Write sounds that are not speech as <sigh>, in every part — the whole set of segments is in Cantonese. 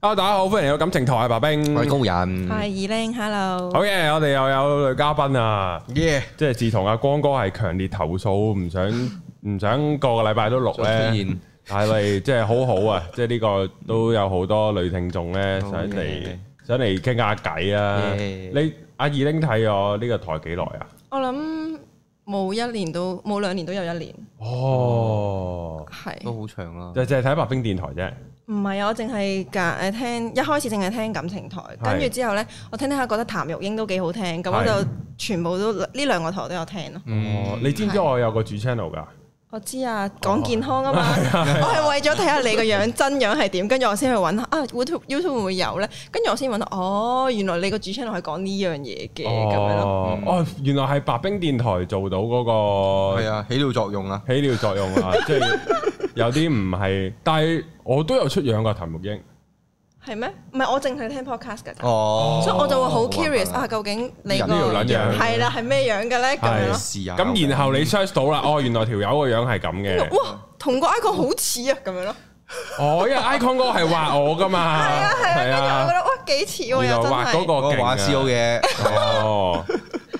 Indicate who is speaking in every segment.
Speaker 1: 啊！大家好，歡迎嚟到感情台啊，白冰。
Speaker 2: 我係高人，
Speaker 3: 係二玲，hello。
Speaker 1: 嗯好嘅，我哋又有女嘉賓啊！
Speaker 2: 耶！
Speaker 1: 即係自從阿光哥係強烈投訴，唔
Speaker 2: <laughs>
Speaker 1: 想唔想個個禮拜都錄
Speaker 2: 再出
Speaker 1: 咧
Speaker 2: 現，
Speaker 1: 但係即係好好
Speaker 2: <laughs>
Speaker 1: 啊！即係呢個都有好多女聽眾咧
Speaker 2: 好
Speaker 1: 上嚟
Speaker 2: 嘅
Speaker 1: 上嚟傾下偈啊！
Speaker 2: Yeah
Speaker 1: 你阿二玲睇我呢個台幾耐啊？
Speaker 3: 我諗冇一年都冇兩年都有一年，
Speaker 1: 哦，
Speaker 3: 係
Speaker 2: 都好長啦，
Speaker 1: 就就係睇白冰電台啫。
Speaker 3: 唔係啊？我淨係隔誒聽一開始淨係聽感情台，跟住之後呢，我聽聽下覺得譚玉英都幾好聽，咁我
Speaker 1: 係
Speaker 3: 就全部都呢兩個台都有聽咯。
Speaker 1: 哦，你知唔知我有個主 channel 㗎？
Speaker 3: 我知啊，講健康啊嘛，
Speaker 1: <laughs>
Speaker 3: 我係為咗睇下你個樣真樣係點，跟住我先去揾啊 YouTube YouTube 會唔會有呢？跟住我先揾到哦，原來你個主 channel 係講呢樣嘢嘅咁樣咯。
Speaker 1: 哦，哦，原來係白冰電台做到嗰個
Speaker 2: 係啊，起到作用啊，
Speaker 1: 起料作用啊，即係有啲唔係，但係我都有出樣噶譚玉英，
Speaker 3: 係咩？唔係我淨係聽 podcast 㗎。
Speaker 2: 哦
Speaker 3: 所以我就會好 curious
Speaker 2: 冇辦法
Speaker 3: 啊，究竟你個
Speaker 2: 人呢條
Speaker 1: 撚樣
Speaker 3: 係啦，係咩樣嘅咧？咁樣
Speaker 1: 係
Speaker 3: 咯，
Speaker 2: 試下
Speaker 1: 咁然後你 search 到啦，哦，原來條友個樣係咁嘅，
Speaker 3: 哇，同個 icon 好似啊，咁樣咯，
Speaker 1: 哦，因為 icon 哥係畫我噶嘛，
Speaker 3: 係啊係
Speaker 1: 係啊，
Speaker 3: 啊，跟住我覺得哇幾似喎，又
Speaker 1: 原來
Speaker 3: 真
Speaker 1: 畫嗰
Speaker 3: 係，
Speaker 1: 個
Speaker 2: 嗰個
Speaker 1: 勁啊
Speaker 2: 畫師好嘅，
Speaker 1: 哦，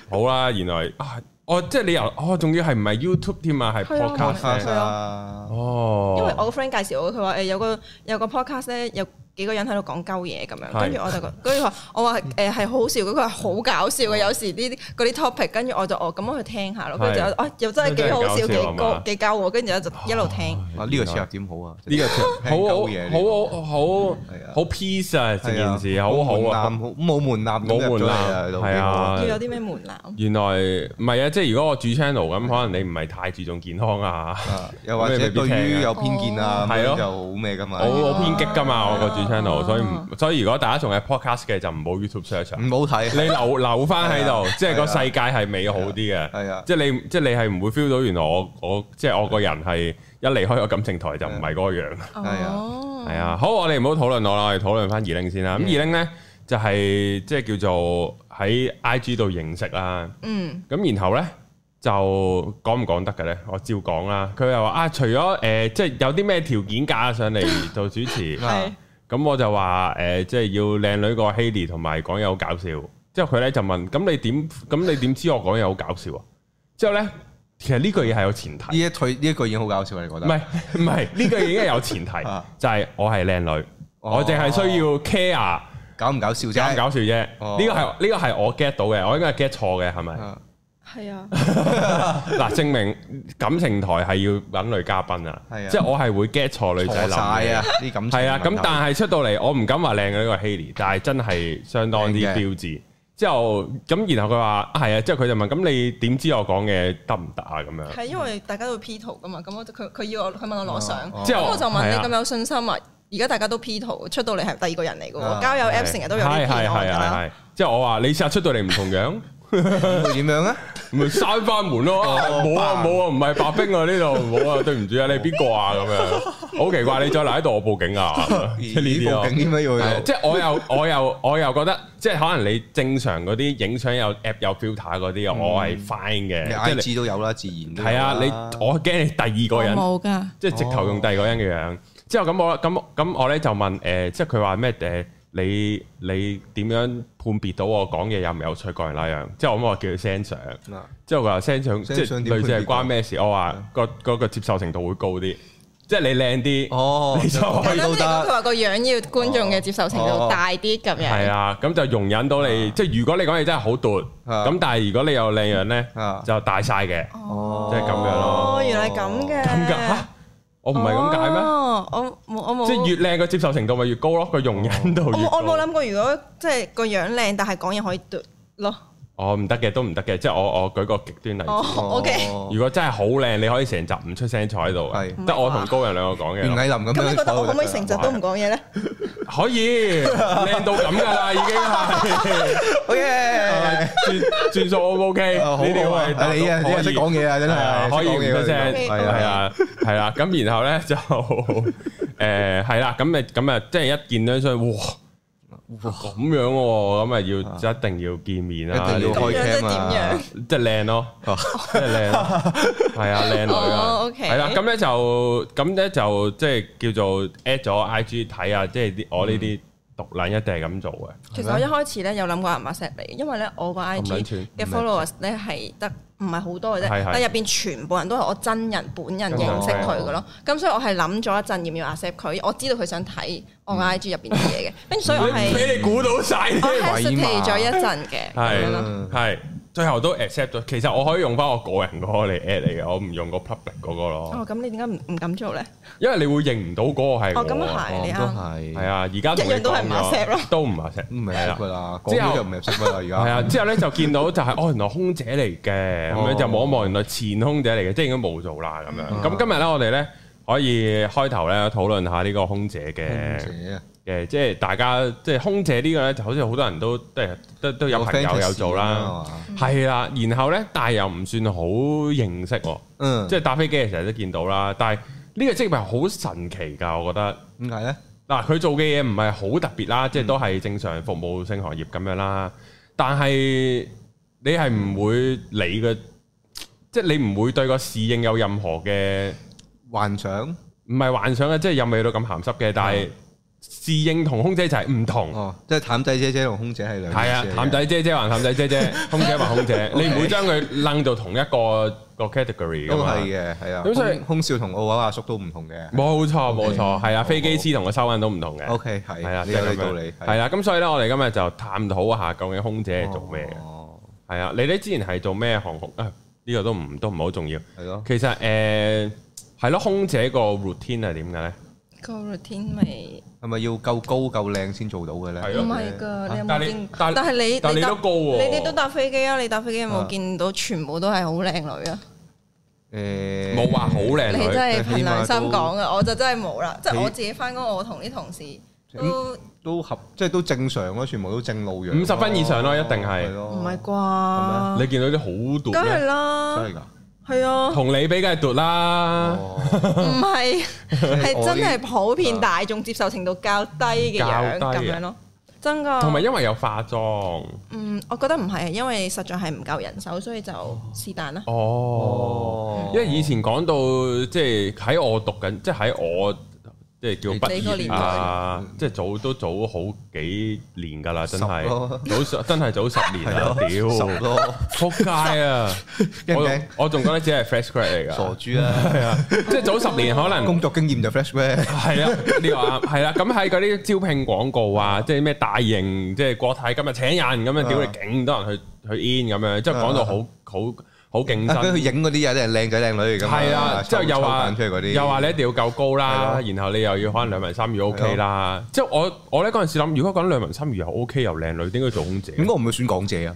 Speaker 1: 好啦，原來啊，哦，即係你由，哦，仲要係唔係 YouTube 添啊，係
Speaker 3: 係啊
Speaker 1: podcast
Speaker 3: 係
Speaker 1: 呢
Speaker 3: 啊
Speaker 2: 啊，
Speaker 1: 哦，
Speaker 3: 因為我個 friend 介紹我，佢話誒有個有個 podcast 咧，有幾個人喺度講鳩嘢咁
Speaker 1: 係
Speaker 3: 樣，跟住我就覺跟住話我話誒係好好笑嘅，佢話好搞笑嘅，有時呢啲嗰啲 topic，跟住我就哦咁我去聽下咯，跟住就
Speaker 1: 係
Speaker 3: 哦又真係幾好
Speaker 1: 真係搞笑係
Speaker 3: 笑，幾
Speaker 1: 嘛
Speaker 3: 高幾鳩喎，跟住我就一路聽。
Speaker 2: 啊呢個切入點好啊，
Speaker 1: 呢個好
Speaker 2: 聽
Speaker 1: 好
Speaker 2: 鳩嘢
Speaker 1: 好好好
Speaker 2: 係啊
Speaker 1: 好 peace 啊，成件事好好
Speaker 2: 門
Speaker 1: 啊
Speaker 2: 檻，好冇門檻
Speaker 1: 冇
Speaker 2: 咁入
Speaker 1: 門
Speaker 2: 咗
Speaker 1: 檻
Speaker 2: 嚟啊，都
Speaker 1: 係
Speaker 2: 幾好
Speaker 1: 啊
Speaker 2: 啊，
Speaker 3: 要有啲咩門檻？
Speaker 1: 原來唔係啊，即係如果我主 channel 咁，可能你唔係太注重健康啊，
Speaker 2: 啊又或
Speaker 1: 咁你未
Speaker 2: 者
Speaker 1: 必
Speaker 2: 對
Speaker 1: 聽啊
Speaker 2: 於有偏見
Speaker 3: 哦
Speaker 2: 啊，
Speaker 1: 係
Speaker 2: 咁
Speaker 1: 咯
Speaker 2: 樣就好咩噶嘛，
Speaker 1: 我好偏激噶嘛，我個主 channel，
Speaker 2: 哦
Speaker 3: 啊
Speaker 1: 所以唔所以如果大家仲係 podcast 嘅，就唔好 YouTube search 啊
Speaker 2: 唔好睇
Speaker 1: 你，
Speaker 2: <laughs>
Speaker 1: 留留翻喺度
Speaker 2: 係啊，
Speaker 1: 即係個
Speaker 2: 係啊
Speaker 1: 世界係美好啲嘅，
Speaker 2: 係啊
Speaker 1: 即係你即係你係唔會 feel 到原來我我即係我個人係一離開個感情台就唔係嗰個樣，
Speaker 2: 係啊
Speaker 3: 哦
Speaker 1: 係啊，好，我哋唔好討論我啦，我哋討論翻二玲先
Speaker 2: 嗯
Speaker 1: 啦，咁二玲咧就係即係叫做喺 IG 度認識啦。
Speaker 3: 嗯，
Speaker 1: 咁然後咧就講唔講得嘅咧？我照講啦。佢又話啊，除咗誒、呃即係有啲咩條件嫁上嚟做主
Speaker 2: <laughs>
Speaker 1: 持，
Speaker 3: 係
Speaker 2: 啊。
Speaker 1: 咁我就話誒、呃即係要靚女過 Haley 同埋講嘢好搞笑。之後佢咧就問：咁你點？咁你點知我講嘢好搞笑啊？之後咧，其實呢句嘢係有前
Speaker 2: 呢 <laughs>
Speaker 1: 提，
Speaker 2: 一句呢一句已經好搞笑啊，你覺
Speaker 1: 唔
Speaker 2: 得？
Speaker 1: 係唔係呢句嘢已經係有前提
Speaker 2: <laughs> 啊，
Speaker 1: 就係我係靚女，
Speaker 2: 哦
Speaker 1: 我淨係需要 care
Speaker 2: 搞唔搞笑啫？
Speaker 1: 搞唔搞笑啫。呢
Speaker 2: 哦
Speaker 1: 個係呢個係我 get 到嘅，我應該係 get 錯嘅，係咪？
Speaker 2: 啊
Speaker 3: 係啊，
Speaker 1: 嗱，證明感情台係要揾女嘉賓啊
Speaker 2: 係啊，
Speaker 1: 即係我係會 get 錯女
Speaker 2: 錯
Speaker 1: 仔諗
Speaker 2: 晒
Speaker 1: 嘅
Speaker 2: 啊！，啲感情
Speaker 1: 係啊，咁
Speaker 2: 問題
Speaker 1: 但係出到嚟，我唔敢話靚嘅呢個 Haley，但係真係相當之
Speaker 2: 靚嘅
Speaker 1: 標誌。之後咁，然後佢話啊係啊，之後佢就問咁你點知我講嘅得唔得啊？咁樣，
Speaker 3: 係因為大家都 P 圖噶嘛，咁我就佢佢要我佢問我攞相，
Speaker 2: 哦哦
Speaker 3: 咁
Speaker 1: 之後
Speaker 3: 我就問
Speaker 1: 係啊
Speaker 3: 你咁有信心啊？而家大家都 P 圖，出到嚟係第二個人嚟嘅
Speaker 2: 啊
Speaker 3: 喎，交友 App 成日都有啲
Speaker 1: 係
Speaker 3: P 啊
Speaker 1: 係
Speaker 3: 我
Speaker 1: 係係
Speaker 3: 啦，
Speaker 1: 係。之後我話你成日出到嚟唔同樣，
Speaker 2: <laughs> 會點樣啊？
Speaker 1: 咪閂翻門咯。冇啊冇啊，唔係白冰啊呢度，冇啊對唔住啊，你係邊個啊？咁樣好奇怪，你再嚟喺度我報警啊！咁樣即係呢啲咯
Speaker 2: 咦報警添咩要
Speaker 1: 係啊即係我
Speaker 2: <laughs>
Speaker 1: 又我又我又覺得，即係可能你正常嗰啲影相有 app 有 filter 嗰啲，我係 fine 嘅。
Speaker 2: 嗯你
Speaker 1: 即係你
Speaker 2: IG 都有啦，自然都有
Speaker 1: 係啊，你
Speaker 2: 啦
Speaker 1: 我驚你第二個人，
Speaker 3: 冇㗎，
Speaker 1: 即係直頭用第二個人嘅樣。之後咁我咁咁我咧就問誒、呃即係佢話咩誒？你你點樣判別到我講嘢有唔有趣個人那樣？之後咁我叫佢 send 相，
Speaker 2: 啊
Speaker 1: 之後佢話 send 相即
Speaker 2: send
Speaker 1: 係
Speaker 2: 相點
Speaker 1: 類似係
Speaker 2: 判別到
Speaker 1: 關咩事？我話個嗰個接受程度會高啲，即係你靚啲。
Speaker 2: 哦，
Speaker 1: 你就可
Speaker 3: 係
Speaker 1: 以
Speaker 3: 啦，
Speaker 2: 都
Speaker 3: 即係佢
Speaker 2: 得，
Speaker 3: 話個樣要觀眾嘅接受程
Speaker 2: 哦
Speaker 3: 度大啲咁
Speaker 1: 係
Speaker 3: 樣，
Speaker 1: 啊，咁就容忍到你，即係如果你講嘢真係好奪，
Speaker 2: 啊
Speaker 1: 咁但係如果你又靚樣咧
Speaker 2: 啊，
Speaker 1: 就大晒嘅。
Speaker 2: 哦
Speaker 1: 即係咁樣咯
Speaker 3: 哦，原來咁嘅，
Speaker 1: 咁噶吓，我唔係咁解咩？
Speaker 3: 哦，我冇我冇，
Speaker 1: 即係越靚個接受程度咪越高咯，個容忍度
Speaker 3: 我
Speaker 1: 越
Speaker 3: 冇我冇
Speaker 1: 高。
Speaker 3: 諗過，如果即係個樣靚，但係講嘢可以嘟咯，
Speaker 1: 我唔得嘅，都唔得嘅，即係我我舉個極端例
Speaker 3: 哦
Speaker 1: 子。
Speaker 3: ，OK，
Speaker 1: 如果真係好靚，你可以成集唔出聲坐喺度嘅，
Speaker 2: 係
Speaker 1: 得我同高人兩個講
Speaker 2: 袁
Speaker 1: 嘅，
Speaker 2: 藝林咁
Speaker 3: 咁
Speaker 2: 樣，
Speaker 3: 你覺得我可唔可以成日都唔講嘢咧？
Speaker 1: 可以靚到咁噶啦，已經
Speaker 2: <laughs>
Speaker 1: 係
Speaker 2: 哦？OK，
Speaker 1: 轉轉數 O 唔 OK？
Speaker 2: 啊好
Speaker 1: 呢條係
Speaker 2: 啊你啊，你
Speaker 1: 可
Speaker 2: 啊
Speaker 1: 以
Speaker 2: 識講嘢啊，真
Speaker 1: 係啊
Speaker 2: 係
Speaker 1: 可以唔出聲，
Speaker 3: 講嘢
Speaker 1: 係啊，係啦。咁然後 <laughs> 咧就誒係啦，咁咪咁咪即係一見到相，哇咁樣喎，咁咪要一定要見面啦，
Speaker 2: 一定要開
Speaker 3: 咁樣即係
Speaker 2: cam
Speaker 3: 點
Speaker 2: 啊
Speaker 3: 樣？
Speaker 1: 即係靚咯，
Speaker 3: 啊
Speaker 1: 即係靚咯，係啊，靚女啊
Speaker 3: 哦，OK
Speaker 1: 係啦。咁 à, 咧就咁咧就即係叫做 at 咗 IG 睇下，即係啲我呢啲獨撚一定係咁做嘅，
Speaker 3: 其實我一開始咧有諗過阿 m a s 你，因為咧我個
Speaker 1: 咁
Speaker 3: IG
Speaker 1: 撚串。
Speaker 3: 嘅
Speaker 2: 唔係
Speaker 3: followers 咧係得唔係好多嘅啫，
Speaker 1: 係係
Speaker 3: 但入邊全部人都係我真人本人認識佢嘅咯。
Speaker 1: 哦
Speaker 3: 咁所以我係諗咗一陣要唔要 accept 佢，我知道佢想睇
Speaker 1: 嗯
Speaker 3: 我嘅 IG 入邊啲嘢嘅，跟住所以我
Speaker 1: 你
Speaker 3: 係
Speaker 1: 俾你估到晒添
Speaker 3: 我
Speaker 2: 嘛
Speaker 3: hesitate 咗一陣嘅咁樣
Speaker 2: Ừ.
Speaker 3: 咯。
Speaker 1: 係嗯係，最後都 accept 咗。其實我可以用翻我個人嗰個嚟 at 你嘅，我唔用個 public 嗰個
Speaker 3: 哦
Speaker 1: 咯，，
Speaker 3: 咁你點解唔唔敢做咧？
Speaker 1: 因為你會認唔到嗰個係
Speaker 3: 哦咁
Speaker 1: 我啊。
Speaker 3: 啊係你啱
Speaker 2: 哦嗯都係，
Speaker 1: 係，啊，而家同你
Speaker 3: 一樣都係唔
Speaker 1: 講咗
Speaker 3: accept 咯
Speaker 1: 都唔 accept。
Speaker 2: 唔係
Speaker 1: 係啦
Speaker 2: accept 噶啦，
Speaker 1: 之後
Speaker 2: 講咗就唔 accept 噶啦，而
Speaker 1: 係
Speaker 2: 家
Speaker 1: 啊，之後咧就見到就係哦，原來空姐嚟嘅，咁
Speaker 2: 哦
Speaker 1: 樣就望一望，原來前空姐嚟嘅，即係應該冇做啦咁樣。
Speaker 2: 嗯
Speaker 1: 咁今日咧，我哋咧可以開頭咧討論下呢個空姐
Speaker 2: 空
Speaker 1: 嘅
Speaker 2: 姐啊，
Speaker 1: 嘅，即係大家即係空姐呢個咧，就好似好多人都都係都都有朋友有做啦，
Speaker 2: 係嘛，
Speaker 1: 係啦。然後咧，但係又唔算好認識喎，
Speaker 2: 嗯，
Speaker 1: 即係搭飛機嘅時候都見到啦。但係呢個職業係好神奇㗎，我覺得。
Speaker 2: 點解咧？
Speaker 1: 嗱，佢做嘅嘢唔係好特別
Speaker 2: 嗯
Speaker 1: 啦，即係都係正常服務性行業咁樣啦。但係你係唔會理嘅，即係你唔會對個侍應有任何嘅
Speaker 2: 幻想
Speaker 1: 唔係幻想嘅，即係又未到咁鹹濕嘅。但係侍應同空姐就係唔同，
Speaker 2: 嗯哦，即係淡仔姐姐同空姐係兩
Speaker 1: 係啊，淡
Speaker 2: 仔
Speaker 1: 仔姐姐還淡仔姐
Speaker 2: <laughs>
Speaker 1: 姐，空姐還空姐，你唔會將佢楞到同一個個 category 噶
Speaker 2: 都
Speaker 1: 嘛
Speaker 2: 係？嘅，係啊，
Speaker 1: 咁所以
Speaker 2: 空空少同澳阿叔都唔同嘅
Speaker 1: 冇錯冇
Speaker 2: 嗯
Speaker 1: 錯，係啊，飛機師同個收銀都唔同嘅。
Speaker 2: ，OK 係，
Speaker 1: 係啊，
Speaker 2: 你
Speaker 1: 即係
Speaker 2: 有
Speaker 1: 咁
Speaker 2: 你
Speaker 1: 樣
Speaker 2: 道理，
Speaker 1: 係啦，咁所以咧，我哋今日就探討下究竟空姐係做咩嘅。
Speaker 2: 哦，
Speaker 1: 係啊，你咧之前係做咩航空啊？呢個都唔都唔係好重要。
Speaker 2: 係咯，
Speaker 1: 其實誒係咯，空姐個 routine 係點嘅咧？
Speaker 3: 個 routine 咪
Speaker 2: 係咪要夠高夠靚先做到嘅咧？
Speaker 1: 係
Speaker 3: 唔
Speaker 1: 咯啊
Speaker 3: 係㗎，你有
Speaker 1: 但
Speaker 3: 冇
Speaker 1: 係
Speaker 3: 見
Speaker 1: 你
Speaker 3: 過？
Speaker 1: 但
Speaker 3: 但係你
Speaker 1: 但係
Speaker 3: 你
Speaker 1: 你
Speaker 3: 搭
Speaker 1: 都高
Speaker 3: 你
Speaker 1: 喎，
Speaker 3: 哋都搭飛機啊！你搭飛機有冇
Speaker 2: 啊
Speaker 3: 見到全部都係好靚女啊？
Speaker 2: 誒，
Speaker 1: 冇話好靚
Speaker 3: 你真
Speaker 1: 女，
Speaker 3: 係憑良心講啊！我就真係冇啦，即係我自己翻工，我同啲同事都
Speaker 2: 都合，即係都正常咯，全部都正路樣，
Speaker 1: 50分以上咯一定係
Speaker 2: 咯
Speaker 3: 唔係
Speaker 1: 你
Speaker 3: 啩？
Speaker 1: 見到啲好
Speaker 3: 梗
Speaker 1: 奪
Speaker 3: 係
Speaker 1: 咩？
Speaker 3: 啦，
Speaker 2: 真係㗎。
Speaker 1: <laughs>
Speaker 3: 係啊，
Speaker 1: 同你比梗係奪啦，
Speaker 2: 哦
Speaker 3: 唔
Speaker 1: <laughs>
Speaker 3: 係係真係普遍
Speaker 2: 啊
Speaker 3: 大眾接受程度較低嘅
Speaker 1: 較
Speaker 3: 樣
Speaker 1: 低啊
Speaker 3: 咁樣咯，真㗎。
Speaker 1: 同埋因為有化妝，
Speaker 3: 嗯，我覺得唔係，因為實在係唔夠人手，所以就是但啦。
Speaker 1: 哦。因為以前講到即係喺我讀緊，即係喺我即係叫畢
Speaker 3: 你個
Speaker 1: 業
Speaker 3: 年代
Speaker 1: 啊，即係早都早好幾年㗎啦，真係
Speaker 2: 十咯
Speaker 1: 早十
Speaker 2: <laughs>
Speaker 1: 真係早十年啦， <laughs> 屌
Speaker 2: 熟咯，
Speaker 1: 仆街啊！
Speaker 2: 驚唔
Speaker 1: 我
Speaker 2: 驚？
Speaker 1: 我仲覺得只係 fresh grad 嚟
Speaker 2: 傻
Speaker 1: 㗎，
Speaker 2: 豬啊！
Speaker 1: 係啊，即係早十年可能
Speaker 2: 工作經驗就 flash 咩？
Speaker 1: 係啊，呢個啱係啦。咁喺嗰啲招聘廣告啊，即係咩大型即係國泰今日請人咁樣，屌你
Speaker 2: 啊
Speaker 1: 勁多人去去 in 咁樣，即係講到好好好競
Speaker 2: <laughs> 啊
Speaker 1: 爭
Speaker 2: 跟。住影嗰啲嘢都係靚仔靚女嚟㗎嘛，
Speaker 1: 係啊，之後又話
Speaker 2: 抽版出嚟嗰啲，
Speaker 1: 又話你一定要夠高啦，
Speaker 2: 係
Speaker 1: 然後你又要可能兩文三語 OK 啦。即係我我咧嗰陣時諗，如果講兩文三語又 OK 又靚女，點解做空姐？
Speaker 2: 點解我唔會選港姐啊？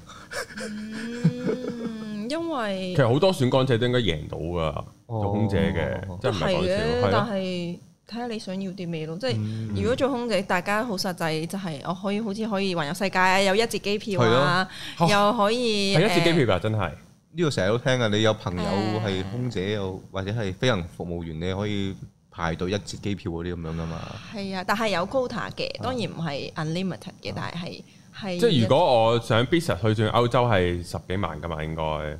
Speaker 3: 嗯，因為
Speaker 1: 其實好多選港姐都應該贏到噶，
Speaker 2: 哦
Speaker 1: 做空姐嘅，
Speaker 3: 都
Speaker 1: 真係唔
Speaker 3: 係
Speaker 1: 係講
Speaker 3: 嘅，
Speaker 1: 笑。係
Speaker 3: 但
Speaker 1: 咯，嗯
Speaker 3: 係睇下你想要啲咩咯。即係如果做空姐，大家好實際，就係我可以好似可以環遊世界啊，有一節機票啊，
Speaker 1: 係咯
Speaker 3: <laughs> 又可以
Speaker 1: 係一次機票㗎，真係。
Speaker 2: 呢個成日都聽啊！你有朋友
Speaker 3: 嗯
Speaker 2: 係空姐又或者係飛行服務員，你可以排隊一折機票嗰啲咁樣噶嘛？
Speaker 3: 誒係啊，但係有 quota 嘅，當然唔係 unlimited 嘅，但係係
Speaker 1: 哦即係如果我想 business 去轉歐洲係十幾萬㗎嘛，應該
Speaker 3: 係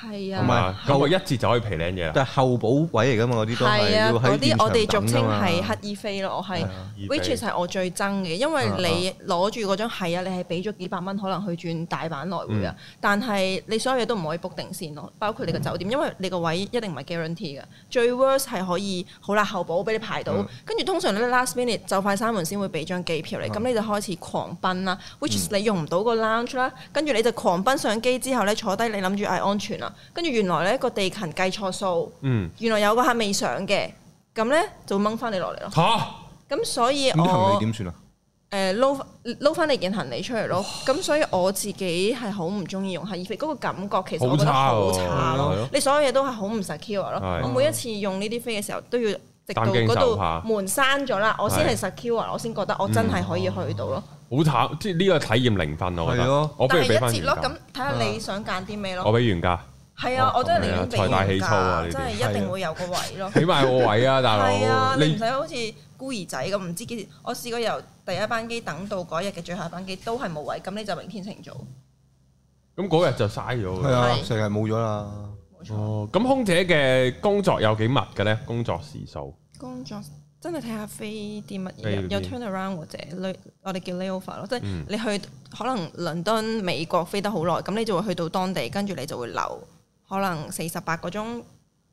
Speaker 1: 係
Speaker 3: 啊，
Speaker 1: 嘛？咁我一節就可以皮靚嘢啦。
Speaker 2: 但係候補位嚟噶嘛？嗰啲都係
Speaker 3: 係啊，
Speaker 2: 要
Speaker 3: 嗰
Speaker 2: 喺
Speaker 3: 啲我哋
Speaker 2: 現場
Speaker 3: 俗稱
Speaker 2: 等㗎嘛
Speaker 3: 係乞衣飛咯，我係
Speaker 2: 係啊。
Speaker 3: which is 係我最憎嘅，因為
Speaker 2: 啊啊
Speaker 3: 你攞住嗰張係啊，你係俾咗幾百蚊，可能去轉大阪來回啊，
Speaker 2: 嗯
Speaker 3: 但係你所有嘢都唔可以 book 定先咯，包括你個酒店，因為你個位一定唔係 guarantee 嘅，最 worst 係可以好啦後補俾你排到
Speaker 2: 嗯，
Speaker 3: 跟住通常你 last minute 就快閂門先會俾張機票
Speaker 2: 啊
Speaker 3: 你，咁你就開始狂奔啦，which is
Speaker 2: 嗯
Speaker 3: 你用唔到個 lounge 啦，跟住你就狂奔上機之後咧坐低，你諗住係安全啦，跟住原來咧個地勤計錯數，
Speaker 1: 嗯，
Speaker 3: 原來有個客未上嘅，咁咧就會掹翻你落嚟咯，
Speaker 1: 嚇！
Speaker 3: 咁所以
Speaker 2: 咁啲行
Speaker 3: 我
Speaker 2: 李。點算啊？
Speaker 3: 誒撈撈翻你件行李出嚟咯，咁所以我自己係好唔中意用乞衣飛，嗰個感覺其實我覺得好差
Speaker 1: 好差喎係
Speaker 3: 咯
Speaker 1: 咯。
Speaker 3: 你所有嘢都係好唔 secure 咯
Speaker 1: 係。
Speaker 3: 我每一次用呢啲飛嘅時候，都要直到
Speaker 1: 擔驚
Speaker 3: 嗰
Speaker 1: 受
Speaker 3: 度
Speaker 1: 怕
Speaker 3: 門閂咗啦，我先係 secure，我先覺得我真係可以去到咯。
Speaker 1: 好慘，即係呢個體驗零分我覺
Speaker 2: 係
Speaker 1: 得
Speaker 2: 咯。
Speaker 1: 嗯我不
Speaker 3: 但
Speaker 1: 如
Speaker 3: 係
Speaker 1: 俾
Speaker 3: 一
Speaker 1: 翻
Speaker 3: 節
Speaker 1: 原
Speaker 3: 咯，
Speaker 1: 價
Speaker 3: 咁。睇下你想揀啲咩
Speaker 1: 啊我
Speaker 3: 咯。
Speaker 1: 俾原價，
Speaker 3: 係啊，我真係寧願俾
Speaker 1: 財大氣
Speaker 3: 原
Speaker 1: 粗啊呢
Speaker 3: 價，
Speaker 1: 啲
Speaker 3: 真係一定會有個位
Speaker 1: <laughs>
Speaker 3: 咯。
Speaker 1: 起埋我位啊，大
Speaker 3: 係
Speaker 1: 佬！，
Speaker 3: 啊你唔使好似孤兒仔咁，唔知幾時。我試過由第一班機等到嗰日嘅最後一班機都係冇位，咁你就明天晴早。
Speaker 1: 咁嗰日就嘥咗
Speaker 2: 係
Speaker 1: 㗎。
Speaker 2: 啊，
Speaker 3: 係
Speaker 2: 成日冇咗啦。
Speaker 1: 嗯
Speaker 3: 冇錯。
Speaker 1: 哦，咁空姐嘅工作有幾密嘅咧？工作時數
Speaker 3: 工作真係睇下飛啲乜
Speaker 1: 飛
Speaker 3: 嘢，
Speaker 1: 啲
Speaker 3: 有 turn around 或者 lay- 我哋叫 layover 咯，即係
Speaker 1: 嗯
Speaker 3: 你去可能倫敦、美國飛得好耐，咁你就會去到當地，跟住你就會留可能四十八個鐘、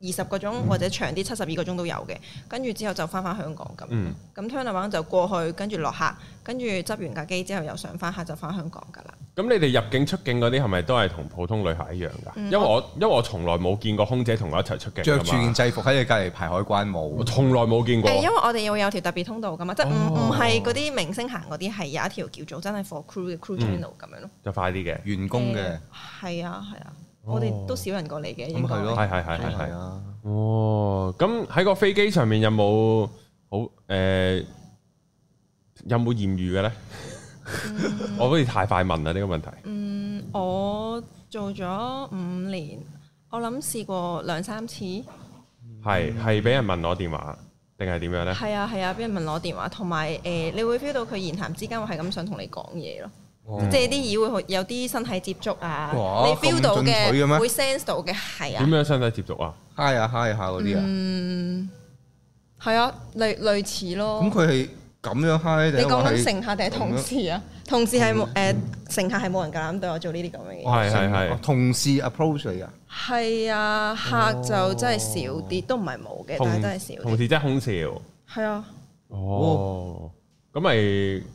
Speaker 3: 二十
Speaker 1: 嗯
Speaker 3: 個鐘或者長啲七十二個鐘都有嘅，跟住之後就翻返香港咁。
Speaker 1: 嗯，
Speaker 3: 咁 turn around 就過去，跟住落客，跟住執完架機之後又上翻客就翻香港㗎啦。
Speaker 1: 咁你哋入境出境嗰啲係咪都係同普通旅客一樣㗎？
Speaker 3: 嗯
Speaker 1: 因為我因為我從來冇見過空姐同我一齊出境
Speaker 2: 着
Speaker 1: 㗎
Speaker 2: 住件
Speaker 1: 嘛，
Speaker 2: 制服喺你隔離排海關
Speaker 1: 我
Speaker 2: 冇，
Speaker 1: 從來冇見過
Speaker 3: 誒，。因為我哋要有條特別通道㗎嘛，即係唔
Speaker 1: 哦
Speaker 3: 唔係嗰啲明星行嗰啲，係有一條叫做真係 for crew 嘅 crew
Speaker 1: 嗯
Speaker 3: channel 咁樣咯。
Speaker 1: 就快啲嘅，
Speaker 2: 員工嘅
Speaker 3: 誒，係啊係啊，
Speaker 1: 哦
Speaker 3: 我哋都少人過你嘅，嗯應
Speaker 2: 咁
Speaker 3: 該
Speaker 2: 係咯，
Speaker 1: 係係係係
Speaker 2: 係啊，
Speaker 1: 哦，咁喺個飛機上面有冇好誒、呃有冇豔遇嘅咧？ <laughs> 我好似太快問啦呢、個問題。
Speaker 3: 嗯，我做咗五年，我諗試過兩三次，
Speaker 1: 係係俾人問攞電話定係點樣咧？
Speaker 3: 嗯係啊係啊，俾人問攞電話，同埋誒，你會 feel 到佢言談之間會係咁想同你講嘢咯，
Speaker 1: 哦
Speaker 3: 即係啲耳會好有啲身體接觸啊，
Speaker 2: 哦哇
Speaker 3: 你 feel 到
Speaker 2: 咁進取嘅咩
Speaker 3: 嘅，會 sense 到嘅，係
Speaker 1: 點
Speaker 3: 啊，
Speaker 1: 樣身體接觸啊？
Speaker 2: 嗨下嗨下嗰啲啊，
Speaker 3: 嗯，係啊，類類似咯
Speaker 2: 咁。佢係咁樣嗨
Speaker 3: 你
Speaker 2: 定
Speaker 3: 講
Speaker 2: 係
Speaker 3: 緊乘客定係同事啊？同事係冇
Speaker 1: 嗯
Speaker 3: 誒，乘客係冇人夠膽對我做呢啲咁樣嘅嘢。
Speaker 1: 係係係
Speaker 2: 哦同事 approach 你啊？
Speaker 3: 係啊，客就真係少啲，都唔係冇嘅，但係真係少
Speaker 1: 同
Speaker 3: 啲。
Speaker 1: 事真係空少。
Speaker 3: 係啊，
Speaker 1: 哦，咁咪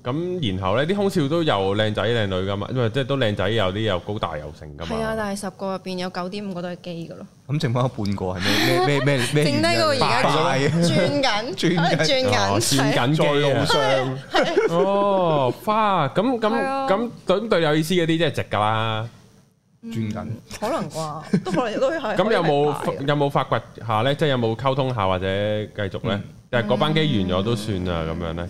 Speaker 1: 咁，然後咧啲空少都有靚仔靚女噶嘛，因為即係都靚仔，有啲又高大又成噶嘛。
Speaker 3: 係啊，但係十個入邊有九點五個都係基嘅咯，
Speaker 2: 咁剩翻半個係咩咩咩
Speaker 1: 啊
Speaker 2: 咩咩
Speaker 3: 剩
Speaker 2: 原因？
Speaker 3: 低嗰個而家
Speaker 2: 拜
Speaker 1: <laughs>
Speaker 2: 拜
Speaker 3: 轉緊，
Speaker 2: 轉緊
Speaker 3: 可能
Speaker 1: 哦轉
Speaker 3: <laughs> 轉緊，係啊
Speaker 1: 緊
Speaker 2: 在
Speaker 1: 機
Speaker 2: 路
Speaker 1: 啊！
Speaker 2: 上，
Speaker 1: 哦，花咁咁
Speaker 3: 係啊
Speaker 1: 咁咁對有意思嗰啲即係直
Speaker 3: <laughs>
Speaker 1: 噶啦。
Speaker 2: 轉緊。
Speaker 3: 可能啩，都可能都
Speaker 1: <laughs>
Speaker 3: 係。
Speaker 1: 咁有
Speaker 3: 可以係
Speaker 1: 冇
Speaker 3: 嘅
Speaker 1: 有冇發掘下咧？即係有冇溝通下或者繼續咧？但係嗰班機完咗都算啦，咁樣咧。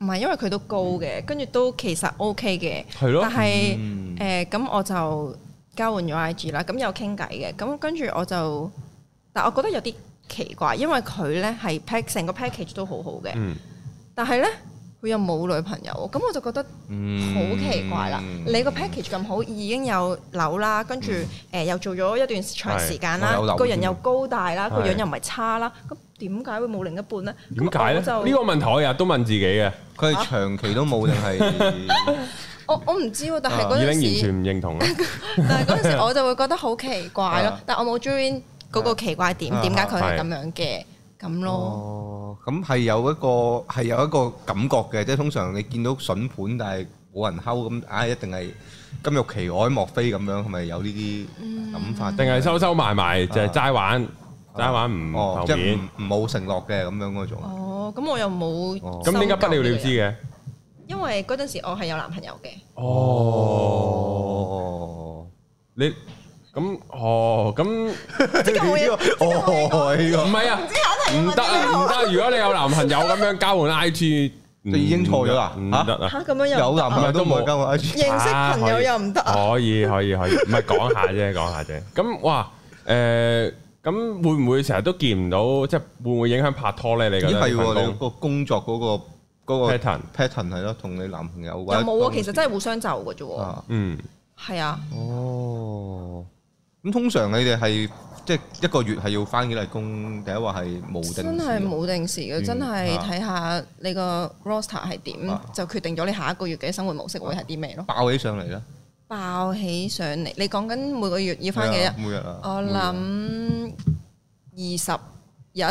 Speaker 3: 唔係因為佢都高嘅，跟住都其實 OK 嘅，
Speaker 1: 係咯
Speaker 3: 但係
Speaker 2: 嗯
Speaker 3: 誒咁我就交換咗 IG 啦，咁有傾偈嘅，咁跟住我就，但我覺得有啲奇怪，因為佢咧係 pack 成個 package 都好好嘅，
Speaker 1: 嗯，
Speaker 3: 但係咧佢又冇女朋友喎，咁我就覺得好奇怪啦！
Speaker 1: 嗯
Speaker 3: 你個 package 咁好，已經有樓啦，跟住
Speaker 1: 嗯
Speaker 3: 誒又做咗一段長時間
Speaker 2: 係我有
Speaker 3: 啦
Speaker 2: 樓，
Speaker 3: 個人又高大啦，
Speaker 1: 添
Speaker 3: 個樣又唔係差啦，咁點解會冇另一半呢？
Speaker 1: 點解咧？呢
Speaker 3: 咁我
Speaker 1: 個
Speaker 3: 就
Speaker 1: 問題我日日都問自己嘅，
Speaker 2: 佢係長期都冇
Speaker 3: <laughs>
Speaker 2: 定係？
Speaker 3: 我我唔知喎，但係
Speaker 1: 啊二
Speaker 3: 嗰
Speaker 1: 玲完
Speaker 3: 陣時，
Speaker 1: 全唔認
Speaker 3: <laughs>
Speaker 1: 同啦。
Speaker 3: 但係嗰
Speaker 2: <laughs>
Speaker 3: 陣時我就會覺得好奇怪咯
Speaker 2: 啊。
Speaker 3: 但我冇 join 嗰個奇怪點，
Speaker 2: 啊
Speaker 3: 點解佢
Speaker 1: 係
Speaker 3: 係咁樣嘅咁咯？
Speaker 2: 哦，咁係有一個係有一個感覺嘅，即係通常你見到筍盤但係冇人睺咁，唉，一定係金玉其外莫非咁樣，係咪有呢啲諗法？
Speaker 1: 定係收收埋埋就係
Speaker 2: 啊
Speaker 1: 齋玩，齋玩
Speaker 2: 哦
Speaker 1: 唔，
Speaker 2: 即
Speaker 1: 頭
Speaker 2: 係
Speaker 1: 面。
Speaker 2: 唔冇承諾嘅咁樣嗰種。
Speaker 3: 哦，咁我又冇
Speaker 2: 哦
Speaker 1: 咁點解不了了之
Speaker 3: 嘅？
Speaker 1: 嘅？
Speaker 3: 啊因為嗰陣時我係有男朋友嘅，
Speaker 1: 哦，
Speaker 2: 哦，
Speaker 1: 你咁哦咁唔
Speaker 2: 呢個哦呢個
Speaker 1: 係啊，唔得啊唔得！如果你有男朋友咁樣交換 I
Speaker 2: <laughs>
Speaker 1: G，
Speaker 2: 你已經錯咗啦
Speaker 1: 唔得啊！
Speaker 3: 嚇咁樣又
Speaker 2: 有
Speaker 3: 唔得
Speaker 2: 男朋友都冇交我 I G，
Speaker 3: 認識朋友又唔得啊！
Speaker 1: 可以可以可以，唔係講下啫，講下
Speaker 2: <laughs>
Speaker 1: 啫。咁哇誒，咁會唔會成日都見唔到？即係會唔會影響拍拖咧？你覺
Speaker 2: 咦
Speaker 1: 得
Speaker 2: 係
Speaker 1: 呢份
Speaker 2: 喎，你
Speaker 1: 工
Speaker 2: 個工作嗰個嗰個
Speaker 1: pattern？
Speaker 2: pattern 係咯，同你男朋友或
Speaker 3: 又
Speaker 2: 者
Speaker 3: 冇啊，
Speaker 2: 當
Speaker 3: 其實
Speaker 2: 時
Speaker 3: 真係互相就嘅啫喎。
Speaker 2: 啊。
Speaker 1: 嗯，
Speaker 3: 係啊，
Speaker 2: 哦，咁通常你哋係即係一個月係要翻幾日工，第一話係冇定時
Speaker 3: 真係冇定時嘅，
Speaker 2: 嗯
Speaker 3: 真係睇下你個 roster 係點，
Speaker 2: 啊
Speaker 3: 就決定咗你下一個月嘅生活模式會係啲咩咯。
Speaker 2: 爆起上嚟啦，
Speaker 3: 爆起上嚟，你講緊每個月要翻幾
Speaker 2: 係
Speaker 3: 日
Speaker 2: 啊？每日啊，
Speaker 3: 我諗二十日，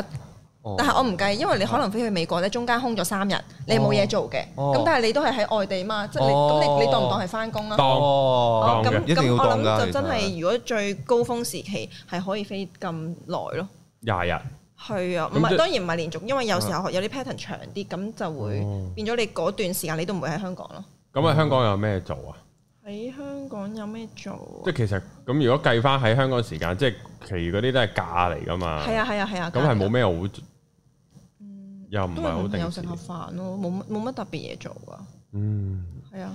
Speaker 2: 哦，
Speaker 3: 但係我唔計，因為你可能飛去美國咧，中間空咗三日，你冇嘢做嘅，
Speaker 2: 哦
Speaker 3: 咁但係你都係喺外地嘛，即係你
Speaker 2: 哦
Speaker 3: 咁你你當唔當係翻工啊？
Speaker 1: 當
Speaker 2: 哦
Speaker 3: 哦，
Speaker 1: 當
Speaker 3: 咁
Speaker 1: 嘅
Speaker 2: 一定
Speaker 3: 咁
Speaker 2: 要
Speaker 3: 我
Speaker 2: 當㗎
Speaker 3: 諗就真
Speaker 2: 其
Speaker 3: 係如果最高峰時期係可以飛咁耐咯。
Speaker 1: 廿日。
Speaker 3: 係啊，
Speaker 1: 咁即
Speaker 3: 唔係
Speaker 1: 係啊
Speaker 3: 當然唔係連續，因為有時候有啲 pattern 長啲，咁就會
Speaker 1: 哦
Speaker 3: 變咗你嗰段時間你都唔會喺香港咯。
Speaker 1: 咁喺香港有咩做啊？
Speaker 3: 喺香港有咩做啊？
Speaker 1: 即係其實咁，如果計翻喺香港時間，即係其餘嗰啲都係假嚟噶嘛。
Speaker 3: 係啊係啊係啊，
Speaker 1: 咁係冇咩好，又唔
Speaker 3: 都
Speaker 1: 係好
Speaker 3: 係有
Speaker 1: 定
Speaker 3: 食
Speaker 1: 時。
Speaker 3: 下飯咯，冇乜冇乜特別嘢做啊噶。
Speaker 1: 嗯，
Speaker 3: 係啊，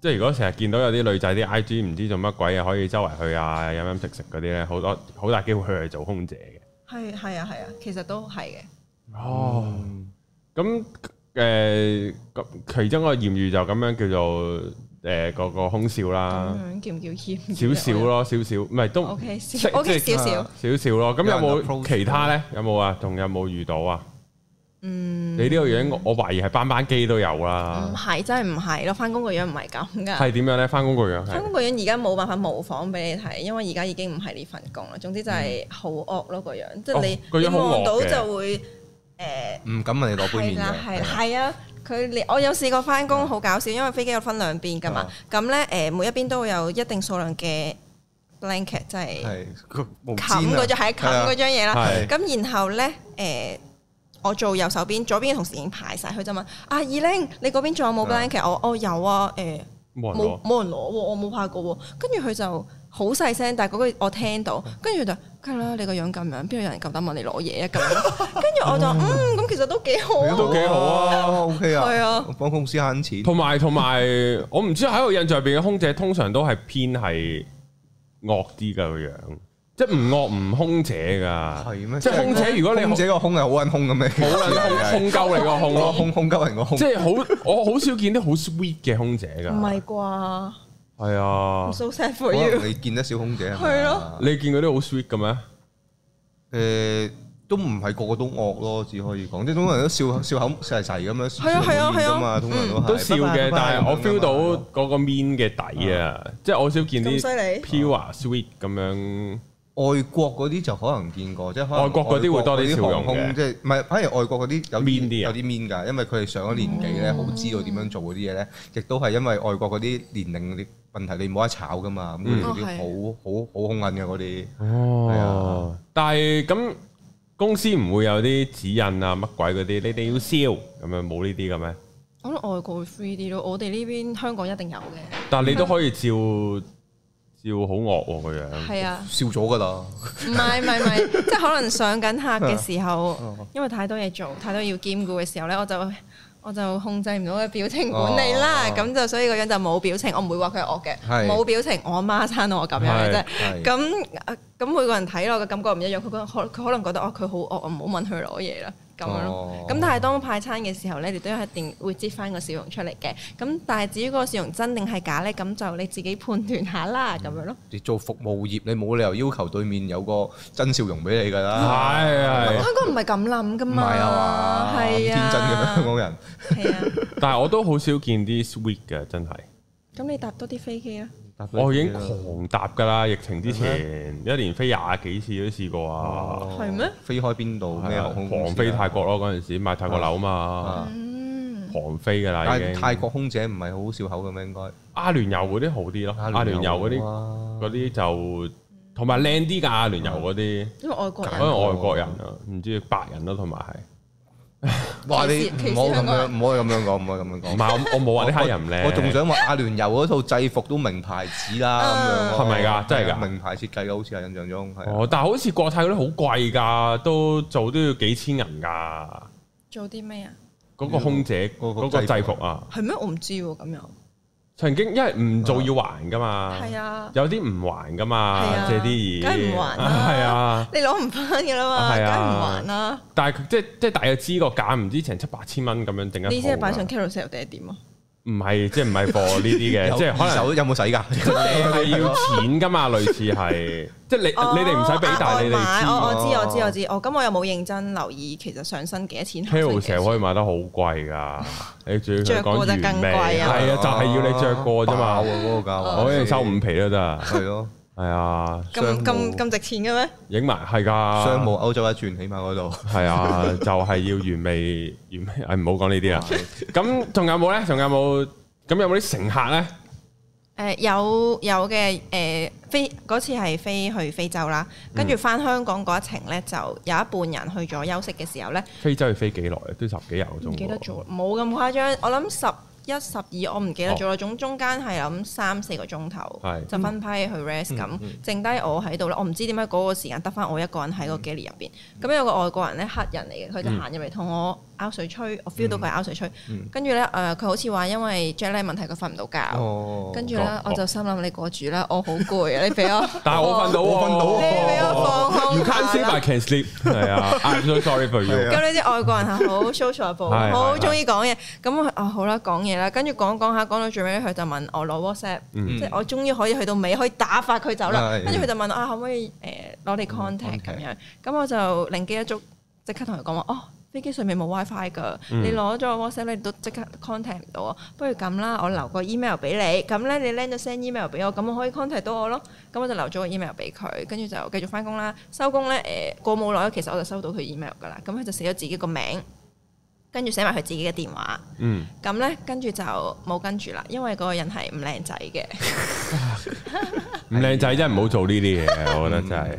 Speaker 1: 即係如果成日見到有啲女仔啲 I G 唔知做乜鬼啊，可以周圍去啊，飲飲食食嗰啲咧，好多好大機會佢係做空姐
Speaker 3: 係係啊係啊，其實都係嘅。
Speaker 1: 嘅。哦，咁誒咁其中一個豔遇就咁樣叫做誒個個空少啦
Speaker 3: 咁，樣叫唔叫謙？
Speaker 1: 啊少少。
Speaker 3: 哦
Speaker 1: 咯，少少，唔係啊都
Speaker 3: OK
Speaker 1: 即
Speaker 3: 少 OK
Speaker 1: 即
Speaker 3: 少少。
Speaker 1: 少少咯。咁有
Speaker 2: 有人
Speaker 1: 冇
Speaker 2: approach
Speaker 1: 其他咧？有冇啊？仲有冇遇到啊？你呢個樣，我懷疑係班班機都有
Speaker 3: 嗯唔
Speaker 1: 啦。
Speaker 3: 係真係唔係咯，翻工個樣唔係咁噶。
Speaker 1: 係點樣咧？翻工個樣
Speaker 3: 翻
Speaker 1: 係
Speaker 3: 工個樣而家冇辦法模仿俾你睇，因為而家已經唔係呢份工啦。總之就係好惡咯個樣，即係
Speaker 1: 嗯哦
Speaker 3: 你
Speaker 1: 個樣
Speaker 3: 你
Speaker 1: 好
Speaker 3: 望到
Speaker 1: 惡嘅
Speaker 3: 就會誒。
Speaker 2: 唔敢問你攞杯
Speaker 3: 係
Speaker 2: 麵
Speaker 3: 啦，
Speaker 2: 嘅
Speaker 3: 係啦，。係啊！佢連我有試過翻工好搞笑，因為飛機有分兩邊噶嘛
Speaker 2: 啊，
Speaker 3: 咁咧誒每一邊都會有一定數量嘅 blanket，即係
Speaker 2: 係佢冇
Speaker 3: 冚
Speaker 1: 啊
Speaker 3: 嗰張係冚嗰張嘢啦。
Speaker 1: 係
Speaker 3: 咁然後咧誒，我做右手邊，左邊嘅同事已經排晒佢啫嘛。啊，二玲，你嗰邊仲有冇 blanket？我我有啊，誒
Speaker 1: 冇人
Speaker 3: 冇
Speaker 1: 攞。
Speaker 3: 冇人攞喎，我冇派過喎。跟住佢就好細聲，但係嗰句我聽到，
Speaker 1: 嗯
Speaker 3: 跟住佢就梗係啦，你個樣咁樣，邊度有人夠膽問你攞嘢啊咁樣？
Speaker 1: <laughs>
Speaker 3: 跟住我就嗯，咁其實都幾好啊。
Speaker 1: 都幾好啊
Speaker 2: ，OK 啊，
Speaker 3: 係啊
Speaker 2: 我幫公司慳錢，
Speaker 1: 同埋同埋，我唔知喺我印象入邊嘅空姐通常都係偏係惡啲嘅個樣，即係唔惡唔空姐噶。
Speaker 2: 係咩？
Speaker 1: 即係空姐，如果你
Speaker 2: 空姐個空係好撚空咁
Speaker 1: 好
Speaker 2: 嘅，
Speaker 1: 啦，空鳩你個空
Speaker 2: 個
Speaker 1: 咯，
Speaker 2: 空空鳩人個空
Speaker 1: 即。係好，我好少見啲好 sweet 嘅空姐㗎。
Speaker 3: 唔係啩
Speaker 1: 係啊
Speaker 3: ？I'm，so sad
Speaker 2: 可
Speaker 3: for
Speaker 2: 能
Speaker 3: you。
Speaker 2: 你見得少空姐係咪啊
Speaker 3: 係咯
Speaker 1: 你見嗰啲好 sweet 嘅咩？
Speaker 2: 誒都唔係個個都惡咯，只可以講，即係通常都笑笑口細細咁樣，
Speaker 3: 係啊係
Speaker 2: 笑
Speaker 3: 啊係啊
Speaker 2: 口面㗎嘛，通常都係
Speaker 1: 都笑嘅，
Speaker 2: 拜拜
Speaker 1: 但係我
Speaker 2: 拜拜
Speaker 1: feel 到
Speaker 2: 咁樣
Speaker 1: 嗰個面嘅底啊，即係我少見
Speaker 3: 咁犀
Speaker 1: 啲
Speaker 3: 利啊
Speaker 1: pure sweet 咁樣。
Speaker 2: 外國嗰啲就可能見過，即係可能
Speaker 1: 外國嗰啲會多啲笑容嘅
Speaker 2: 外國嗰啲航空即係唔係？反而外國嗰啲有
Speaker 1: Mean 啲啊
Speaker 2: 有啲 mean 㗎，因為佢哋上咗年紀
Speaker 3: 嗯
Speaker 2: 咧，好知道點樣做嗰啲嘢咧，亦都係因為外國嗰啲年齡嗰啲問題，你冇得炒㗎嘛，咁佢哋嗰啲
Speaker 3: 嗯
Speaker 2: 好好好兇狠嘅嗰啲。啊
Speaker 1: 哦，但係咁公司唔會有啲指引啊乜鬼嗰啲，你哋要笑咁樣冇呢啲嘅咩？
Speaker 3: 我覺得外國會 free 啲咯，我哋呢邊香港一定有嘅。
Speaker 1: 但係你都可以照照好惡喎個樣。
Speaker 3: 係啊，
Speaker 2: 笑咗㗎啦，
Speaker 3: 唔係唔係唔係，即係可能上緊客
Speaker 1: 啊
Speaker 3: 嘅時候，因為太多嘢做，太多要兼顧嘅時候咧，我就我就控制唔到嘅表情管理啦，
Speaker 2: 哦
Speaker 3: 咁就所以個樣就冇表情，我唔會話佢係惡嘅，
Speaker 2: 係
Speaker 3: 冇表情，我媽生我咁樣嘅啫。
Speaker 2: 係
Speaker 3: 咁呃咁每個人睇落嘅感覺唔一樣，佢覺得可佢可能覺得哦佢好惡，我唔好問佢攞嘢啦咁樣
Speaker 2: 哦
Speaker 3: 咯。咁、但係當派餐嘅時候咧，你都一定會擠翻個笑容出嚟嘅。咁但係至於嗰個笑容真定係假咧，咁就你自己判斷下啦咁樣咯。
Speaker 2: 你做服務業，你冇理由要求對面有個真笑容俾你㗎啦。
Speaker 1: 係係。
Speaker 3: 香港唔係咁諗噶
Speaker 2: 嗯唔
Speaker 3: 嘛，
Speaker 2: 係啊嘛，咁
Speaker 3: 係
Speaker 2: 天
Speaker 3: 啊，
Speaker 2: 真嘅咩香港人？
Speaker 3: 係啊，
Speaker 1: 但係我都好少見啲 sweet 嘅，真係。
Speaker 3: 咁你搭多啲飛機啦。啊
Speaker 1: 我已經狂搭㗎啦，疫情之前一年飛廿幾次都試過啊。
Speaker 2: 嗯哦
Speaker 3: 係咩
Speaker 2: 飛開邊度
Speaker 1: 係
Speaker 2: 咩
Speaker 1: 啊
Speaker 2: 航空公司啊
Speaker 1: 狂飛泰國咯，嗰陣時買泰國樓嘛
Speaker 2: 啊，
Speaker 3: 嗯，
Speaker 1: 狂飛㗎啦已
Speaker 2: 但
Speaker 1: 經。
Speaker 2: 泰國空姐唔係好好笑口嘅咩？應該
Speaker 1: 阿聯酋嗰啲好啲咯，
Speaker 2: 啊
Speaker 1: 阿聯酋嗰啲
Speaker 2: 啲
Speaker 1: 嗰啲就同埋靚啲㗎，阿聯酋嗰啲
Speaker 3: 因為外國
Speaker 1: 可
Speaker 3: 人
Speaker 2: 咁
Speaker 1: 能外國人啊，唔知白人咯，同埋係
Speaker 2: 哇！你
Speaker 3: 歧視
Speaker 2: 唔好
Speaker 3: 歧視
Speaker 2: 咁
Speaker 3: 香港
Speaker 2: 樣，唔
Speaker 3: 人
Speaker 2: 可以咁樣講，唔可以咁樣
Speaker 1: 唔
Speaker 2: 講。
Speaker 1: 係我我冇話啲黑人唔
Speaker 2: 我
Speaker 1: 靚，
Speaker 2: 我仲想話阿聯酋嗰套制服都名牌子啦，咁樣
Speaker 1: 係咪㗎真係㗎
Speaker 2: 名牌設計嘅，好似係印象中係啊。
Speaker 1: 哦，但係好似國泰嗰啲好貴㗎，都做都要幾千人㗎，
Speaker 3: 做啲咩啊？
Speaker 1: 嗰個空姐
Speaker 2: 嗰個
Speaker 1: 嗰個制
Speaker 2: 制
Speaker 1: 服
Speaker 2: 服
Speaker 1: 啊，
Speaker 3: 係咩？我唔知喎，咁樣
Speaker 1: 曾經因為唔做要還㗎嘛，
Speaker 3: 係啊。
Speaker 1: 有啲唔還㗎
Speaker 3: 係
Speaker 1: 嘛，
Speaker 3: 啊
Speaker 1: 借啲嘢，
Speaker 3: 梗係唔還啦
Speaker 1: 係啊。
Speaker 3: 你攞唔翻嘅啦嘛，
Speaker 1: 係
Speaker 3: 梗係
Speaker 1: 啊
Speaker 3: 唔還啦。
Speaker 1: 但係佢即係即係大約知個價唔知成七八千蚊咁樣整一
Speaker 3: 你
Speaker 1: 套
Speaker 3: 先係擺上
Speaker 1: 㗎
Speaker 3: Carousel 定係點啊？
Speaker 1: 唔係即係唔係貨呢啲嘅，
Speaker 2: <laughs> 有
Speaker 1: 即係可
Speaker 2: 二
Speaker 1: 能
Speaker 2: 手有冇使㗎？
Speaker 1: 係要
Speaker 2: <laughs>
Speaker 1: 錢噶嘛，類似係，即係你
Speaker 3: 哦
Speaker 1: 你哋唔使俾，但係你
Speaker 3: 啊
Speaker 1: 哋哦
Speaker 3: 我
Speaker 2: 知
Speaker 3: 我知我知我知，我咁我又冇認真留意，其實上身幾多錢
Speaker 1: 知
Speaker 3: 下身幾
Speaker 1: Carousel
Speaker 3: 多
Speaker 1: 可以買得好貴
Speaker 3: <laughs>
Speaker 1: 噶，你仲要佢
Speaker 3: 着過
Speaker 1: 講
Speaker 3: 就
Speaker 1: 原
Speaker 3: 更
Speaker 1: 味，
Speaker 3: 貴啊
Speaker 1: 係啊，就係要你着過啫
Speaker 2: 爆啊
Speaker 1: 嘛，
Speaker 2: 嗰個價
Speaker 1: 我
Speaker 2: 位
Speaker 1: 嗰陣收五皮都得，
Speaker 2: 係咯，
Speaker 1: 係啊，
Speaker 3: 錢咁
Speaker 2: 商務
Speaker 3: 咁咁值錢嘅咩？
Speaker 1: 影埋係噶，
Speaker 2: 商務歐洲一轉，起碼嗰度。
Speaker 1: 係啊，就係要原味原味，唉唔好講呢
Speaker 2: <laughs>
Speaker 1: 啲啊，咁仲有冇咧？仲有冇？咁有冇啲乘客咧？
Speaker 3: 誒有有嘅誒飛嗰次係飛去非洲啦，跟住翻香港嗰一程咧，就有一半人去咗休息嘅時候咧，
Speaker 1: 非洲要飛幾耐？都十幾廿個鐘喎。
Speaker 3: 唔記得
Speaker 1: 啊
Speaker 3: 咗，冇咁誇張。我諗十一、十二，我唔記得咗啦。總中間係諗三四個鐘頭
Speaker 1: 哦係，嗯
Speaker 3: 就分批去 rest 咁，剩低我喺度啦。我唔知點解嗰個時間得翻我一個人喺個 galley 入
Speaker 1: 嗯
Speaker 3: 邊。咁有個外國人咧，黑人嚟嘅，佢就行入嚟同我拗水吹，我
Speaker 1: 嗯
Speaker 3: feel 到佢係拗水吹。跟住咧，誒佢好似話因為 jet lag 問題，佢瞓唔到覺。
Speaker 2: 哦
Speaker 3: 跟住
Speaker 1: 哦
Speaker 3: 咧，
Speaker 1: 哦
Speaker 3: 我就心諗你過住啦，我好攰啊！你俾
Speaker 1: <laughs>
Speaker 3: 我，
Speaker 1: 但係我瞓到喎，
Speaker 2: 我瞓到喎
Speaker 3: 你俾我放空
Speaker 1: You can't
Speaker 3: 下
Speaker 1: sleep,
Speaker 3: 啦
Speaker 1: I can
Speaker 2: <laughs>
Speaker 1: sleep。係啊，I'm so sorry for you
Speaker 2: 係。啊
Speaker 3: 咁呢啲外國人係好
Speaker 1: 係
Speaker 3: sociable，
Speaker 1: 係
Speaker 3: 好中意講嘢。咁我啊好啦，講嘢啦，跟住講講下，講到最尾佢就問我攞 WhatsApp，
Speaker 1: 嗯
Speaker 3: 即係我終於可以去到尾，可以打發佢走啦。
Speaker 2: 係
Speaker 3: 跟住佢就問我呃啊，可唔可以誒攞你 contact
Speaker 2: contact
Speaker 3: 咁樣？咁我就靈機一觸，即刻同佢講話哦。飛機上面冇 WiFi 㗎，你攞咗我 WhatsApp 你都即刻 contact 唔到我。不如咁啦，我留個 email 俾你，咁咧你 send 咗 send email 俾我，咁我可以 contact 到我咯。咁我就留咗個 email 俾佢，跟住就繼續翻工啦。收工咧誒過冇耐，其實我就收到佢 email 㗎啦。咁佢就寫咗自己個名，跟住寫埋佢自己嘅電話。
Speaker 1: 嗯，
Speaker 3: 咁咧跟住就冇跟住啦，因為嗰個人係唔靚仔嘅。
Speaker 1: 唔靚仔真係唔好做呢啲嘢，我覺得真係。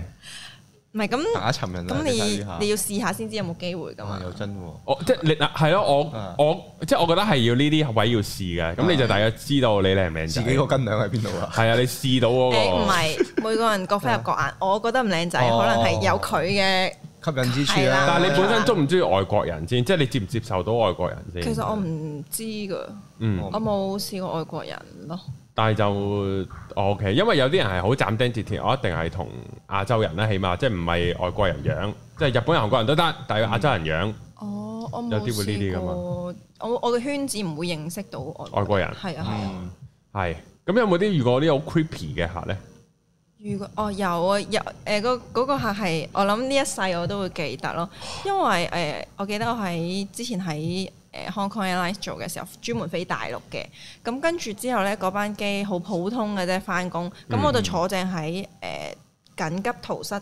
Speaker 3: 唔係咁
Speaker 2: 打沉人啊！
Speaker 3: 咁
Speaker 2: 睇下呢下
Speaker 3: 你你要試下先知有冇機會㗎
Speaker 2: 啊
Speaker 3: 嘛。
Speaker 2: 又真喎，
Speaker 1: 我即係你嗱係咯
Speaker 2: 啊，
Speaker 1: 我我即係我覺得係要呢啲位要試嘅，咁你就大概知道你靚唔靚
Speaker 2: 自
Speaker 1: 仔。
Speaker 2: 己個斤兩喺邊度啊？
Speaker 1: 係啊，你試到嗰
Speaker 3: 誒唔
Speaker 1: 個
Speaker 3: 係每個人各花入各
Speaker 1: <laughs>
Speaker 3: 眼，我覺得唔靚仔，
Speaker 2: 哦
Speaker 3: 可能係有佢嘅。
Speaker 2: <laughs> 吸引啊之處
Speaker 3: 係
Speaker 2: 啦
Speaker 3: 啦。
Speaker 1: 但係啊你本身中唔中意外國人先？即係你接唔接受到外國人先？
Speaker 3: 其實我唔知㗎，
Speaker 1: 嗯，
Speaker 3: 我冇試過外國人咯。
Speaker 1: 但係就我 OK，因為有啲人係好斬釘截鐵，我一定係同亞洲人啦，起碼即係唔係外國人樣，即係日本人、韓國人都得，
Speaker 2: 嗯
Speaker 1: 但係亞洲人樣
Speaker 3: 哦，我冇
Speaker 1: 有啲會呢啲㗎嘛
Speaker 3: 試過我我嘅圈子唔會認識到外
Speaker 1: 外國人
Speaker 3: 係啊係啊。
Speaker 2: 嗯
Speaker 1: 係。咁有冇啲遇過啲好 creepy 嘅客咧？
Speaker 3: 如果哦有啊有誒嗰嗰個客係我諗呢一世我都會記得咯，因為誒、呃我記得我喺之前喺誒、呃 Hong Kong Airlines 做嘅時候，專門飛大陸嘅，咁跟住之後咧嗰班機好普通嘅啫翻工，咁我就
Speaker 1: 嗯
Speaker 3: 坐正喺誒、呃、緊急逃失。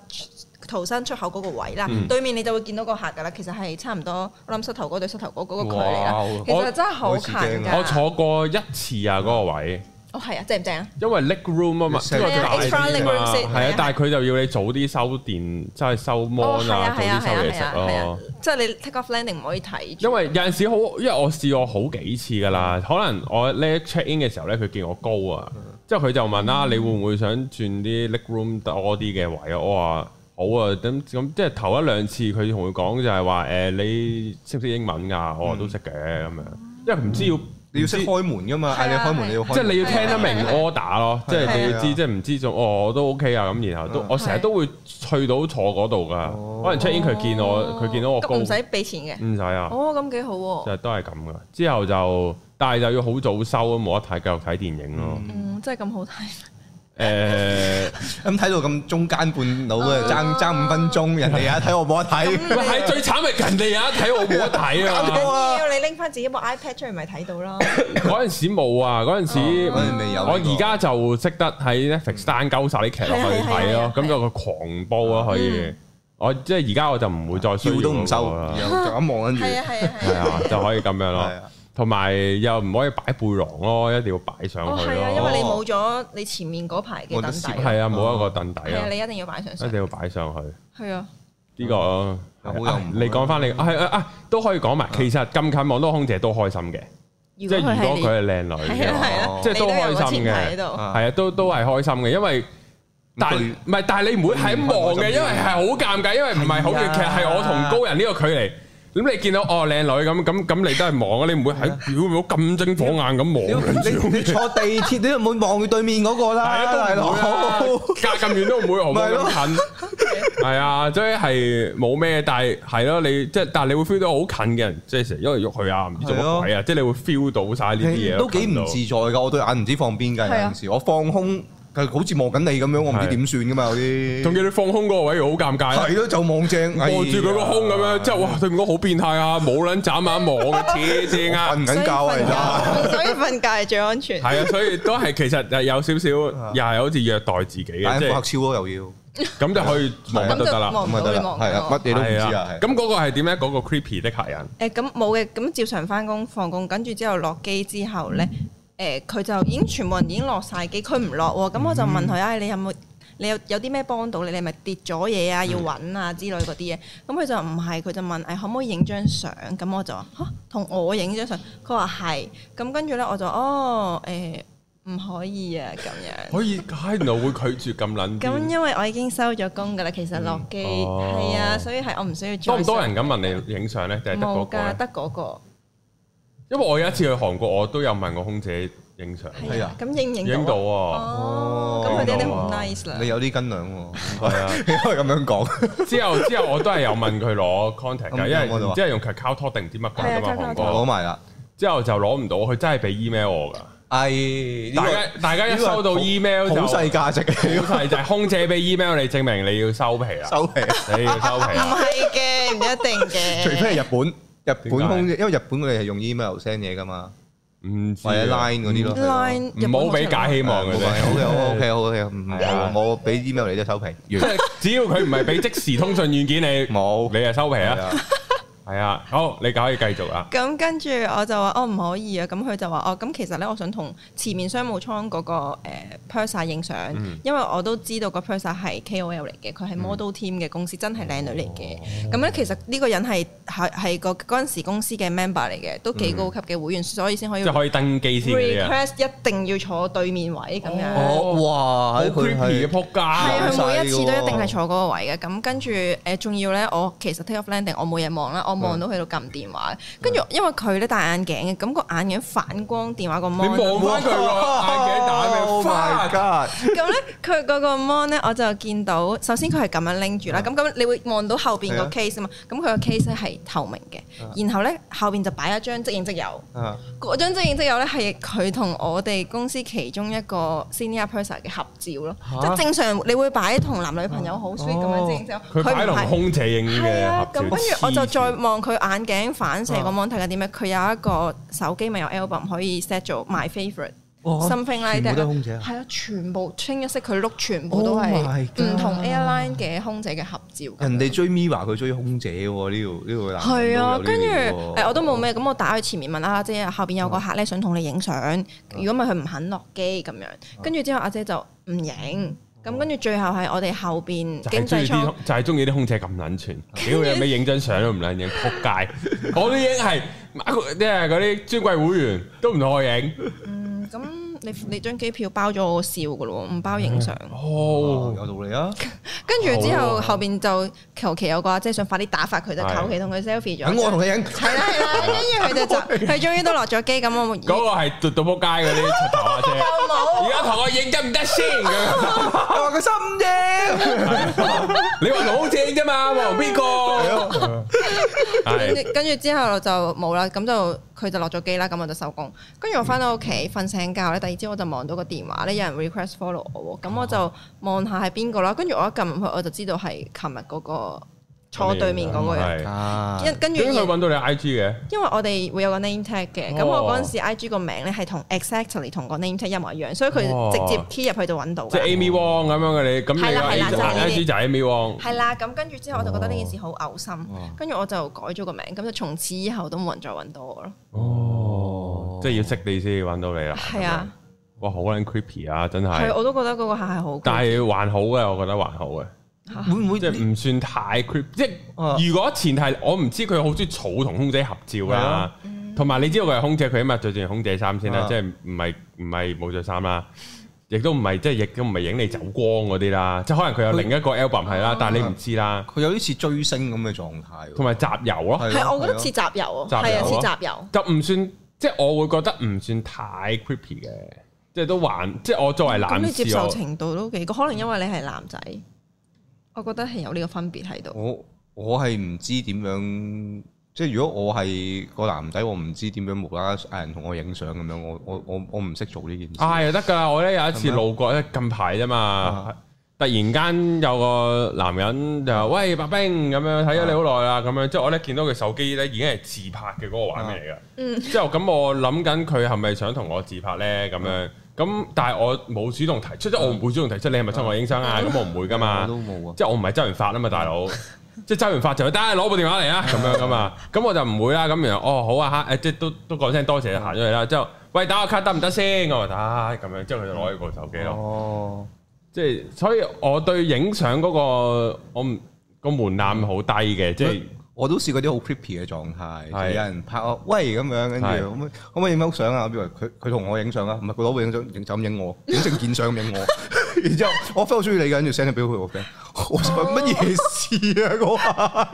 Speaker 3: 逃生出口嗰個位啦，
Speaker 1: 嗯
Speaker 3: 對面你就會見到個客㗎啦。其實係差唔多，我諗膝頭哥對膝頭哥嗰個距離
Speaker 1: 哇
Speaker 3: 啦。其
Speaker 1: 我
Speaker 3: 實真係好
Speaker 2: 我
Speaker 3: 近
Speaker 2: 好似
Speaker 3: 㗎。
Speaker 1: 啊我坐過一次啊，嗰個位，
Speaker 3: 哦係啊，正唔正啊？
Speaker 1: 因為 leg room 啊嘛，
Speaker 2: 係啊
Speaker 1: 因為佢大
Speaker 3: extra
Speaker 1: 啲
Speaker 3: leg room
Speaker 1: 嘛，係
Speaker 3: seat，係
Speaker 1: 啊
Speaker 3: 啊，
Speaker 1: 但係佢就要你早啲收電，即係收 mon 啊，早啲收嘢食咯。，
Speaker 3: 即啊哦係啊你 take off landing 唔可以睇住。
Speaker 1: 因為有陣時好，因為我試過好幾次㗎啦。可能我咧 check in 嘅時候咧，佢見我高啊，
Speaker 2: 嗯
Speaker 1: 之後佢就問
Speaker 3: 嗯
Speaker 1: 啦：你會唔會想轉啲 leg room 多啲嘅位啊？我話好啊，咁咁即係頭一兩次佢同佢講就係話誒，你識唔識英文㗎？我話都識嘅咁樣，因為唔知要
Speaker 2: 嗯你要識開門噶嘛？
Speaker 3: 係啊
Speaker 2: 嗌你開門，你要
Speaker 1: 即
Speaker 2: 開
Speaker 1: 係
Speaker 2: 門。
Speaker 1: 你要聽得明
Speaker 3: 係啊
Speaker 1: order 咯，即係你要知，
Speaker 2: 係啊
Speaker 1: 即係唔知就哦我都 OK 啊咁，然後都
Speaker 2: 嗯
Speaker 1: 我成日都會去到坐嗰度
Speaker 2: 哦
Speaker 1: 㗎，可能 check in 佢見
Speaker 3: 哦
Speaker 1: 我，佢見到我高，
Speaker 3: 咁唔
Speaker 1: 唔
Speaker 3: 使俾錢嘅。
Speaker 1: 使啊。
Speaker 3: 哦，咁幾好
Speaker 1: 就
Speaker 3: 喎。
Speaker 1: 係都係咁噶。之後就，但係就要好早收，冇得睇，繼續睇電影咯。
Speaker 3: 嗯，真係咁好睇。嗯 <laughs>
Speaker 1: 誒，
Speaker 2: 咁睇到咁中間半腦嘅，爭爭五分鐘，人哋啊睇我冇得睇。
Speaker 1: <laughs> 喂，係最慘係人哋有得睇，我冇得睇
Speaker 2: 嗯
Speaker 1: 啊！
Speaker 3: 要 <laughs> 你拎翻自己部 iPad 出嚟，咪睇到
Speaker 1: <laughs>
Speaker 3: 啦。
Speaker 1: 嗰陣時冇啊，嗰陣時
Speaker 3: 哦
Speaker 2: 嗰陣未有呢個
Speaker 1: 我而家就識得喺 Netflix 單鳩晒啲劇落去睇
Speaker 3: 係
Speaker 1: 咯
Speaker 3: 啊係啊係啊，嗯
Speaker 1: 咁就個狂煲咯可以。我即係而家我就唔會再需要
Speaker 2: 叫都唔收，
Speaker 1: 嗰個啊啦
Speaker 2: 然後就咁望跟住。
Speaker 3: 係啊係啊
Speaker 1: 係
Speaker 3: 係啊。
Speaker 1: 啊，就可以咁樣咯
Speaker 2: 係啊。
Speaker 1: 同埋又唔可以擺背囊咯，一定要擺上
Speaker 3: 哦，
Speaker 1: 去
Speaker 3: 係啊，
Speaker 1: 咯。
Speaker 3: 因為你冇咗你前面嗰排嘅凳底。
Speaker 1: 係啊，冇一個凳底
Speaker 3: 係啊，
Speaker 1: 啊，
Speaker 3: 你一定要擺上
Speaker 1: 一
Speaker 3: 上
Speaker 1: 定。要擺上去。
Speaker 3: 係啊。
Speaker 1: 呢個
Speaker 2: 又好又唔
Speaker 1: 啊
Speaker 2: 好
Speaker 1: 你講翻你係啊啊都可以講埋。其實咁近網都空姐都開心嘅，即
Speaker 3: 如
Speaker 1: 係如
Speaker 3: 係
Speaker 1: 果
Speaker 3: 你，
Speaker 1: 佢係靚女
Speaker 3: 係
Speaker 1: 嘅
Speaker 3: 啊
Speaker 1: 話，
Speaker 3: 係啊，
Speaker 1: 即係都
Speaker 3: 你有個
Speaker 1: 開心嘅
Speaker 3: 前提喺度。
Speaker 2: 啊
Speaker 1: 係啊，都都係開心嘅，因為但
Speaker 2: 對
Speaker 1: 唔係，但係你唔會係咁望嘅，
Speaker 2: 嗯
Speaker 1: 因為係好尷尬，因為唔係好
Speaker 2: 係
Speaker 1: 嘅
Speaker 2: 啊
Speaker 1: 劇係我同高人呢個距離。咁你見到哦靚女咁咁咁，你都係望啊，你唔會喺如果咁精火眼咁
Speaker 2: 你
Speaker 1: 望人
Speaker 2: 你你
Speaker 1: 哋。
Speaker 2: 坐地鐵你都唔會望佢對面嗰個啦，
Speaker 1: 係啊，
Speaker 2: 大
Speaker 1: 都唔
Speaker 2: 佬
Speaker 1: 會啦，隔咁遠都唔會，毫無
Speaker 2: 咪係咯
Speaker 1: 咁近。係啊，所以係冇咩，但係係咯，你即係但係你會 feel 到好近嘅人，即係成日喐嚟喐去啊，唔知做乜鬼啊，即係你會 feel 到晒呢啲嘢咯，
Speaker 2: 都幾
Speaker 1: 近
Speaker 2: 唔
Speaker 1: 到
Speaker 2: 自在㗎。我對眼唔知放邊㗎，
Speaker 3: 係啊
Speaker 2: 有陣時我放空，佢好似望緊你咁樣，我唔知點算㗎嘛嗰
Speaker 1: 仲
Speaker 2: 啲。
Speaker 1: 要你放空嗰個位好尷尬啦，
Speaker 2: 係咯，就望正，
Speaker 1: 望住佢個胸咁樣，之
Speaker 2: 係
Speaker 1: 後哇對面嗰個好變態啊，冇撚眨眼望嘅，黐線啊！
Speaker 2: <laughs> 瞓緊覺啊而家。
Speaker 3: <laughs> 所以瞓覺係最安全。
Speaker 1: 係啊，所以都係其實係有少少，
Speaker 2: 啊
Speaker 1: 又係好似虐待自己嘅，
Speaker 2: 眼
Speaker 1: 即
Speaker 2: 科
Speaker 1: 係
Speaker 2: 黑超咯又要，
Speaker 1: 咁就去望乜
Speaker 3: 咁
Speaker 1: 都得啦
Speaker 3: 就。望唔到你望唔
Speaker 2: 係啊，乜
Speaker 3: 到。
Speaker 2: 嘢都唔知
Speaker 1: 係
Speaker 2: 啊，係
Speaker 1: 咁嗰個係點咧？嗰個 creepy 的客人，
Speaker 3: 誒咁冇嘅，咁照常翻工放工，跟住之後落機之後咧，誒、
Speaker 1: 嗯
Speaker 3: 佢就已經全部人已經落晒機，佢唔落喎，咁我就問
Speaker 1: 嗯
Speaker 3: 佢：，唉、你有冇你有有啲咩幫到你？你係咪跌咗嘢
Speaker 1: 嗯
Speaker 3: 啊？要揾啊之類嗰啲嘢。咁佢就唔係，佢就問：，誒、可唔可以影張相？咁我就話：吓，同我影張相。佢話係。咁跟住咧，我就哦誒，唔、可以啊咁樣。
Speaker 1: 可以喺度會拒絕咁撚癲。
Speaker 3: 咁因為我已經收咗工㗎啦，其實落機
Speaker 1: 嗯哦
Speaker 3: 係啊，所以係我唔需要再
Speaker 1: 多唔多人咁問你影相咧？定係得嗰
Speaker 3: 冇
Speaker 1: 個
Speaker 3: 㗎，
Speaker 1: 咧？
Speaker 3: 得嗰、個。
Speaker 1: 因為我有一次去韓國，我都有問我空姐影相，
Speaker 2: 係啊
Speaker 3: 咁影唔
Speaker 1: 影
Speaker 3: 影
Speaker 1: 到
Speaker 3: 到
Speaker 1: 喎。
Speaker 3: 哦，咁佢哋一定好 nice 啦
Speaker 2: 你。有啲斤兩喎，
Speaker 1: 係啊，
Speaker 2: 應該咁樣講。
Speaker 1: 之後之後我都係有問佢攞 contact 㗎，
Speaker 2: 咁
Speaker 1: 因
Speaker 2: 有冇
Speaker 1: 為
Speaker 2: 就
Speaker 1: 唔
Speaker 2: 話
Speaker 1: 知係用 cacao 拖定唔知乜鬼㗎嘛
Speaker 3: 係啊
Speaker 1: 韓
Speaker 2: 攞
Speaker 1: 國。
Speaker 2: 埋啦，
Speaker 1: 之後就攞唔到，佢真係俾 email 我㗎。
Speaker 2: 係
Speaker 1: 大家大家一收到 email 就
Speaker 2: 好細價值嘅，
Speaker 1: 好細就係空姐俾 email 你證明你要收皮啦，
Speaker 2: 收皮。
Speaker 1: 你要收皮
Speaker 4: 唔
Speaker 1: 啦。
Speaker 4: 係嘅，唔一定嘅。
Speaker 2: 除非係日本，日本
Speaker 1: 點解
Speaker 2: 空姐，因為日本佢哋係用 email send 嘢噶嘛，
Speaker 1: 唔知啊
Speaker 2: 或者 line 嗰啲咯。
Speaker 3: Line 日本
Speaker 1: 唔好俾假希望嘅
Speaker 2: 好嘅，好
Speaker 1: 啫。
Speaker 2: 嘅，好嘅，唔
Speaker 1: 係啊
Speaker 2: 我我俾 email 你啫，收皮。完
Speaker 1: <laughs> 只要佢唔係俾即時通訊軟件你，
Speaker 2: 冇
Speaker 1: 你就收皮
Speaker 2: 係
Speaker 1: 啦。
Speaker 2: 啊，
Speaker 1: 係啊，好，你可以繼續啊啦。
Speaker 3: 咁跟住我就話哦唔可以啊，咁佢就話哦咁其實咧，我想同前面商務艙嗰個呃 Persa 影相，
Speaker 1: 嗯
Speaker 3: 因為我都知道個 Persa 係 KOL 嚟嘅，佢係 model team 嘅公司，真係靚女嚟
Speaker 1: 哦
Speaker 3: 嘅。咁咧其實呢個人係係係個嗰陣時公司嘅 member 嚟嘅，都幾高級嘅會員，所以先可以
Speaker 1: 嗯即係可以登記先嗰啲啊。
Speaker 3: request 一定要坐對面位咁樣。
Speaker 2: 哦，
Speaker 1: 好
Speaker 2: 哇，佢
Speaker 1: creepy 嘅
Speaker 2: 係
Speaker 1: 仆
Speaker 3: 係
Speaker 1: 街。
Speaker 3: 啊，佢每一次都一定係
Speaker 2: 細喎
Speaker 3: 坐嗰個位嘅。咁跟住誒，仲要咧，我其實 take off landing 我冇嘢望啦，我
Speaker 1: 嗯
Speaker 3: 望到佢度撳電話。跟住因為佢咧戴眼鏡嘅，咁個眼鏡反光電話個
Speaker 1: 你
Speaker 3: mon 啊啦。
Speaker 1: 望翻佢個眼鏡打咩
Speaker 2: Oh my
Speaker 1: ？fuck！
Speaker 2: god！
Speaker 3: 咁咧，佢嗰個 mon 咧，我就見到，首先佢係咁樣拎住
Speaker 1: 啊
Speaker 3: 啦，咁咁你會望到後邊
Speaker 2: 係
Speaker 3: 個
Speaker 2: 啊
Speaker 3: case 啊嘛，咁佢個 case 咧係透明嘅，
Speaker 1: 嗯
Speaker 3: 然後咧後邊就擺一張即影即有，
Speaker 2: 啊
Speaker 3: 嗰張即影即有咧係佢同我哋公司其中一個 senior person 嘅合照咯，即係正常你會擺同男女朋友好 sweet 咁樣即影即有，
Speaker 1: 哦佢擺
Speaker 3: 唔
Speaker 1: 同
Speaker 3: 係
Speaker 1: 空姐影
Speaker 3: 係
Speaker 1: 嘅
Speaker 3: 啊
Speaker 1: 合，照。
Speaker 3: 咁跟住我就再
Speaker 1: 黐線
Speaker 3: 望佢眼鏡反射個 mon 睇緊啲咩？佢有一個手機咪有 album 可以 set 做 my favorite。
Speaker 2: 哇
Speaker 3: something like
Speaker 2: 哦全部都
Speaker 3: that
Speaker 2: 係空姐啊
Speaker 3: 係啊，全部清一色佢碌，全部都
Speaker 2: Oh
Speaker 3: 係
Speaker 2: my
Speaker 3: 唔同
Speaker 2: God
Speaker 3: airline 嘅空姐嘅合照咁樣。
Speaker 2: 人哋追 Mira，佢追空姐喎，呢度呢度男人
Speaker 3: 係
Speaker 2: 都有
Speaker 3: 啊，
Speaker 2: 呢
Speaker 3: 跟住
Speaker 2: 啲喎
Speaker 3: 誒我都冇咩，咁我打去前面問啦阿姐，後邊有個客咧想同你影相，如果唔係佢唔肯落機咁樣，跟住之後阿姐就唔影，咁跟住最後係我哋後邊
Speaker 1: 就係
Speaker 3: 經
Speaker 1: 中
Speaker 3: 濟
Speaker 1: 意
Speaker 3: 艙
Speaker 1: 啲，就係中意啲空姐咁撚串，
Speaker 3: <laughs>
Speaker 1: 屌你咩影張相都唔撚影，撲街！我啲影係啊即係嗰啲尊貴會員都唔同我影，
Speaker 3: 嗯咁你你張機票包咗我笑噶咯喎，唔包影相。
Speaker 1: 哦，
Speaker 2: 哦有道理啊！
Speaker 3: 跟住之後
Speaker 1: 哦
Speaker 3: 後邊就求其有個阿姐想快啲打發佢，就
Speaker 1: 係
Speaker 3: 求其同佢 selfie 咗。
Speaker 2: 等我同你影，
Speaker 3: 係啦係啦，跟住佢就就佢終於都落咗機，咁我
Speaker 1: 嗰個係嘟到撲街嗰啲柒頭阿
Speaker 3: <laughs>
Speaker 1: 姐，
Speaker 3: 冇
Speaker 1: 而家同我影得唔得先？
Speaker 3: <laughs>
Speaker 1: 咁
Speaker 2: 我話佢心啫。
Speaker 1: 你話同空姐影啫嘛，我同邊個？
Speaker 3: 跟
Speaker 1: 係
Speaker 3: 住跟住之後就冇啦，咁就佢就落咗機啦，咁我就收工。跟住我翻到屋企瞓醒覺咧，第二朝我就望到個電話咧，有人 request follow 我喎，咁我就望下係邊個啦。跟住我一撳入去，我就知道係琴日嗰個坐對面嗰個人。
Speaker 1: 係
Speaker 2: <laughs> 啊
Speaker 3: 跟跟住
Speaker 1: 點解佢揾到你 I G 嘅？
Speaker 3: 因為我哋會有個 name tag 嘅，咁
Speaker 1: 哦
Speaker 3: 我嗰陣時 IG 個名咧係同 exactly 同個 name tag 一模一樣，所以佢
Speaker 1: 哦
Speaker 3: 直接 key 入去就揾到㗎
Speaker 1: 即係 Amy Wong 咁樣嘅你，咁
Speaker 3: 係啦係啦
Speaker 1: 你
Speaker 3: 就
Speaker 1: 個
Speaker 3: 係呢啲
Speaker 1: I G 就係 Amy Wong。
Speaker 3: 係啦，咁跟住之後我就覺得呢件事好嘔心
Speaker 2: 哦，
Speaker 3: 跟住我就改咗個名，咁就從此以後都冇人再揾到我咯。
Speaker 1: 哦，即係要識你先揾到你啦。
Speaker 3: 係啊，
Speaker 1: 哇，好撚 creepy 啊，真
Speaker 3: 係
Speaker 1: 係。
Speaker 3: 我都覺得嗰個客係好高，
Speaker 1: 但係還好嘅，我覺得還好嘅，
Speaker 2: 會唔會
Speaker 1: 即
Speaker 3: 嗯
Speaker 1: 係唔算太 creepy。即
Speaker 3: 哦
Speaker 2: 啊
Speaker 1: 係如果前提我唔知佢好中意草同空姐合照
Speaker 2: 係
Speaker 1: 啦
Speaker 2: 啊，
Speaker 1: 同埋你知道佢係空姐，佢起碼着住空姐衫先啦，
Speaker 2: 啊
Speaker 1: 即係唔係唔係冇着衫啦。亦都唔係即係，亦都唔係影你走光嗰啲啦，即係可能佢有
Speaker 2: 佢
Speaker 1: 另一個 album 係
Speaker 3: 嗯
Speaker 1: 啦，但係你唔知啦，
Speaker 2: 佢有啲似追星咁嘅狀態喎？
Speaker 1: 同埋集郵咯。
Speaker 2: 係
Speaker 3: 係
Speaker 2: 咯
Speaker 3: 我覺得似集郵啊，
Speaker 1: 集郵啊
Speaker 3: 係啊似集郵。
Speaker 1: 就唔算，即係我會覺得唔算太 creepy 嘅，即係都還，即係我作為
Speaker 3: 咁
Speaker 1: 男
Speaker 3: 你接
Speaker 1: 士，啊
Speaker 3: 受
Speaker 1: 我
Speaker 3: 程度都幾高，可能因為你係男仔，我覺得係有呢個分別喺
Speaker 1: 哦
Speaker 3: 度。
Speaker 2: 我我係唔知點樣，即係如果我係個男仔，我唔知點樣無啦啦嗌人同我影相咁樣，我我我我唔識做呢件事。
Speaker 1: 啊又得㗎啦！我咧有一次
Speaker 2: 係咩
Speaker 1: 路過咧，近排啫嘛
Speaker 2: 啊，
Speaker 1: 突然間有個男人就話：喂，白冰咁樣睇咗你好耐啦，咁樣。之後我咧見到佢手機咧已經係自拍嘅嗰個畫
Speaker 2: 啊
Speaker 1: 面嚟㗎。
Speaker 3: 嗯
Speaker 1: 之後咁我諗緊佢係咪想同我自拍咧咁樣。咁但係我冇主動提出，即係我唔會主動提出你係咪想同我影相啊？咁我唔會㗎嘛
Speaker 2: 我。都冇啊。
Speaker 1: 即係我唔係周潤發啊嘛，大
Speaker 3: <laughs>
Speaker 1: 佬。即係周潤發就得攞部電話嚟啊，咁樣噶嘛。咁我就唔會啦。咁然後哦好啊嚇，誒即係都都講聲多謝行咗去啦。之後喂打個卡得唔得先？我話得咁樣。之後佢就攞起部手機咯。
Speaker 2: 哦，
Speaker 1: 即係所以我對影相嗰個我唔個門檻好低嘅，
Speaker 3: <laughs>
Speaker 1: 即係
Speaker 2: 我都試過啲好 creepy 嘅狀態，就
Speaker 1: 係
Speaker 2: 有人拍我喂咁樣，跟住
Speaker 1: 係
Speaker 2: 可唔可以可唔可以影張相啊？我以為佢佢同我影相啊，唔係佢攞部影相影就
Speaker 1: <laughs>
Speaker 2: 咁影我，影成件相咁影我。然之後我 feel 中意你嘅，跟住 send 咗俾佢個 friend。我想乜嘢事啊？嗰下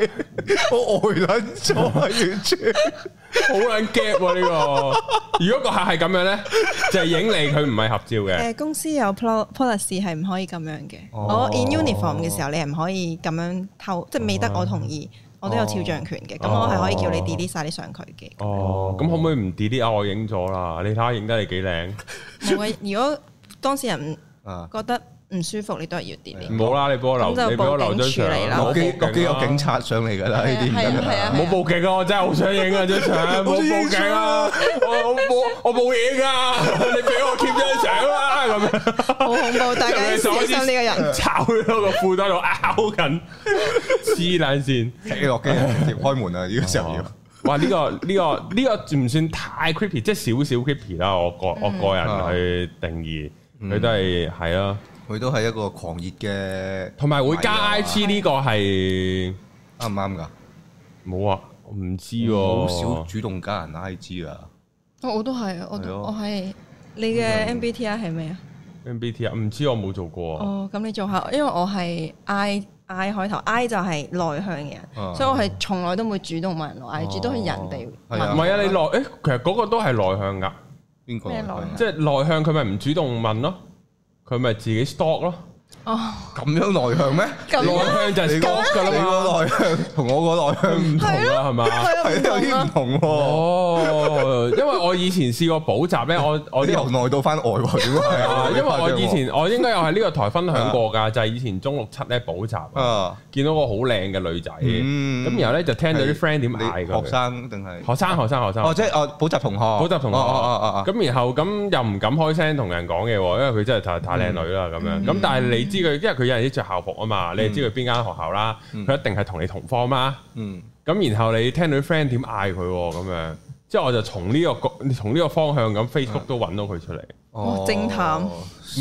Speaker 2: 我呆撚咗啊，完全。
Speaker 1: 好撚 gap 喎呢個。如果個客係咁樣咧，就係影你佢唔係合照嘅。
Speaker 3: 誒公司有 pol- policy 係唔可以咁樣嘅。
Speaker 2: 哦
Speaker 3: 我 in uniform 嘅時候，你係唔可以咁樣偷，即係未得我同意我都有肖像權嘅，咁我係可以叫你 delete 晒啲相佢嘅。
Speaker 1: 哦，咁可唔可以唔 delete 啊？我影咗啦，你睇下影得你幾靚，
Speaker 3: 冇嘅，如果當事人唔
Speaker 2: 啊！
Speaker 3: 覺得唔舒服，你都係要 delete。
Speaker 1: 唔好啦，你幫我
Speaker 3: 咁就
Speaker 1: 留，你俾我留張
Speaker 3: 報警處理
Speaker 1: 相，
Speaker 3: 啦
Speaker 1: 我
Speaker 2: 落機
Speaker 1: 報
Speaker 2: 落機
Speaker 1: 警
Speaker 2: 有
Speaker 1: 啦
Speaker 2: 警察上嚟㗎啦，呢啲唔
Speaker 3: 係啊
Speaker 2: 得
Speaker 3: 係啊
Speaker 1: 唔
Speaker 2: 㗎。
Speaker 1: 好報警啊！我真係好想影啊張相，唔好報警啊！我我冇我冇影啊！你俾我 keep 張相啦咁樣。
Speaker 3: 好恐怖，
Speaker 1: <laughs>
Speaker 3: 大家要小心呢個人。
Speaker 1: 炒咗個褲袋度拗緊，黐撚線。
Speaker 2: 踢落機直接開門啊！呢
Speaker 1: 哦
Speaker 2: 個時候要
Speaker 1: 哇！呢、個呢、個呢、個唔算太 creepy，即係少少 creepy 啦。我
Speaker 3: 嗯
Speaker 1: 個我個人去定義，佢都係係咯，
Speaker 2: 佢都係一個狂熱嘅，
Speaker 1: 同埋會加 I G 呢個係
Speaker 2: 啱唔啱㗎？
Speaker 1: 冇啊，我唔知
Speaker 2: 嗯好少
Speaker 1: 喎。
Speaker 2: 主動加人 I G 啊！
Speaker 3: 我都係啊，我
Speaker 2: 係
Speaker 3: 都
Speaker 2: 咯
Speaker 3: 我係你
Speaker 1: 嗯
Speaker 3: 嘅 MBTI 係咩啊？
Speaker 1: MBT 啊，唔知我冇做過啊。
Speaker 3: 哦，咁你做下，因為我係 I I 開頭，I 就係內向嘅人，
Speaker 1: 哦
Speaker 2: 啊
Speaker 3: 所以我係從來都冇主動問人攞 IG，都係人哋
Speaker 2: 係啊
Speaker 1: 唔
Speaker 3: 問。
Speaker 1: 係啊，你內誒，其實嗰個都係內向噶，
Speaker 2: 邊個
Speaker 3: 咩來啊
Speaker 1: 即係內向佢咪唔主動問咯，佢咪自己 stalk 咯。
Speaker 3: 哦，
Speaker 2: 啊咁樣內向咩？
Speaker 3: 咁
Speaker 1: 內
Speaker 3: 樣
Speaker 1: 向就係
Speaker 2: 你個
Speaker 1: stalk 噶
Speaker 2: 你
Speaker 1: 啦嘛，
Speaker 2: 個內向同我個內向
Speaker 1: 唔同啦啊係嘛。
Speaker 2: 係有
Speaker 3: 係
Speaker 2: 啲
Speaker 3: 啊
Speaker 2: 唔，同喎。
Speaker 1: 哦，因為我以前試過補習咧，我我 <laughs>
Speaker 2: 我
Speaker 1: 呢
Speaker 2: 由
Speaker 1: 個
Speaker 2: 內到翻外喎，點解
Speaker 1: 係啊
Speaker 2: 啊？
Speaker 1: 因為我以前我應該又喺呢個台分享過㗎，就係以前中六七咧補習啊，
Speaker 2: 啊，
Speaker 1: 見到個好靚嘅女仔，
Speaker 2: 嗯
Speaker 1: 咁然後咧就聽到啲 friend 點
Speaker 2: 你
Speaker 1: 嗌佢，
Speaker 2: 學生定係
Speaker 1: 學生學生學生
Speaker 2: 哦，，即係哦補習同學，
Speaker 1: 補習同學，
Speaker 2: 哦
Speaker 3: 啊
Speaker 2: 哦哦哦，
Speaker 1: 咁然後咁又唔敢開聲同人講嘢喎，因為佢真係太太靚女啦
Speaker 3: 嗯
Speaker 1: 咁樣。咁但係你知佢，因為佢有陣時着校服啊嘛，你係知佢邊間學校啦，
Speaker 3: 嗯
Speaker 1: 佢一定係同你同科嘛。
Speaker 2: 嗯，
Speaker 1: 咁然後你聽到啲 friend 點嗌佢喎咁樣，之後我就從呢、個角從呢個方向咁 Facebook
Speaker 3: 嗯
Speaker 1: 都揾到佢出嚟。
Speaker 2: 哦
Speaker 3: 哇哦偵探
Speaker 1: 唔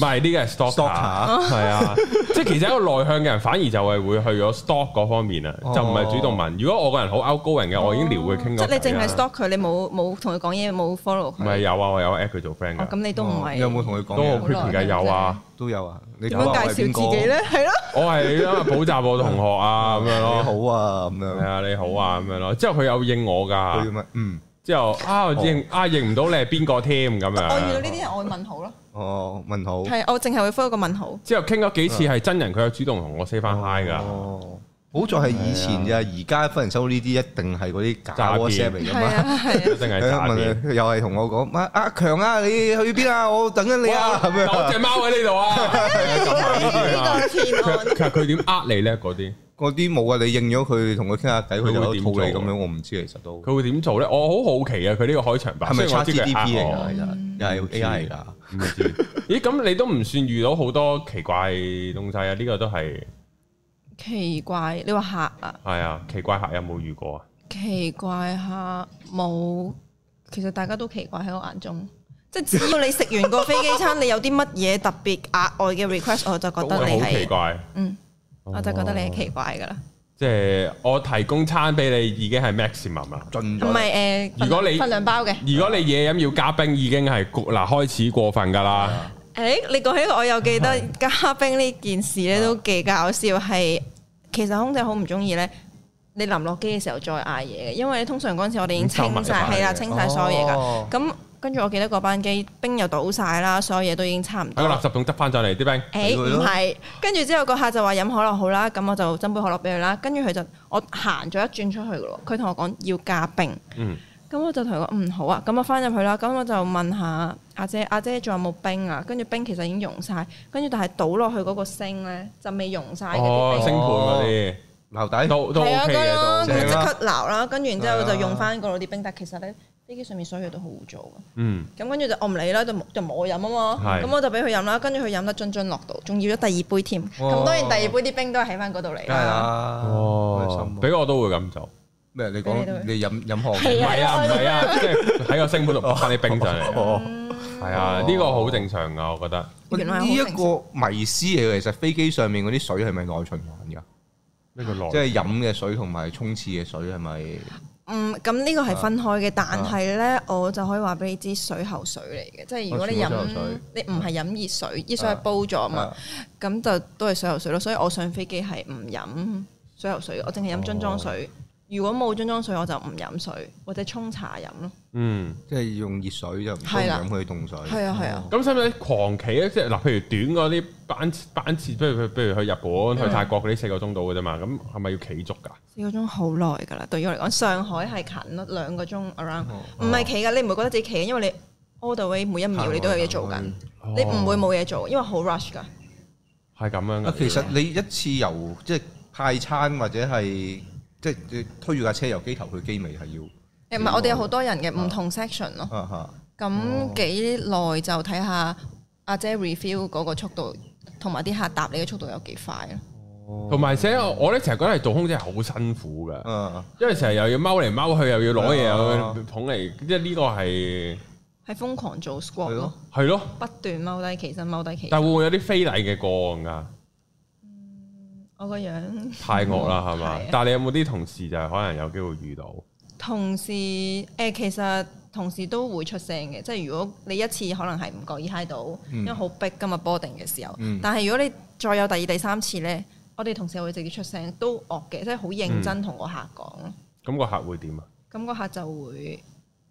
Speaker 1: 係呢個係 stalker，
Speaker 2: Stalker
Speaker 1: 係啊， <laughs> 即係其實一個內向嘅人反而就係會去咗 stalk 嗰方面啊，
Speaker 2: 哦
Speaker 1: 就唔係主動問。如果我個人好 outgoing 嘅，我已經撩佢傾
Speaker 3: 哦
Speaker 1: 過偈
Speaker 3: 即係
Speaker 1: 啦。
Speaker 3: 你淨係 stalk 佢，你冇冇同佢講嘢，冇 follow
Speaker 1: 啊唔係
Speaker 3: 佢。
Speaker 1: 有啊，我有 at 佢做 friend
Speaker 3: 哦，咁
Speaker 1: 㗎，
Speaker 3: 你都唔
Speaker 2: 哦
Speaker 3: 係
Speaker 2: 有冇同佢
Speaker 1: 都
Speaker 2: 講
Speaker 1: 好
Speaker 2: 嘢？
Speaker 1: creepy 㗎，
Speaker 3: 真係
Speaker 1: 有啊。
Speaker 2: 都有啊，你
Speaker 3: 點樣介紹自己？咧？係咯，
Speaker 1: 我係因為補習我同學啊咁樣
Speaker 2: 你
Speaker 1: 咯，
Speaker 2: 好啊，咁
Speaker 1: 係
Speaker 2: 樣
Speaker 1: 啊你好啊咁樣咯。之後佢有應我
Speaker 2: 佢
Speaker 1: 㗎，
Speaker 2: 咪嗯，
Speaker 1: 之後啊認啊認唔到你係邊個添咁
Speaker 3: 我遇到
Speaker 1: 樣。
Speaker 3: 呢啲人，我會問號咯。
Speaker 2: 哦問好，
Speaker 3: 係，我淨係會 follow 個問號。
Speaker 1: 之後傾咗幾次係真人，佢有主動同我 say 翻 hi 㗎。
Speaker 2: 啊哦，好在係以前咋，而家忽然收呢啲一定係嗰啲假
Speaker 1: 詐騙
Speaker 2: WhatsApp 嚟㗎
Speaker 3: 係
Speaker 2: 嘛。
Speaker 3: 啊，係啊。
Speaker 1: 定係詐騙。
Speaker 2: 問佢又係同我講，啊阿強啊，你去邊啊？我等緊你啊，咁樣
Speaker 1: 我
Speaker 2: 啊
Speaker 1: 只貓喺呢度
Speaker 2: <laughs>
Speaker 1: 啊！咁啊呢啲啊
Speaker 3: 呢個騙案
Speaker 1: 其實佢點呃你咧？嗰啲
Speaker 2: 嗰啲冇啊，你應咗佢，同佢傾下偈，佢就
Speaker 1: 佢會
Speaker 2: 套
Speaker 1: 點
Speaker 2: 你
Speaker 1: 做啊
Speaker 2: 咁樣，我唔知其實都
Speaker 1: 佢會點做咧？我好好奇啊！佢呢個開場白，
Speaker 2: 係
Speaker 1: 雖
Speaker 2: 咪
Speaker 1: 然我
Speaker 2: Chat
Speaker 1: 知佢
Speaker 2: GDP
Speaker 1: 係
Speaker 2: 嚟
Speaker 1: 呃我
Speaker 2: 㗎？其實又係 AI 嚟㗎？
Speaker 1: 唔知。咦？咁你都唔算遇到好多奇怪東西啊？呢個都係
Speaker 3: <laughs> 奇怪，你話客啊？
Speaker 1: 係啊，奇怪客有冇遇過啊？
Speaker 3: 奇怪客冇，其實大家都奇怪喺我眼中。即係只要你食完個飛機餐，你有啲乜嘢特別額外嘅 request，我就覺
Speaker 1: 都
Speaker 3: 得
Speaker 1: 係
Speaker 3: 你
Speaker 1: 好奇
Speaker 3: 係，
Speaker 1: 怪。
Speaker 3: 嗯，我就覺得你係奇怪噶啦。
Speaker 1: 即係我提供餐俾你已經係 maximum 啦。
Speaker 2: 盡
Speaker 3: 唔
Speaker 2: 咗力。
Speaker 3: 係誒，
Speaker 1: 如果你
Speaker 3: 份量包嘅，
Speaker 1: 如果你嘢飲要加冰，已經係過嗱開始過分㗎
Speaker 3: 啊
Speaker 1: 啦。
Speaker 3: 誒，你講起我又記得嘉冰呢件事咧，
Speaker 1: 啊
Speaker 3: 都幾搞笑。係其實空姐好唔中意咧，你臨落機嘅時候再嗌嘢嘅，因為通常嗰陣時我哋已經
Speaker 1: 咁收埋
Speaker 3: 清晒，
Speaker 1: 晒
Speaker 3: 係啦，
Speaker 1: 嘅
Speaker 3: 清晒所有嘢㗎。
Speaker 2: 哦
Speaker 3: 咁跟住我記得嗰班機冰又倒晒啦，所有嘢都已經差唔
Speaker 1: 喺個
Speaker 3: 多
Speaker 1: 垃。圾桶執翻上嚟啲冰。
Speaker 3: 誒唔係，跟住之後個客就話飲可樂好啦，咁我就斟杯可樂俾佢啦。跟住佢就我行咗一轉出去嘅咯，佢同我講要加冰，
Speaker 1: 嗯，
Speaker 3: 咁我就同佢講嗯好啊，咁我翻入去啦，咁我就問下阿姐，阿姐仲有冇冰啊？跟住冰其實已經溶晒，跟住但係倒落去嗰個星咧就未溶晒嘅
Speaker 1: 哦，
Speaker 3: 啲
Speaker 1: 星
Speaker 3: 冰。
Speaker 1: 盤嗰啲
Speaker 2: 鬧底
Speaker 1: 都都
Speaker 3: 係啊，
Speaker 1: OK
Speaker 3: 咁
Speaker 1: 嘅
Speaker 3: 啦，
Speaker 1: 都
Speaker 2: 正啊
Speaker 3: 咁即刻鬧啦，跟住然之後就用翻嗰度啲冰，但其實咧飛機上面所有嘢都好污糟嘅。
Speaker 1: 嗯。
Speaker 3: 咁跟住就哦我唔理啦，就冇就冇我飲啊嘛。
Speaker 1: 係
Speaker 3: 咁我就俾佢飲啦，跟住佢飲得津津樂道，仲要咗第二杯添。
Speaker 2: 哇
Speaker 3: 咁當然第二杯啲冰都係喺翻嗰度嚟
Speaker 2: 梗係
Speaker 3: 啦。
Speaker 2: 啦，啊開
Speaker 1: 哦
Speaker 2: 心，喎
Speaker 1: 俾我都會咁做。
Speaker 2: 咩？你
Speaker 3: 俾你都
Speaker 2: 講你飲飲學
Speaker 1: 唔
Speaker 3: 係
Speaker 1: 係啊，唔係啊，即係喺個星盤度剝翻啲冰上嚟。
Speaker 2: 哦，
Speaker 1: 係啊，呢個好正常噶，我覺得。
Speaker 3: 原來係好
Speaker 2: 呢一個迷思嚟嘅。其實飛機上面嗰啲水係咪內循環㗎？
Speaker 1: 呢個
Speaker 2: 即
Speaker 1: 內
Speaker 2: 係飲嘅水同埋沖廁嘅水係咪？
Speaker 3: 嗯，咁呢個
Speaker 2: 啊
Speaker 3: 係分開嘅，但係咧我就可以話俾你知，水喉水嚟嘅，即係如果你飲
Speaker 2: 哦全部水喉水
Speaker 3: 你唔係飲熱水，熱水係煲咗啊嘛，咁就都係水喉水咯。所以我上飛機係唔飲水喉水嘅，我淨係飲樽裝
Speaker 2: 哦
Speaker 3: 水。如果冇樽裝水，我就唔飲水或者沖茶飲咯。
Speaker 1: 嗯，
Speaker 2: 即係用熱水就唔通
Speaker 3: 係啦
Speaker 2: 飲佢凍水。
Speaker 3: 係啊係
Speaker 2: 哦
Speaker 3: 啊，
Speaker 1: 咁使唔使狂企咧？即係嗱，譬如短
Speaker 3: 嗯
Speaker 1: 嗰啲班班次，譬如譬如譬如去日本、去泰國嗰啲四個鐘到嘅啫嘛，咁係咪要企足㗎？
Speaker 3: 四個鐘好耐㗎啦，對於我嚟講，上海係近咯，兩個鐘 around，唔
Speaker 2: 哦
Speaker 3: 係企㗎，你唔會覺得自己企嘅，因為你 all the way 每一秒你都有嘢做緊，
Speaker 2: 哦
Speaker 3: 你唔會冇嘢做，因為好 rush 㗎。
Speaker 1: 系哦咁樣
Speaker 2: 啊
Speaker 1: 嘅，。
Speaker 2: 其實你一次由即係派餐或者係即係你推住架車由機頭去機尾係
Speaker 3: 誒唔係，我哋有好多人嘅唔同 section 咯，
Speaker 2: 哦要啊嚇。
Speaker 3: 咁幾耐就睇下阿姐 review 嗰個速度，同埋啲客答你嘅速度有幾快啊咯。
Speaker 1: 同埋且我我咧成日覺得係做空姐係好辛苦㗎。
Speaker 2: 嗯
Speaker 1: 因為成日又要踎嚟踎去，又要攞嘢，又
Speaker 2: 啊
Speaker 1: 要捧嚟，即係呢個係
Speaker 3: 係瘋狂做
Speaker 2: 係
Speaker 3: squat
Speaker 2: 咯
Speaker 3: 咯，
Speaker 1: 係咯。
Speaker 3: 不斷踎低起身，踎低起身。
Speaker 1: 但會唔會有啲非禮嘅個案㗎？
Speaker 3: 我個樣
Speaker 1: 太惡
Speaker 2: 嗯
Speaker 1: 啦，係嘛
Speaker 3: 係啊？
Speaker 1: 但係你有冇啲同事就係可能有機會遇到？
Speaker 3: 同事誒、其實同事都會出聲嘅，即係如果你一次可能係唔覺意嗨到，
Speaker 2: 嗯
Speaker 3: 因為好逼㗎嘛 boarding 嘅時候。
Speaker 2: 嗯
Speaker 3: 但係如果你再有第二、第三次呢，我哋同事會直接出聲，都惡嘅，即係好認
Speaker 2: 嗯
Speaker 3: 真同個客講咯。
Speaker 1: 咁個客會點啊？
Speaker 3: 咁、個客就會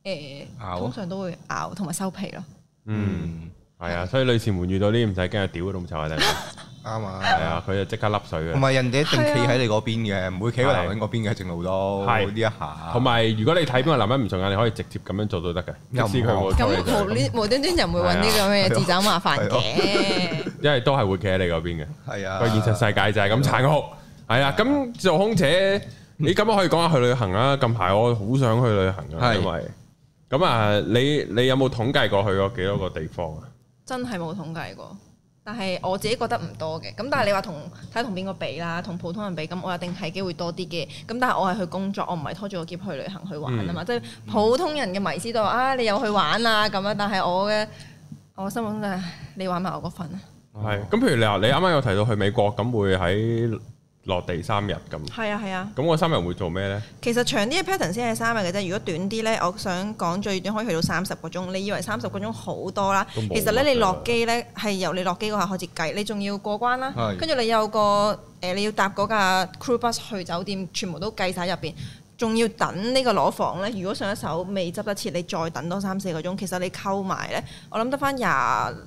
Speaker 3: 誒、
Speaker 2: 咬
Speaker 3: 通常都會咬同埋收皮咯。
Speaker 1: 嗯，係啊，所以女士們遇到呢啲唔使驚，屌都唔臭啊！真係
Speaker 2: 啱啊，
Speaker 1: 係啊，佢就即刻笠水
Speaker 2: 同
Speaker 1: 嘅。
Speaker 2: 埋人哋一定企喺你嗰邊嘅，唔會企喺個男人嗰邊嘅正路都
Speaker 1: 係
Speaker 2: 呢一下。
Speaker 1: 同埋如果你睇邊個男人唔順眼，你可以直接咁樣做都得嘅，
Speaker 2: 又唔
Speaker 1: 即使佢冇
Speaker 3: 咁
Speaker 1: 錯你
Speaker 3: 無端無端端就唔會揾啲咁嘅嘢自找麻煩 <laughs> 嘅。
Speaker 1: 因為都係會企喺你嗰邊嘅。
Speaker 2: 係啊，
Speaker 1: 個現實世界就係咁殘酷，係啊。咁做空姐，你咁樣可以講下去旅行啊？近排我好想去旅行啊，
Speaker 2: 係
Speaker 1: 因為咁啊，你你有冇統計過去過幾多個地方啊？
Speaker 3: 真係冇統計過。但係我自己覺得唔多嘅，咁但係你話同睇下同邊個比啦，同普通人比，咁我一定係機會多啲嘅。咁但係我係去工作，我唔係拖住個篋去旅行去玩啊嘛。即係普通人嘅迷思都話啊，你又去玩啦咁樣，但係我嘅我心目中就係你玩埋我嗰份啊。
Speaker 1: 係咁，譬如你話你啱啱有提到去美國，咁會喺落地三日咁，
Speaker 3: 係啊係啊，
Speaker 1: 咁我三日會做咩呢？
Speaker 3: 其實長啲嘅 pattern 先係三日嘅啫。如果短啲呢，我想講最短可以去到三十個鐘。你以為三十個鐘好多啦，
Speaker 1: 都冇
Speaker 3: 其實呢，
Speaker 1: 乜
Speaker 3: 你落
Speaker 1: 㗎
Speaker 3: 機呢係由你落機嗰下開始計，你仲要過關啦
Speaker 2: 係，
Speaker 3: 跟住你有個誒、呃你要搭嗰架 crew bus 去酒店，全部都計晒入邊。仲要等呢個攞房呢。如果上一手未執得切，你再等多三四個鐘，其實你扣埋呢，我諗得翻廿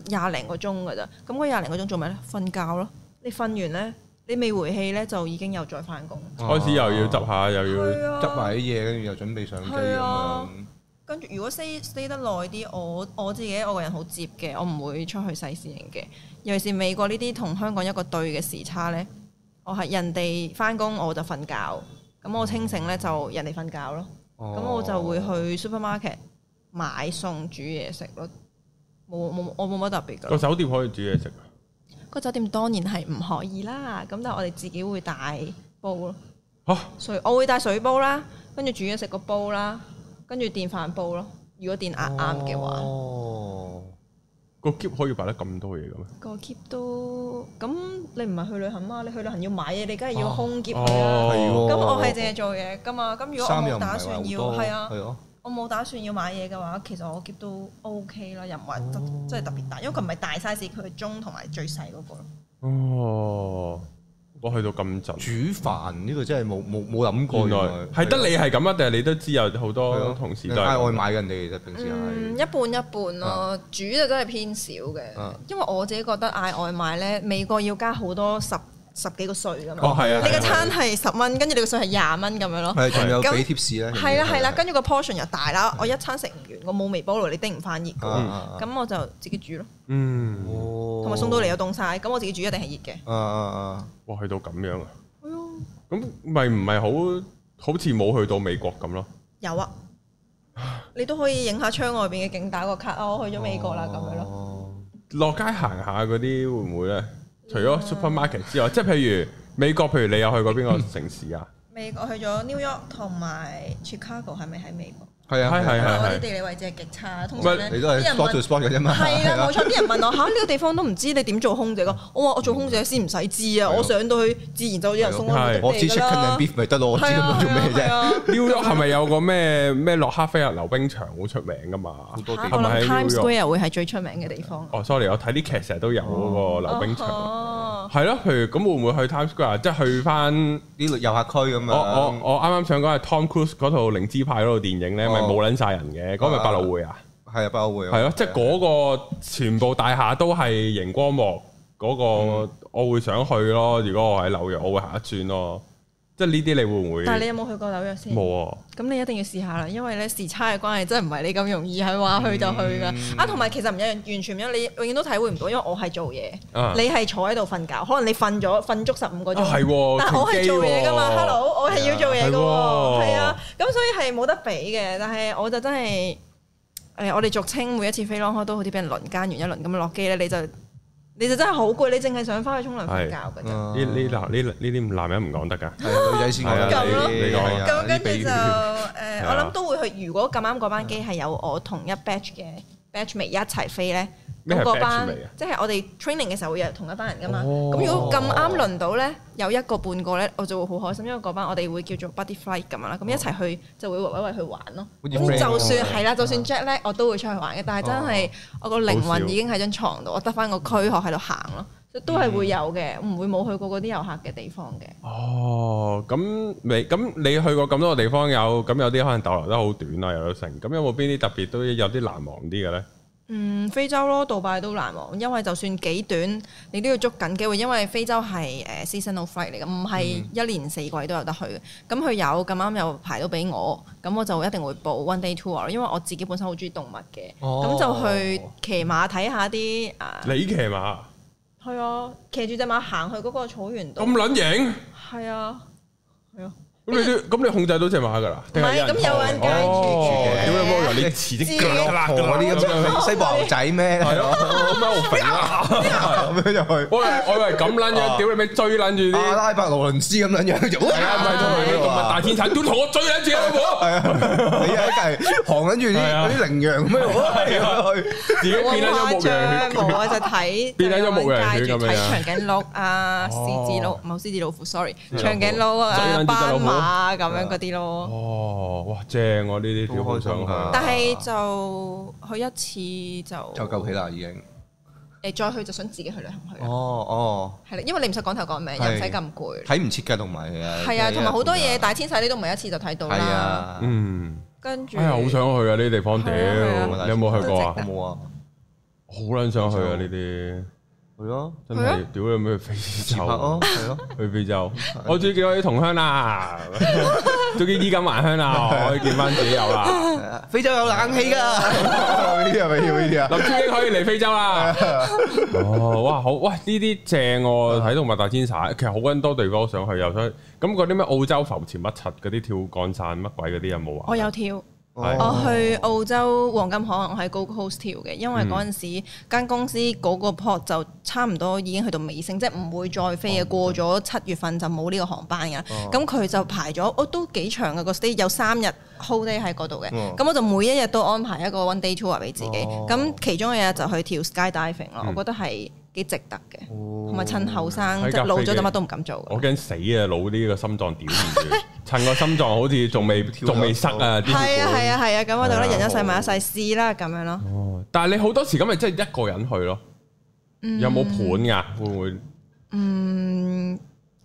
Speaker 3: 廿零個鐘㗎咋。咁嗰廿零個鐘做咩呢？瞓覺咯。你瞓完呢，你未回氣呢，就已經又再翻工。
Speaker 2: 哦
Speaker 1: 開始又要執下，又要
Speaker 3: 係啊
Speaker 2: 執埋啲嘢，跟住又準備上機咁
Speaker 3: 係啊
Speaker 2: 樣。
Speaker 3: 跟住如果 stay stay 得耐啲，我我自己我個人好接嘅，我唔會出去細事型嘅。尤其是美國呢啲同香港一個對嘅時差呢，我係人哋翻工我就瞓覺，咁我清醒呢就人哋瞓覺咯。咁、
Speaker 2: 咁
Speaker 3: 我就會去 supermarket 買餸煮嘢食咯。冇冇我冇乜特別
Speaker 1: 個
Speaker 3: 㗎。
Speaker 1: 酒店可以煮嘢食啊。
Speaker 3: 個酒店當然係唔可以啦，咁但係我哋自己會帶煲咯。
Speaker 1: 嚇
Speaker 3: 水我會帶水煲啦，跟住煮嘢食個煲啦，跟住電飯煲咯。如果電壓啱嘅話。
Speaker 2: 哦，
Speaker 1: 個箧可以擺得咁多嘢嘅咩？
Speaker 3: 個 keep 都咁，你唔係去旅行嘛？你去旅行要買嘢，你梗係啊要空 keep
Speaker 1: 哦
Speaker 3: 佢啦。
Speaker 2: 係喎。
Speaker 3: 咁我係淨係做嘢噶嘛。咁如果我
Speaker 2: 三日
Speaker 3: 冇
Speaker 2: 唔
Speaker 3: 打
Speaker 2: 係話好
Speaker 3: 算要，
Speaker 2: 多，
Speaker 3: 係啊
Speaker 2: 係，咯，
Speaker 3: 我冇打算要買嘢嘅話，其實我 keep 都 OK 啦，又唔係得即係特別大，因為佢唔係大 size，佢係中同埋最細嗰個咯。
Speaker 1: 哦，我去到咁盡，
Speaker 2: 煮飯呢個真係冇冇冇諗過，
Speaker 1: 原來係得
Speaker 2: 係
Speaker 1: 你係咁啊？定係你都知有好
Speaker 2: 咯
Speaker 1: 多同事
Speaker 2: 你
Speaker 1: 都係
Speaker 2: 嗌外
Speaker 1: 咁
Speaker 2: 賣嘅人哋，其實平時
Speaker 3: 嗯，
Speaker 2: 係
Speaker 3: 一半一半咯，煮就真係偏少嘅，
Speaker 2: 啊
Speaker 3: 因為我自己覺得嗌外賣咧，美國要加好多十十幾個税噶嘛。
Speaker 1: 哦係啊
Speaker 3: 你
Speaker 1: 係
Speaker 3: 個
Speaker 1: 啊
Speaker 3: 餐係十蚊，跟住你個税係廿蚊咁樣咯。
Speaker 2: 係仲有
Speaker 3: 咁
Speaker 2: 俾貼士咧，
Speaker 3: 係啦係啦，跟住個 portion 又大啦，我一餐食唔完，我冇微波爐，你叮唔翻熱
Speaker 2: 啊
Speaker 3: 嘅，
Speaker 2: 啊啊
Speaker 3: 咁我就自己煮咯，
Speaker 1: 嗯。
Speaker 2: 哦
Speaker 3: 同埋送到嚟又凍晒，咁我自己煮一定係熱嘅。
Speaker 2: 啊啊啊！
Speaker 1: 哇，去到咁樣啊！
Speaker 3: 係啊
Speaker 1: 咁咪唔係好好似冇去到美國咁咯？
Speaker 3: 有啊，你都可以影下窗外邊嘅景，打個卡啊，我去咗美國
Speaker 2: 哦
Speaker 3: 啦咁樣咯。
Speaker 2: 咯。
Speaker 1: 落街行下嗰啲會唔會咧？除
Speaker 3: 哎
Speaker 1: 咗 supermarket 之外，即係譬如美國，譬如你有去過邊
Speaker 2: <laughs>
Speaker 1: 個城市啊？
Speaker 3: 美國去咗 New York 同埋 Chicago 係咪喺美國？
Speaker 2: 係啊
Speaker 1: 係係
Speaker 2: 係
Speaker 1: 係
Speaker 2: 啊，
Speaker 3: 我啲地理位置係極差，通常咧
Speaker 2: 你都係
Speaker 3: 啲人
Speaker 2: spot to
Speaker 3: 問
Speaker 2: spot 嘅啫嘛。
Speaker 3: 係
Speaker 2: 係啊
Speaker 3: 啦，冇錯，啲人問我吓呢個地方都唔知你點做空姐個，我話我做空姐先唔使知
Speaker 2: 係
Speaker 3: 啊，
Speaker 2: 咯
Speaker 3: 我上到去自然就有人送我
Speaker 1: 係
Speaker 3: 嚟
Speaker 2: 我只
Speaker 3: 㗎
Speaker 2: chicken and
Speaker 3: 啦。
Speaker 2: beef 咪得咯，我知咁樣做咩
Speaker 3: 係
Speaker 2: 啫？
Speaker 3: 啊？
Speaker 1: New York 係咪有個咩咩洛克菲勒溜冰場好出名噶嘛？
Speaker 2: 多
Speaker 3: 嚇
Speaker 2: 地
Speaker 3: 我
Speaker 1: 係咪
Speaker 3: 諗
Speaker 1: 喺 New
Speaker 3: 啊 Times
Speaker 1: York？
Speaker 3: Square 會係最出名嘅地方。啊
Speaker 1: 哦，sorry，我睇啲劇成日都有嗰個溜冰場。
Speaker 3: 哦，
Speaker 1: 係咯，譬如咁會唔會去 Times Square？即係去翻
Speaker 2: 啲遊客區咁
Speaker 1: 我我
Speaker 2: 樣。
Speaker 1: 我啱啱想講係 Tom Cruise 嗰套《靈芝派》嗰套電影咧，咪
Speaker 2: 哦
Speaker 1: 冇撚晒人嘅，嗰個咪百老匯啊？
Speaker 2: 係啊，包會啊
Speaker 1: 係咯，即係嗰個全部大廈都係熒
Speaker 2: 嗯
Speaker 1: 光幕嗰、個，我會想去咯。如果我喺紐約，我會行一轉咯。即係呢啲你會唔會？
Speaker 3: 但係你有冇去過紐約先？
Speaker 1: 冇啊！
Speaker 3: 咁你一定要試下啦，因為咧時差嘅關係，真係唔係你咁容易係話去就去噶。
Speaker 1: 嗯
Speaker 3: 啊，同埋其實唔一樣，完全唔一樣，你永遠都體會唔到，因為我係做嘢，
Speaker 1: 啊
Speaker 3: 你係坐喺度瞓覺，可能你瞓咗瞓足十五個鐘，
Speaker 1: 啊係喎
Speaker 3: 但係我係做嘢噶嘛
Speaker 1: 停機喎
Speaker 3: ，hello，我係要做嘢噶
Speaker 1: 係
Speaker 3: 喎，
Speaker 1: 喎
Speaker 3: 係啊，咁所以係冇得比嘅。但係我就真係誒，我哋俗稱每一次飛 long 開都好似俾人輪奸完一輪咁落機咧，你就你就真係好攰，你淨係想翻去沖涼瞓覺㗎啫。
Speaker 1: 呢呢男呢呢啲男人唔講得㗎。
Speaker 2: 係女仔先講
Speaker 1: 係
Speaker 3: 啊咁咯
Speaker 2: 你係啊
Speaker 3: 咁跟住
Speaker 2: 啲比
Speaker 1: <laughs>
Speaker 2: 喻
Speaker 3: 就誒，呃
Speaker 1: 係
Speaker 3: 我
Speaker 1: 啊
Speaker 3: 諗都會去。如果咁啱嗰班機係有我同一 batch 嘅 batchmate 一齊飛咧，
Speaker 1: 咩
Speaker 3: 咁
Speaker 1: 係
Speaker 3: 嗰班
Speaker 1: batchmate 啊
Speaker 3: 即係我哋 training 嘅時候會有同一班人噶嘛。
Speaker 1: 哦
Speaker 3: 咁如果咁啱輪到咧，有一個半個咧，我就會好開心，因為嗰班我哋會叫做 buddy flight 咁樣
Speaker 1: 哦
Speaker 3: 啦。咁一齊去就會圍圍圍去玩咯。
Speaker 2: 好似
Speaker 1: 啊
Speaker 2: friend
Speaker 3: 咁
Speaker 2: 咁
Speaker 3: 就算係啦，就算 jet 咧，我都會出去玩嘅。
Speaker 1: 哦
Speaker 3: 但係真係我個靈
Speaker 1: 好笑
Speaker 3: 魂已經喺張床度，我得翻個軀殼喺度行咯。都係
Speaker 1: 嗯
Speaker 3: 會有嘅，唔會冇去過嗰啲遊客嘅地方嘅。
Speaker 1: 哦，咁你咁你去過咁多個地方有，咁有啲可能逗留得好短啊，又有成。咁有冇邊啲特別都有啲難忘啲嘅咧？
Speaker 3: 嗯，非洲咯，杜拜都難忘，因為就算幾短，你都要捉緊機會，因為非洲係誒、呃 seasonal flight 嚟嘅，唔係一年四季都有得去嘅。咁佢有咁啱又排到俾我，咁我就一定會報 one day tour 咯，因為我自己本身好中意動物嘅，咁、
Speaker 2: 哦
Speaker 3: 就去騎馬睇下啲啊，
Speaker 1: 你騎馬
Speaker 3: 係啊，騎住只馬行去嗰個草原度
Speaker 1: 咁，撚型，
Speaker 3: 係啊，係啊，
Speaker 1: 咁你都咁你控制到只馬㗎啦？
Speaker 3: 唔係咁有人介
Speaker 1: 哦，屌
Speaker 3: 住
Speaker 1: 你
Speaker 3: 嘅
Speaker 1: 冇人，你遲啲
Speaker 3: 知
Speaker 1: 腳啦
Speaker 2: 婆嗰啲咁
Speaker 3: <laughs>
Speaker 2: 樣西部牛仔咩？
Speaker 1: 係咯，咁樣好肥啦！
Speaker 2: 咁樣就去
Speaker 1: 我以為我以為咁撚樣，屌你咪追撚住
Speaker 2: 阿
Speaker 1: 啲。
Speaker 2: 拉伯勞倫斯咁樣樣就
Speaker 1: 係啊，唔係同埋動物大天產，都同我追撚住啊！老
Speaker 2: 係
Speaker 1: 婆
Speaker 2: 啊，你喺隔離行緊住啲
Speaker 1: 係啊
Speaker 2: 嗰啲羚羊咁
Speaker 1: <laughs>
Speaker 2: 樣去，
Speaker 1: 自己變
Speaker 3: 好
Speaker 1: 撚咗
Speaker 3: 誇
Speaker 1: 牧羊
Speaker 3: 張，
Speaker 1: 犬
Speaker 3: 冇啊！就
Speaker 1: <laughs>
Speaker 3: 睇
Speaker 1: 變咗牧羊犬
Speaker 3: 就有人介住
Speaker 1: 咁樣
Speaker 3: 睇長頸鹿啊、
Speaker 1: 哦
Speaker 3: 獅子鹿，唔係獅子老虎，sorry，
Speaker 1: 獅子老虎
Speaker 3: 長
Speaker 1: 就係
Speaker 3: 頸鹿啊、
Speaker 1: 呢
Speaker 3: 斑
Speaker 1: 隻老虎啊
Speaker 3: 馬咁樣嗰啲咯。
Speaker 1: 哦，哇，正喎！呢啲
Speaker 2: 好
Speaker 1: 屌好
Speaker 2: 開心
Speaker 1: 想去
Speaker 2: 㗎
Speaker 1: 啊。
Speaker 3: 但係就去一次就
Speaker 2: 就夠氣啦已經。
Speaker 3: 你再去就想自己去旅行去
Speaker 2: 哦
Speaker 3: 啦，
Speaker 2: 哦，
Speaker 3: 係啦，因為你唔使講頭講尾，又唔使咁攰。
Speaker 2: 睇唔切㗎，同埋啊
Speaker 3: 係啊，同埋好多嘢
Speaker 2: 大
Speaker 3: 大千世你都唔係一次就睇到
Speaker 2: 係
Speaker 3: 啦。
Speaker 2: 啊，
Speaker 1: 嗯，
Speaker 3: 跟住
Speaker 1: 哎呀，好想去啊！呢啲地方屌，
Speaker 3: 係啊係
Speaker 2: 啊
Speaker 1: 你有冇去過啊
Speaker 2: 我？冇啊，
Speaker 1: 好撚想去啊！呢啲
Speaker 2: 係咯，
Speaker 1: 真
Speaker 3: 係啊
Speaker 1: 係屌你咩去
Speaker 2: 自
Speaker 1: 非
Speaker 2: 拍咯
Speaker 1: 洲，，
Speaker 2: 係咯， <laughs>
Speaker 1: 去非洲，我終於見到啲同鄉啦， <laughs> 終於衣錦還鄉啦，我可以見翻自己有
Speaker 3: <laughs>
Speaker 1: 啦，
Speaker 2: 係啊非洲有冷氣㗎，呢啲係咪要呢啲啊？
Speaker 1: 林超英可以嚟非洲
Speaker 2: <laughs>
Speaker 3: 啊
Speaker 1: 啦。哦，哇，好，喂，呢啲正喎，睇到物大千曬，其實好撚多地方想去，又想咁嗰啲咩澳洲浮潛乜柒嗰啲跳降傘乜鬼嗰啲有冇
Speaker 3: 我
Speaker 1: 玩？啊
Speaker 3: 有跳。
Speaker 1: 係
Speaker 3: 我去澳洲黃金海岸，我喺 Gold Coast 跳嘅，因為
Speaker 1: 嗯
Speaker 3: 嗰陣時間公司嗰個 port 就差唔多已經去到尾聲，即係唔會再飛嘅。啊過
Speaker 1: 哦
Speaker 3: 咗七月份就冇呢個航班㗎。咁佢就排咗，我都幾長嘅個 stay，有三日 whole day 喺嗰度嘅。
Speaker 2: 哦
Speaker 3: 咁我就每一日都安排一個 one day tour 俾自己。
Speaker 2: 哦
Speaker 3: 咁其中一日就去跳 skydiving
Speaker 1: 嗯
Speaker 3: 咯，我覺得係幾值得嘅，同埋趁後生
Speaker 1: 哦喺
Speaker 3: 即
Speaker 1: 架
Speaker 3: 係老咗
Speaker 1: 飛機
Speaker 3: 就乜都唔敢做㗎。
Speaker 1: 我驚死啊！老啲個心臟屌唔
Speaker 3: <laughs>
Speaker 1: 住，趁個心臟好似仲未
Speaker 2: 跳咗
Speaker 1: 仲未塞啊！啲血
Speaker 3: 係啊
Speaker 1: 管
Speaker 3: 係啊係啊，咁我就
Speaker 1: 係啊
Speaker 3: 咧人一世物一世試啦咁樣咯。
Speaker 1: 哦，但係你好多時咁咪真係一個人去咯，有冇伴噶？會唔會
Speaker 3: 嗯，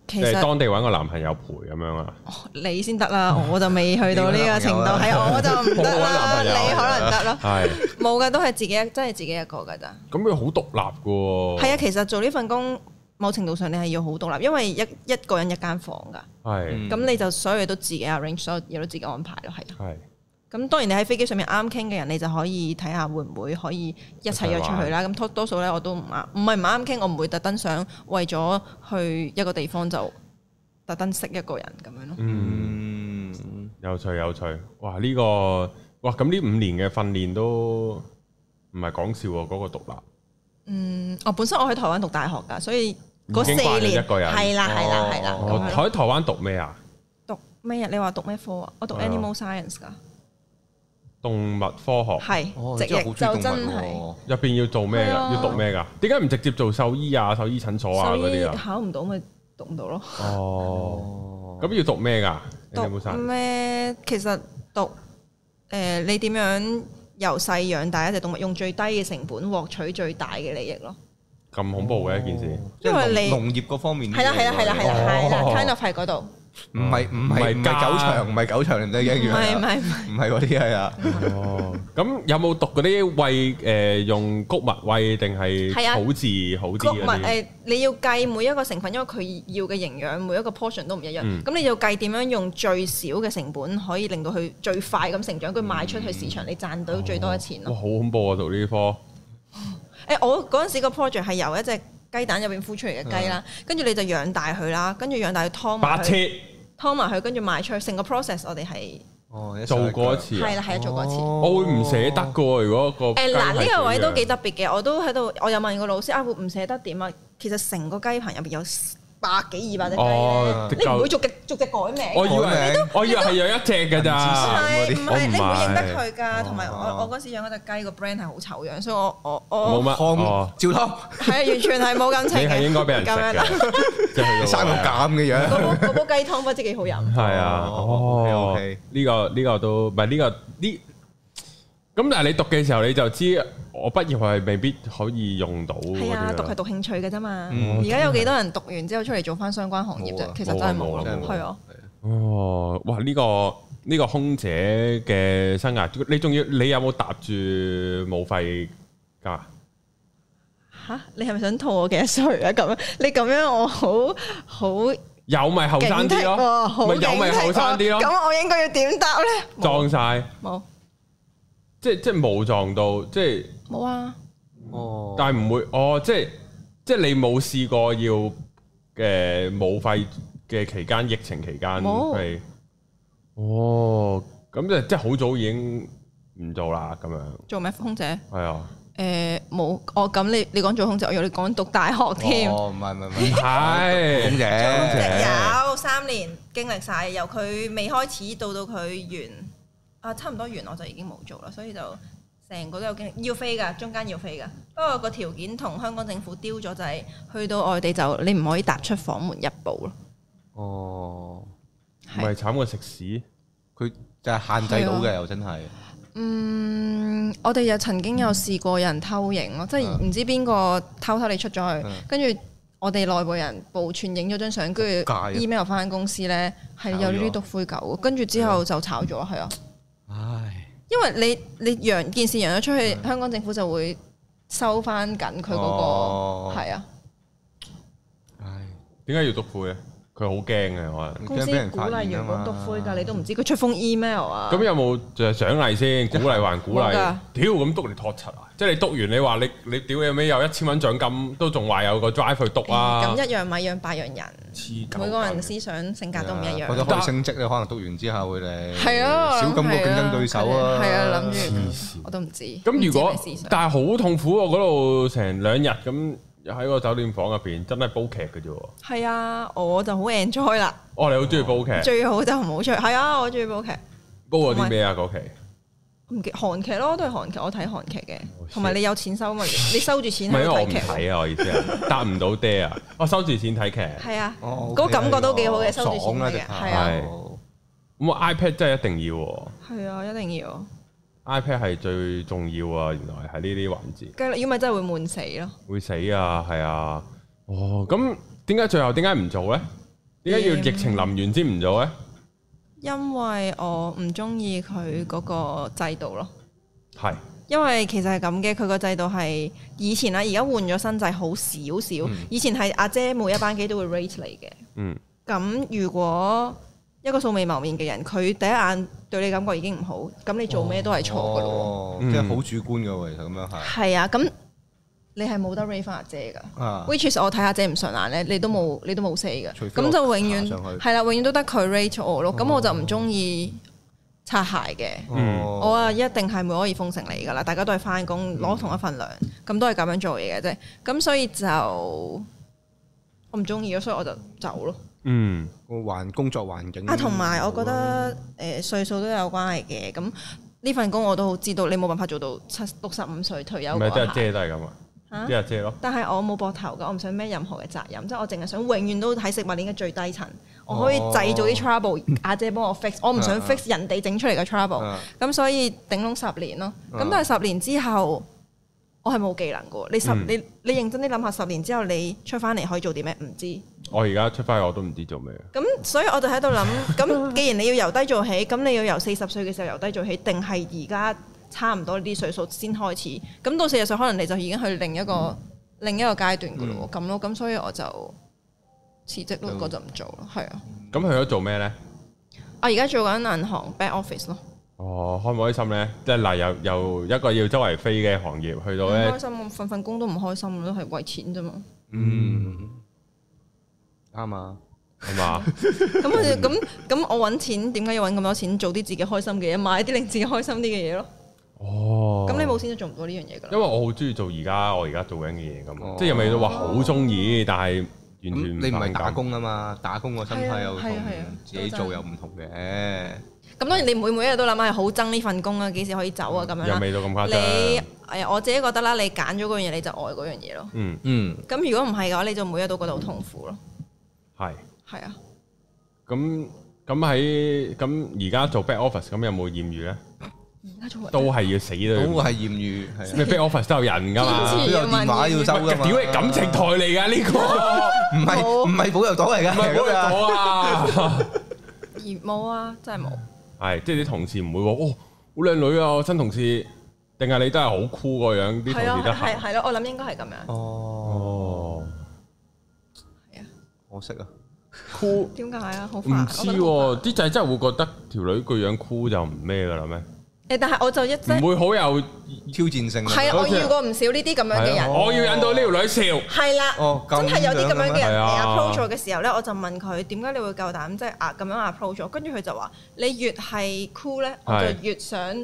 Speaker 3: 其
Speaker 1: 即
Speaker 3: 實
Speaker 1: 係。當地揾個男朋友陪咁樣啊？
Speaker 3: 哦你先
Speaker 1: <laughs>
Speaker 3: 得啦，我就未去到呢個程度，
Speaker 2: 你
Speaker 3: 係啊我就唔得啦，
Speaker 1: 啊我男朋友
Speaker 3: 你可能得咯，
Speaker 1: 係，
Speaker 3: <laughs> 冇噶，都係自己一，真係自己一個噶咋。
Speaker 1: 咁佢好獨立噶喎。
Speaker 3: 係啊，其實做呢份工，某程度上你係要好獨立，因為一一個人一間房噶，
Speaker 1: 係
Speaker 2: 嗯
Speaker 3: 咁你就所有嘢都自己 arrange，所有嘢都自己安排咯，係啊。
Speaker 1: 係
Speaker 3: 咁當然你喺飛機上面啱傾嘅人，你就可以睇下會唔會可以一齊約出去啦。咁多多數咧我都唔啱，唔係唔啱傾，我唔會特登想為咗去一個地方就特登識一個人咁樣咯。
Speaker 1: 嗯，
Speaker 2: 嗯，
Speaker 1: 有趣有趣。哇！呢個哇咁呢五年嘅訓練都唔係講笑喎，嗰個獨立。
Speaker 3: 嗯，我本身我喺台灣讀大學㗎，所以嗰四
Speaker 1: 已經慣咗
Speaker 3: 年
Speaker 1: 一個人哦
Speaker 3: 係啦係啦係啦
Speaker 1: 我
Speaker 3: 咁樣咯。
Speaker 1: 喺台灣讀咩啊？
Speaker 3: 讀咩啊？你話讀咩科啊？我讀
Speaker 1: 係啊
Speaker 3: animal science 㗎，
Speaker 1: 動物科學
Speaker 3: 係
Speaker 2: 哦，
Speaker 3: 直
Speaker 2: 你真係
Speaker 3: 譯
Speaker 2: 好中
Speaker 3: 就
Speaker 2: 意動
Speaker 3: 真
Speaker 2: 物
Speaker 3: 係
Speaker 2: 喎。
Speaker 1: 入邊要做咩㗎？
Speaker 3: 係啊
Speaker 1: 要讀咩㗎？點解唔直接做獸醫啊、獸醫診所啊嗰
Speaker 3: 所以
Speaker 1: 啲啊？
Speaker 3: 考唔到咪讀唔到咯。
Speaker 1: 哦，
Speaker 2: 哦
Speaker 1: 咁要讀咩㗎？你有冇晒
Speaker 3: 讀？咩？其實讀誒你點樣由細養大一隻動物，用最低嘅成本獲取最大嘅利益咯。
Speaker 1: 咁恐怖嘅一件事。
Speaker 2: 即係
Speaker 3: 因為你
Speaker 2: 農農業嗰方面啲嘢
Speaker 3: 係啦係啦係啦係啦
Speaker 1: 哦
Speaker 3: 係啦，kind of 係嗰度。
Speaker 2: 唔係唔
Speaker 1: 唔
Speaker 2: 係
Speaker 1: 係
Speaker 2: 唔係
Speaker 1: 家
Speaker 2: 狗場，唔係狗場，唔使驚
Speaker 3: 唔
Speaker 2: 住
Speaker 3: 係唔
Speaker 2: 啊，
Speaker 3: 係唔
Speaker 2: 唔係嗰啲係啊，
Speaker 1: 哦，咁有冇讀嗰啲喂誒用谷物喂定係
Speaker 3: 係啊
Speaker 1: 好字好
Speaker 3: 谷
Speaker 1: 啲嗰
Speaker 3: 物
Speaker 1: 啲？
Speaker 3: 誒，你要計每一個成分，因為佢要嘅營養每一個 portion 都唔一樣。
Speaker 1: 嗯
Speaker 3: 咁、你要計點樣用最少嘅成本，可以令到佢最快咁成長，佢賣出去市場，你賺到最多嘅
Speaker 1: 哇，
Speaker 3: 錢咯。
Speaker 1: 好恐怖啊！讀呢科，
Speaker 3: 誒、我嗰陣時個 project 係由一隻雞蛋入邊孵出嚟嘅雞啦，
Speaker 1: 嗯
Speaker 3: 跟住你就養大佢啦，跟住養大佢劏埋
Speaker 1: 白
Speaker 3: 佢，
Speaker 1: 切
Speaker 3: 劏埋佢，跟住賣出去。成個 process 我哋係
Speaker 2: 哦，
Speaker 1: 做過一次啊
Speaker 3: 係，啦，係啊，做過一次。
Speaker 1: 我會唔捨得嘅喎。如果個
Speaker 3: 誒
Speaker 1: 雞啊
Speaker 3: 嗱，
Speaker 1: 係
Speaker 3: 呢
Speaker 1: 咁
Speaker 3: 個位都
Speaker 1: 樣
Speaker 3: 幾特別嘅，我都喺度，我有問過老師啊，會唔捨得點啊？其實成個雞棚入邊有百幾二百隻雞咧，
Speaker 1: 哦，
Speaker 3: 你唔
Speaker 1: 夠
Speaker 3: 會逐隻逐隻改名。
Speaker 1: 我以
Speaker 2: 改
Speaker 1: 為
Speaker 2: 名
Speaker 1: 我以為係有一隻㗎
Speaker 3: 唔
Speaker 1: 咋，
Speaker 3: 係
Speaker 1: 我
Speaker 3: 唔
Speaker 1: 唔
Speaker 3: 係，你唔會認得
Speaker 1: 買
Speaker 3: 佢㗎。同埋
Speaker 2: 哦
Speaker 3: 我我嗰時養嗰只雞個 brand 係好醜樣，所以我我
Speaker 1: 冇
Speaker 2: <laughs>
Speaker 3: 我
Speaker 1: 乜哦
Speaker 2: 湯。照湯，
Speaker 3: 係啊完全係冇感
Speaker 1: 你
Speaker 3: 情
Speaker 1: 係
Speaker 3: 嘅。
Speaker 1: 應該俾人食
Speaker 3: 咁樣啦
Speaker 1: 嘅，即
Speaker 2: <laughs>
Speaker 1: 係
Speaker 2: 生到
Speaker 1: 假。
Speaker 2: 咁嘅樣。
Speaker 3: 嗰煲嗰煲雞湯不知幾好飲。
Speaker 1: 係啊，
Speaker 2: 哦
Speaker 1: 哦
Speaker 2: ，OK，OK，
Speaker 1: 呢個呢個都唔係呢個呢。咁但係你讀嘅時候你就知，我畢業係未必可以用到嗰
Speaker 3: 係
Speaker 1: 啲
Speaker 3: 啊，
Speaker 1: 啦
Speaker 3: 讀係讀興趣嘅啫嘛。
Speaker 2: 嗯
Speaker 3: 而家有幾多人讀完之後出嚟做翻相關行業
Speaker 2: 冇啊
Speaker 3: 啫？其實真
Speaker 1: 啊
Speaker 3: 係冇
Speaker 1: 冇啊
Speaker 3: 啊
Speaker 1: 冇啊冇，啊
Speaker 3: 係啊。
Speaker 1: 哦，哇！呢、個呢、個空姐嘅生涯，你仲要你有冇搭住冇費㗎？
Speaker 3: 吓？你係咪想套我 <laughs> 幾多歲啊？咁樣你咁樣我好好
Speaker 1: 有咪後
Speaker 3: 警
Speaker 1: 生
Speaker 3: 惕
Speaker 1: 啲
Speaker 3: 喎，
Speaker 1: 咯，
Speaker 3: 哦好
Speaker 1: 咪
Speaker 3: 警
Speaker 1: 有咪
Speaker 3: 惕
Speaker 1: 後生啲咯，
Speaker 3: 喎咁我應該要點答咧？
Speaker 1: 撞晒，
Speaker 3: 冇
Speaker 1: 即係即係冇撞到，即係
Speaker 3: 冇啊！
Speaker 2: 哦，
Speaker 1: 但係唔會哦，即係即係你冇試過要誒冇費嘅期間，疫情期間
Speaker 3: 冇
Speaker 1: 係哦，咁就即係好早已經唔做啦，咁樣
Speaker 3: 做咩空姐？
Speaker 1: 係啊，
Speaker 3: 誒冇，我咁你你講做空姐，我以為你講讀大學添。
Speaker 2: 哦，唔係唔係唔係，
Speaker 1: 係
Speaker 2: 公姐，
Speaker 3: 有三年經歷晒，由佢未開始到到佢完啊，差唔多完我就已經冇做啦，所以就成個都有經歷，要飛㗎，中間要飛㗎。不過個條件同香港政府丟咗就係、去到外地就你唔可以踏出房門一步咯。
Speaker 2: 哦，
Speaker 1: 唔係慘過食屎？
Speaker 2: 佢就係限制到嘅，又真係，
Speaker 3: 嗯，我哋又曾經有試過有人偷影咯，即係
Speaker 2: 嗯
Speaker 3: 唔知邊個偷偷你出咗去
Speaker 2: 嗯，
Speaker 3: 跟住我哋內部人報串影咗張相，跟
Speaker 2: 仆街
Speaker 3: 住
Speaker 2: 啊
Speaker 3: email 翻公司咧，係有呢
Speaker 2: 炒咗
Speaker 3: 啲篤灰狗，跟住之後就炒咗，係啊，
Speaker 2: 唉，
Speaker 3: 因為你你揚件事揚咗出
Speaker 2: 嗯
Speaker 3: 去，香港政府就會收翻緊佢嗰
Speaker 2: 哦
Speaker 3: 個係啊，
Speaker 2: 唉，
Speaker 1: 點解要督灰咧？佢好驚嘅可能。
Speaker 3: 公
Speaker 2: 驚
Speaker 3: 司
Speaker 2: 俾人
Speaker 3: 鼓
Speaker 2: 發
Speaker 3: 勵
Speaker 2: 現啊
Speaker 3: 員工
Speaker 2: 嘛
Speaker 3: 篤灰㗎，你都唔知佢出封 email 啊，
Speaker 1: 咁有冇就係獎勵先？鼓勵還鼓勵
Speaker 3: 冇㗎？
Speaker 1: 屌咁督你托柒啊！即係你督完，你話你你屌你尾有一千蚊獎金，都仲話有個 drive 去督啊！
Speaker 3: 嗯咁一樣米養百樣人，
Speaker 1: 黐鳩
Speaker 3: 每個人
Speaker 1: 筋
Speaker 3: 思想
Speaker 2: 啊
Speaker 3: 性格都唔一
Speaker 2: 覺
Speaker 3: 樣
Speaker 2: 得。可以升職你可能讀完之後你
Speaker 3: 係啊，
Speaker 2: 少咁個競爭對手啊，
Speaker 3: 係啊，諗住
Speaker 1: 線
Speaker 3: 我都唔知。
Speaker 1: 咁如果
Speaker 3: 唔知咩思想
Speaker 1: 但係好痛苦啊喎，嗰度成兩日咁喺個酒店房入邊，真係煲劇嘅啫喎。
Speaker 3: 係啊，我就好 enjoy 啦，
Speaker 1: 哦，你好中意煲劇，
Speaker 3: 最好就唔好出。係啊，我中意煲劇，
Speaker 1: 煲過啲咩啊？嗰期
Speaker 3: 唔記韓劇咯，都係韓劇，我睇韓劇嘅
Speaker 1: 哦，
Speaker 3: 同埋你有錢收嘛，你收住
Speaker 1: 唔
Speaker 3: 錢
Speaker 1: 係
Speaker 3: 喺
Speaker 1: 因為
Speaker 3: 度
Speaker 1: 我唔
Speaker 3: 睇劇，
Speaker 1: 睇啊，我意思係搭唔到爹啊，我收住錢睇劇。
Speaker 3: 係啊，
Speaker 2: 哦
Speaker 3: 嗰個感覺都幾好嘅，收住錢
Speaker 2: 爽啦，
Speaker 3: 睇
Speaker 2: 直
Speaker 3: 嘅，
Speaker 2: 頭
Speaker 3: 係啊，
Speaker 1: 係咁我 iPad 真係一定要喎
Speaker 3: 係啊，一定要。
Speaker 1: ，iPad 係最重要啊！原來喺呢啲環節。
Speaker 3: 梗係，如果咪真係會悶死咯。
Speaker 1: 會死啊，係啊，哦，咁點解最後點解唔做呢？點
Speaker 3: 嗯
Speaker 1: 解要疫情臨完先唔做呢？
Speaker 3: 因為我唔中意佢嗰個制度咯。
Speaker 1: 係
Speaker 3: 因為其實係咁嘅，佢個制度係以前啊啦，而家換咗新制好少少。以前係阿姐每一班機都會 rate 你嘅。
Speaker 1: 嗯，
Speaker 3: 咁如果一個素未謀面嘅人，佢第一眼對你感覺已經唔好，咁你做咩都係錯嘅咯
Speaker 2: 哦即係好主觀嘅喎，其實咁樣
Speaker 3: 喎。
Speaker 2: 係
Speaker 3: 係啊，咁你係冇得 rate 翻阿姐㗎。
Speaker 2: 啊，
Speaker 3: which is 我睇阿姐唔順眼咧，你都冇你都冇 say 嘅，
Speaker 2: 除非我
Speaker 3: 咁就永
Speaker 2: 爬上去哦
Speaker 3: 遠係啦，永遠都得佢 rate 我咯。咁我就唔中意擦鞋嘅。
Speaker 1: 嗯
Speaker 2: 哦
Speaker 3: 我啊一定係每可以奉承你噶啦，大家都係翻工攞同一份糧，咁都係咁樣做嘢嘅啫。咁所以就我唔中意咗，所以我就走咯。
Speaker 1: 嗯，
Speaker 2: 個環工作環境
Speaker 3: 啊，同埋我覺得誒、呃、歲數都有關係嘅。咁呢份工我都好知道，你冇辦法做到七六十五歲退休
Speaker 1: 咪即
Speaker 3: 嗰
Speaker 1: 係
Speaker 3: 一下
Speaker 1: 遮都係咁啊，
Speaker 3: 啊
Speaker 1: 即係遮咯，
Speaker 3: 但係我冇膊頭噶，我唔想孭任何嘅責任，即係我淨係想永遠都喺食物鏈嘅最低層，
Speaker 1: 哦
Speaker 3: 我可以製造啲 trouble，阿姐幫我 fix，我唔想
Speaker 2: 啊
Speaker 3: fix
Speaker 1: 啊
Speaker 3: 人哋整出嚟嘅 trouble。
Speaker 2: 啊
Speaker 3: 咁所以頂籠十年咯。咁
Speaker 2: 啊
Speaker 3: 但係十年之後，我係冇技能嘅喎。你十、
Speaker 1: 嗯
Speaker 3: 你你認真啲諗下，十年之後你出翻嚟可以做啲咩？唔知。
Speaker 1: 我而家出翻去我都唔知做咩。
Speaker 3: 咁所以我就喺度諗，咁既然你要由低做起，咁你要由四十歲嘅時候由低做起，定係而家差唔多呢啲歲數先開始？咁到四十歲可能你就已經去另一個、另一個階段噶咯喎，咁咯、咁所以我就辭職咯，
Speaker 2: 嗯
Speaker 3: 嗰就唔做咯，係啊。
Speaker 1: 咁去咗做咩咧？
Speaker 3: 我而家做緊銀行 back office 咯，
Speaker 1: 哦，開唔開心咧？即係嗱，由由一個要周圍飛嘅行業，去到
Speaker 3: 唔
Speaker 1: 咧
Speaker 3: 開心，我份份工都唔開心，都係為錢啫嘛。
Speaker 2: 嗯，啱啊，
Speaker 3: <laughs>
Speaker 1: 係嘛？
Speaker 3: 咁我就咁咁，我揾錢點解要揾咁多錢做啲自己開心嘅嘢，買啲令自己開心啲嘅嘢咯？
Speaker 1: 哦，
Speaker 3: 咁你冇錢就做唔到呢樣嘢噶
Speaker 1: 因為
Speaker 3: 啦。
Speaker 1: 我好中意做而家我而家做緊嘅嘢咁，
Speaker 2: 哦
Speaker 1: 即係又未到話好中意，但係完
Speaker 2: 咁
Speaker 1: 全
Speaker 2: 你唔係
Speaker 1: 反感
Speaker 2: 打工啊嘛，打工個心態又
Speaker 3: 係
Speaker 2: 同
Speaker 3: 啊係啊
Speaker 2: 自己做又唔同嘅，
Speaker 3: 咁當然你每每一日都諗下係好憎呢份工啊，幾時可以走啊咁樣
Speaker 1: 又
Speaker 3: 啦。
Speaker 1: 嗯未到咁誇
Speaker 3: 你
Speaker 1: 張。
Speaker 3: 誒我自己覺得啦，你揀咗嗰樣嘢你就愛嗰樣嘢咯。
Speaker 1: 嗯，
Speaker 2: 嗯，
Speaker 3: 咁如果唔係嘅話，你就每日都覺得好痛苦咯。
Speaker 1: 係。
Speaker 3: 係啊，
Speaker 1: 咁咁喺咁而家做 back office 咁有冇豔遇咧？
Speaker 3: 而家啊做
Speaker 1: 都啊係要死
Speaker 2: 都
Speaker 1: 都要
Speaker 2: 係豔遇，係
Speaker 1: 咩 back office 都有人㗎
Speaker 3: 堅
Speaker 2: 啊，
Speaker 1: 嘛
Speaker 3: 持？
Speaker 2: 都有電話要 <laughs> 收噶嘛，
Speaker 1: 屌你感情台嚟㗎呢
Speaker 2: <laughs>
Speaker 1: <laughs> 個，
Speaker 2: 唔係唔係保佑黨嚟
Speaker 1: 唔係
Speaker 2: 㗎，
Speaker 1: 我講啊！
Speaker 3: 業務啊，真係冇。
Speaker 1: 係即係啲同事唔會話哦好靚女啊，我新同事，定係你都係好酷個樣，啲同
Speaker 3: 係啊
Speaker 1: 事，都
Speaker 3: 係
Speaker 1: 係
Speaker 3: 係咯，我諗應該係咁樣。
Speaker 2: 哦，
Speaker 1: 哦
Speaker 2: 可惜啊，
Speaker 1: 酷。
Speaker 3: 點解啊？好煩。
Speaker 1: 唔知
Speaker 3: 我
Speaker 1: 喎，
Speaker 3: 覺
Speaker 1: 啲仔真係會覺得條女個樣酷就唔咩噶啦咩？
Speaker 3: 得好煩誒，但係我就一即
Speaker 1: 唔會好有
Speaker 2: 挑戰性
Speaker 3: 係啊，我遇過唔少呢啲咁樣嘅
Speaker 1: 係啊
Speaker 3: 人。
Speaker 1: 我要引到呢條女笑。
Speaker 3: 係啦。
Speaker 2: 哦，
Speaker 3: 真係有啲咁樣嘅
Speaker 1: 樣嘅咩係
Speaker 3: 人嚟
Speaker 1: 啊
Speaker 3: approach 我嘅時候咧，我就問佢點解你會夠膽即係啊咁樣 approach 我，跟住佢就話你越係 cool 咧，我
Speaker 1: 係
Speaker 3: 就越想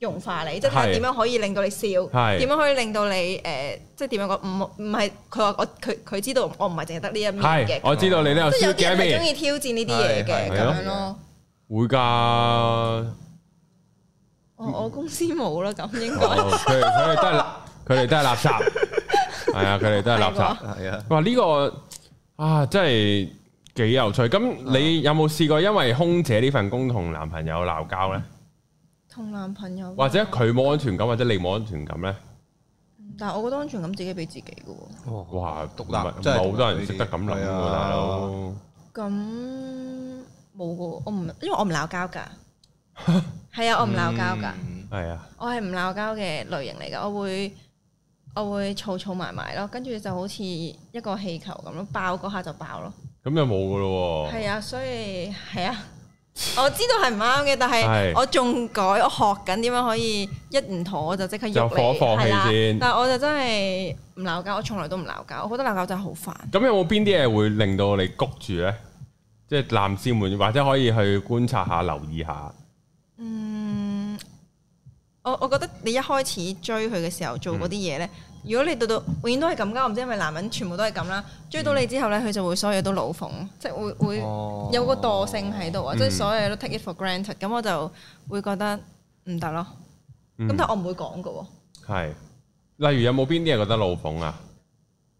Speaker 3: 融化你，即係睇下
Speaker 1: 係
Speaker 3: 點樣可以令到你笑，
Speaker 1: 係
Speaker 3: 點樣可以令到你誒、呃即係點樣講唔唔係佢話我佢佢知道我唔係淨係得呢一面
Speaker 1: 係
Speaker 3: 嘅，，
Speaker 1: 我知道你都有
Speaker 3: 即係
Speaker 1: 笑
Speaker 3: 有啲
Speaker 1: 嘅
Speaker 3: 人係中
Speaker 1: 面，
Speaker 3: 意挑戰呢啲嘢
Speaker 2: 係
Speaker 3: 嘅
Speaker 1: 係
Speaker 3: 咁樣咯。
Speaker 1: 會
Speaker 3: <laughs>
Speaker 1: 哦㗎。
Speaker 3: 我我公司冇啦，咁應該
Speaker 1: 哦佢哋佢哋都係垃佢哋都係垃圾，係啊，佢哋都係垃圾
Speaker 3: 係。
Speaker 2: 係啊，
Speaker 1: 哇！呢個啊真係幾有趣。咁你
Speaker 2: 啊
Speaker 1: 有冇試過因為空姐呢份工同男朋友鬧交呢？
Speaker 3: 同男朋友，
Speaker 1: 或者佢冇安全感，或者你冇安全感呢？
Speaker 3: 但係我覺得安全感自己俾自己嘅喎。
Speaker 2: 哇，
Speaker 1: 哇！
Speaker 2: 獨立
Speaker 1: 唔係唔
Speaker 2: 真係獨
Speaker 1: 係
Speaker 2: 立
Speaker 1: 好多人識得咁諗
Speaker 2: 呢啲
Speaker 1: 喎，
Speaker 2: 係啊
Speaker 1: 大佬。
Speaker 3: 咁冇噶，我唔因為我唔
Speaker 1: <laughs>
Speaker 3: 鬧交噶，係啊，我唔鬧
Speaker 2: Ừ.
Speaker 3: 交噶，
Speaker 2: 嗯
Speaker 1: 係啊，
Speaker 3: 我係唔鬧交嘅類型嚟噶，我會我會嘈嘈埋埋咯，跟住就好似一個氣球咁咯，爆嗰下就爆咯，
Speaker 1: 咁就冇噶咯喎。
Speaker 3: 係啊，所以係啊， <laughs> 我知道係唔啱嘅，但係
Speaker 1: 係
Speaker 3: 我仲改，我學緊點樣可以一唔妥我就即刻
Speaker 1: 就
Speaker 3: 喐
Speaker 1: 放一
Speaker 3: 你，
Speaker 1: 放
Speaker 3: 係啦
Speaker 1: 棄先，
Speaker 3: 但係我就真係唔鬧交，我從來都唔鬧交，我覺得鬧交真係好煩。
Speaker 1: 咁有冇邊啲嘢會令到你谷住呢？即係男士們或者可以去觀察下、留意下。
Speaker 3: 嗯，我我覺得你一開始追佢嘅時候做嗰啲嘢咧，如果你到到永遠都係咁噶，我唔知係咪男人全部都係咁啦。追到你之後咧，佢就會所有嘢都老奉，即係會會
Speaker 2: 哦
Speaker 3: 有個惰性喺度啊，
Speaker 1: 嗯
Speaker 3: 即係所有嘢都 take it for granted。咁我就會覺得唔得咯。
Speaker 1: 嗯
Speaker 3: 咁但係我唔會講噶喎。
Speaker 1: 係，例如有冇邊啲嘢覺得老奉啊？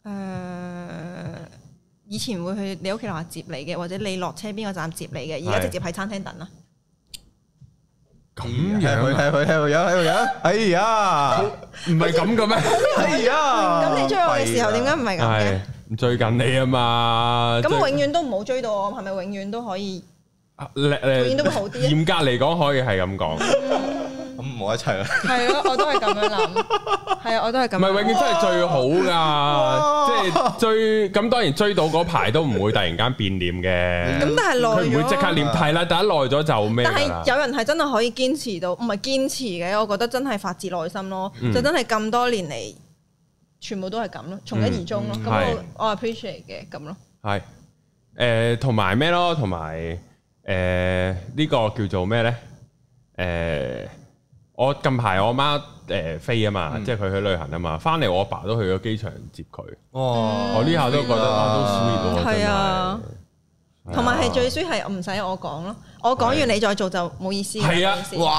Speaker 3: 誒，以前會去你屋企樓下接你嘅，或者你落車邊個站接你嘅，而家
Speaker 1: 係
Speaker 3: 直接喺餐廳等啦。
Speaker 1: 咁
Speaker 2: 係
Speaker 1: 樣啊
Speaker 2: 佢係佢係佢樣係佢樣，哎呀！
Speaker 1: 唔係咁嘅咩？
Speaker 3: <laughs>
Speaker 2: 哎呀！
Speaker 3: 咁你追我嘅時候點解唔係咁嘅？
Speaker 1: 係最近你啊嘛，
Speaker 3: 咁
Speaker 1: 即係
Speaker 3: 永遠都唔好追到我，係咪永遠都可以？
Speaker 1: 啊叻叻
Speaker 3: 永遠都會好啲啊
Speaker 1: 嚴格嚟講，可以係咁講，唔
Speaker 2: 咁我一齊啦。
Speaker 3: 係咯，我都係咁樣諗，係啊，我都係咁。
Speaker 1: 係永遠真係最好
Speaker 2: 哇
Speaker 1: 噶，即係追咁當然追到嗰排都唔會突然間變臉嘅，
Speaker 3: 咁，但係耐
Speaker 1: 佢唔會
Speaker 3: 咗，
Speaker 1: 即刻臉係啦，但係耐咗就咩
Speaker 3: 但
Speaker 1: 㗎啦
Speaker 3: 係有人係真係可以堅持到，唔係堅持嘅，我覺得真係發自內心咯，就真係咁多年嚟，全部都係咁咯，從一而終咯。
Speaker 1: 嗯嗯
Speaker 3: 咁
Speaker 1: 係
Speaker 3: 我我 appreciate 嘅咁咯。
Speaker 1: 係誒，同埋咩咯，同埋誒呢個叫做咩咧？誒，我近排我媽誒飛啊嘛，
Speaker 3: 嗯
Speaker 1: 即係佢去旅行啊嘛，翻嚟我阿爸都去咗機場接佢，
Speaker 2: 哦
Speaker 1: 我呢下都覺得啊都 sweet 喎，真
Speaker 3: 嗯係
Speaker 1: 係
Speaker 3: 啊。同埋係最衰係唔使我講咯，我講完你再做就冇意思㗎。
Speaker 1: 係啊
Speaker 3: 呢件事
Speaker 2: 哇！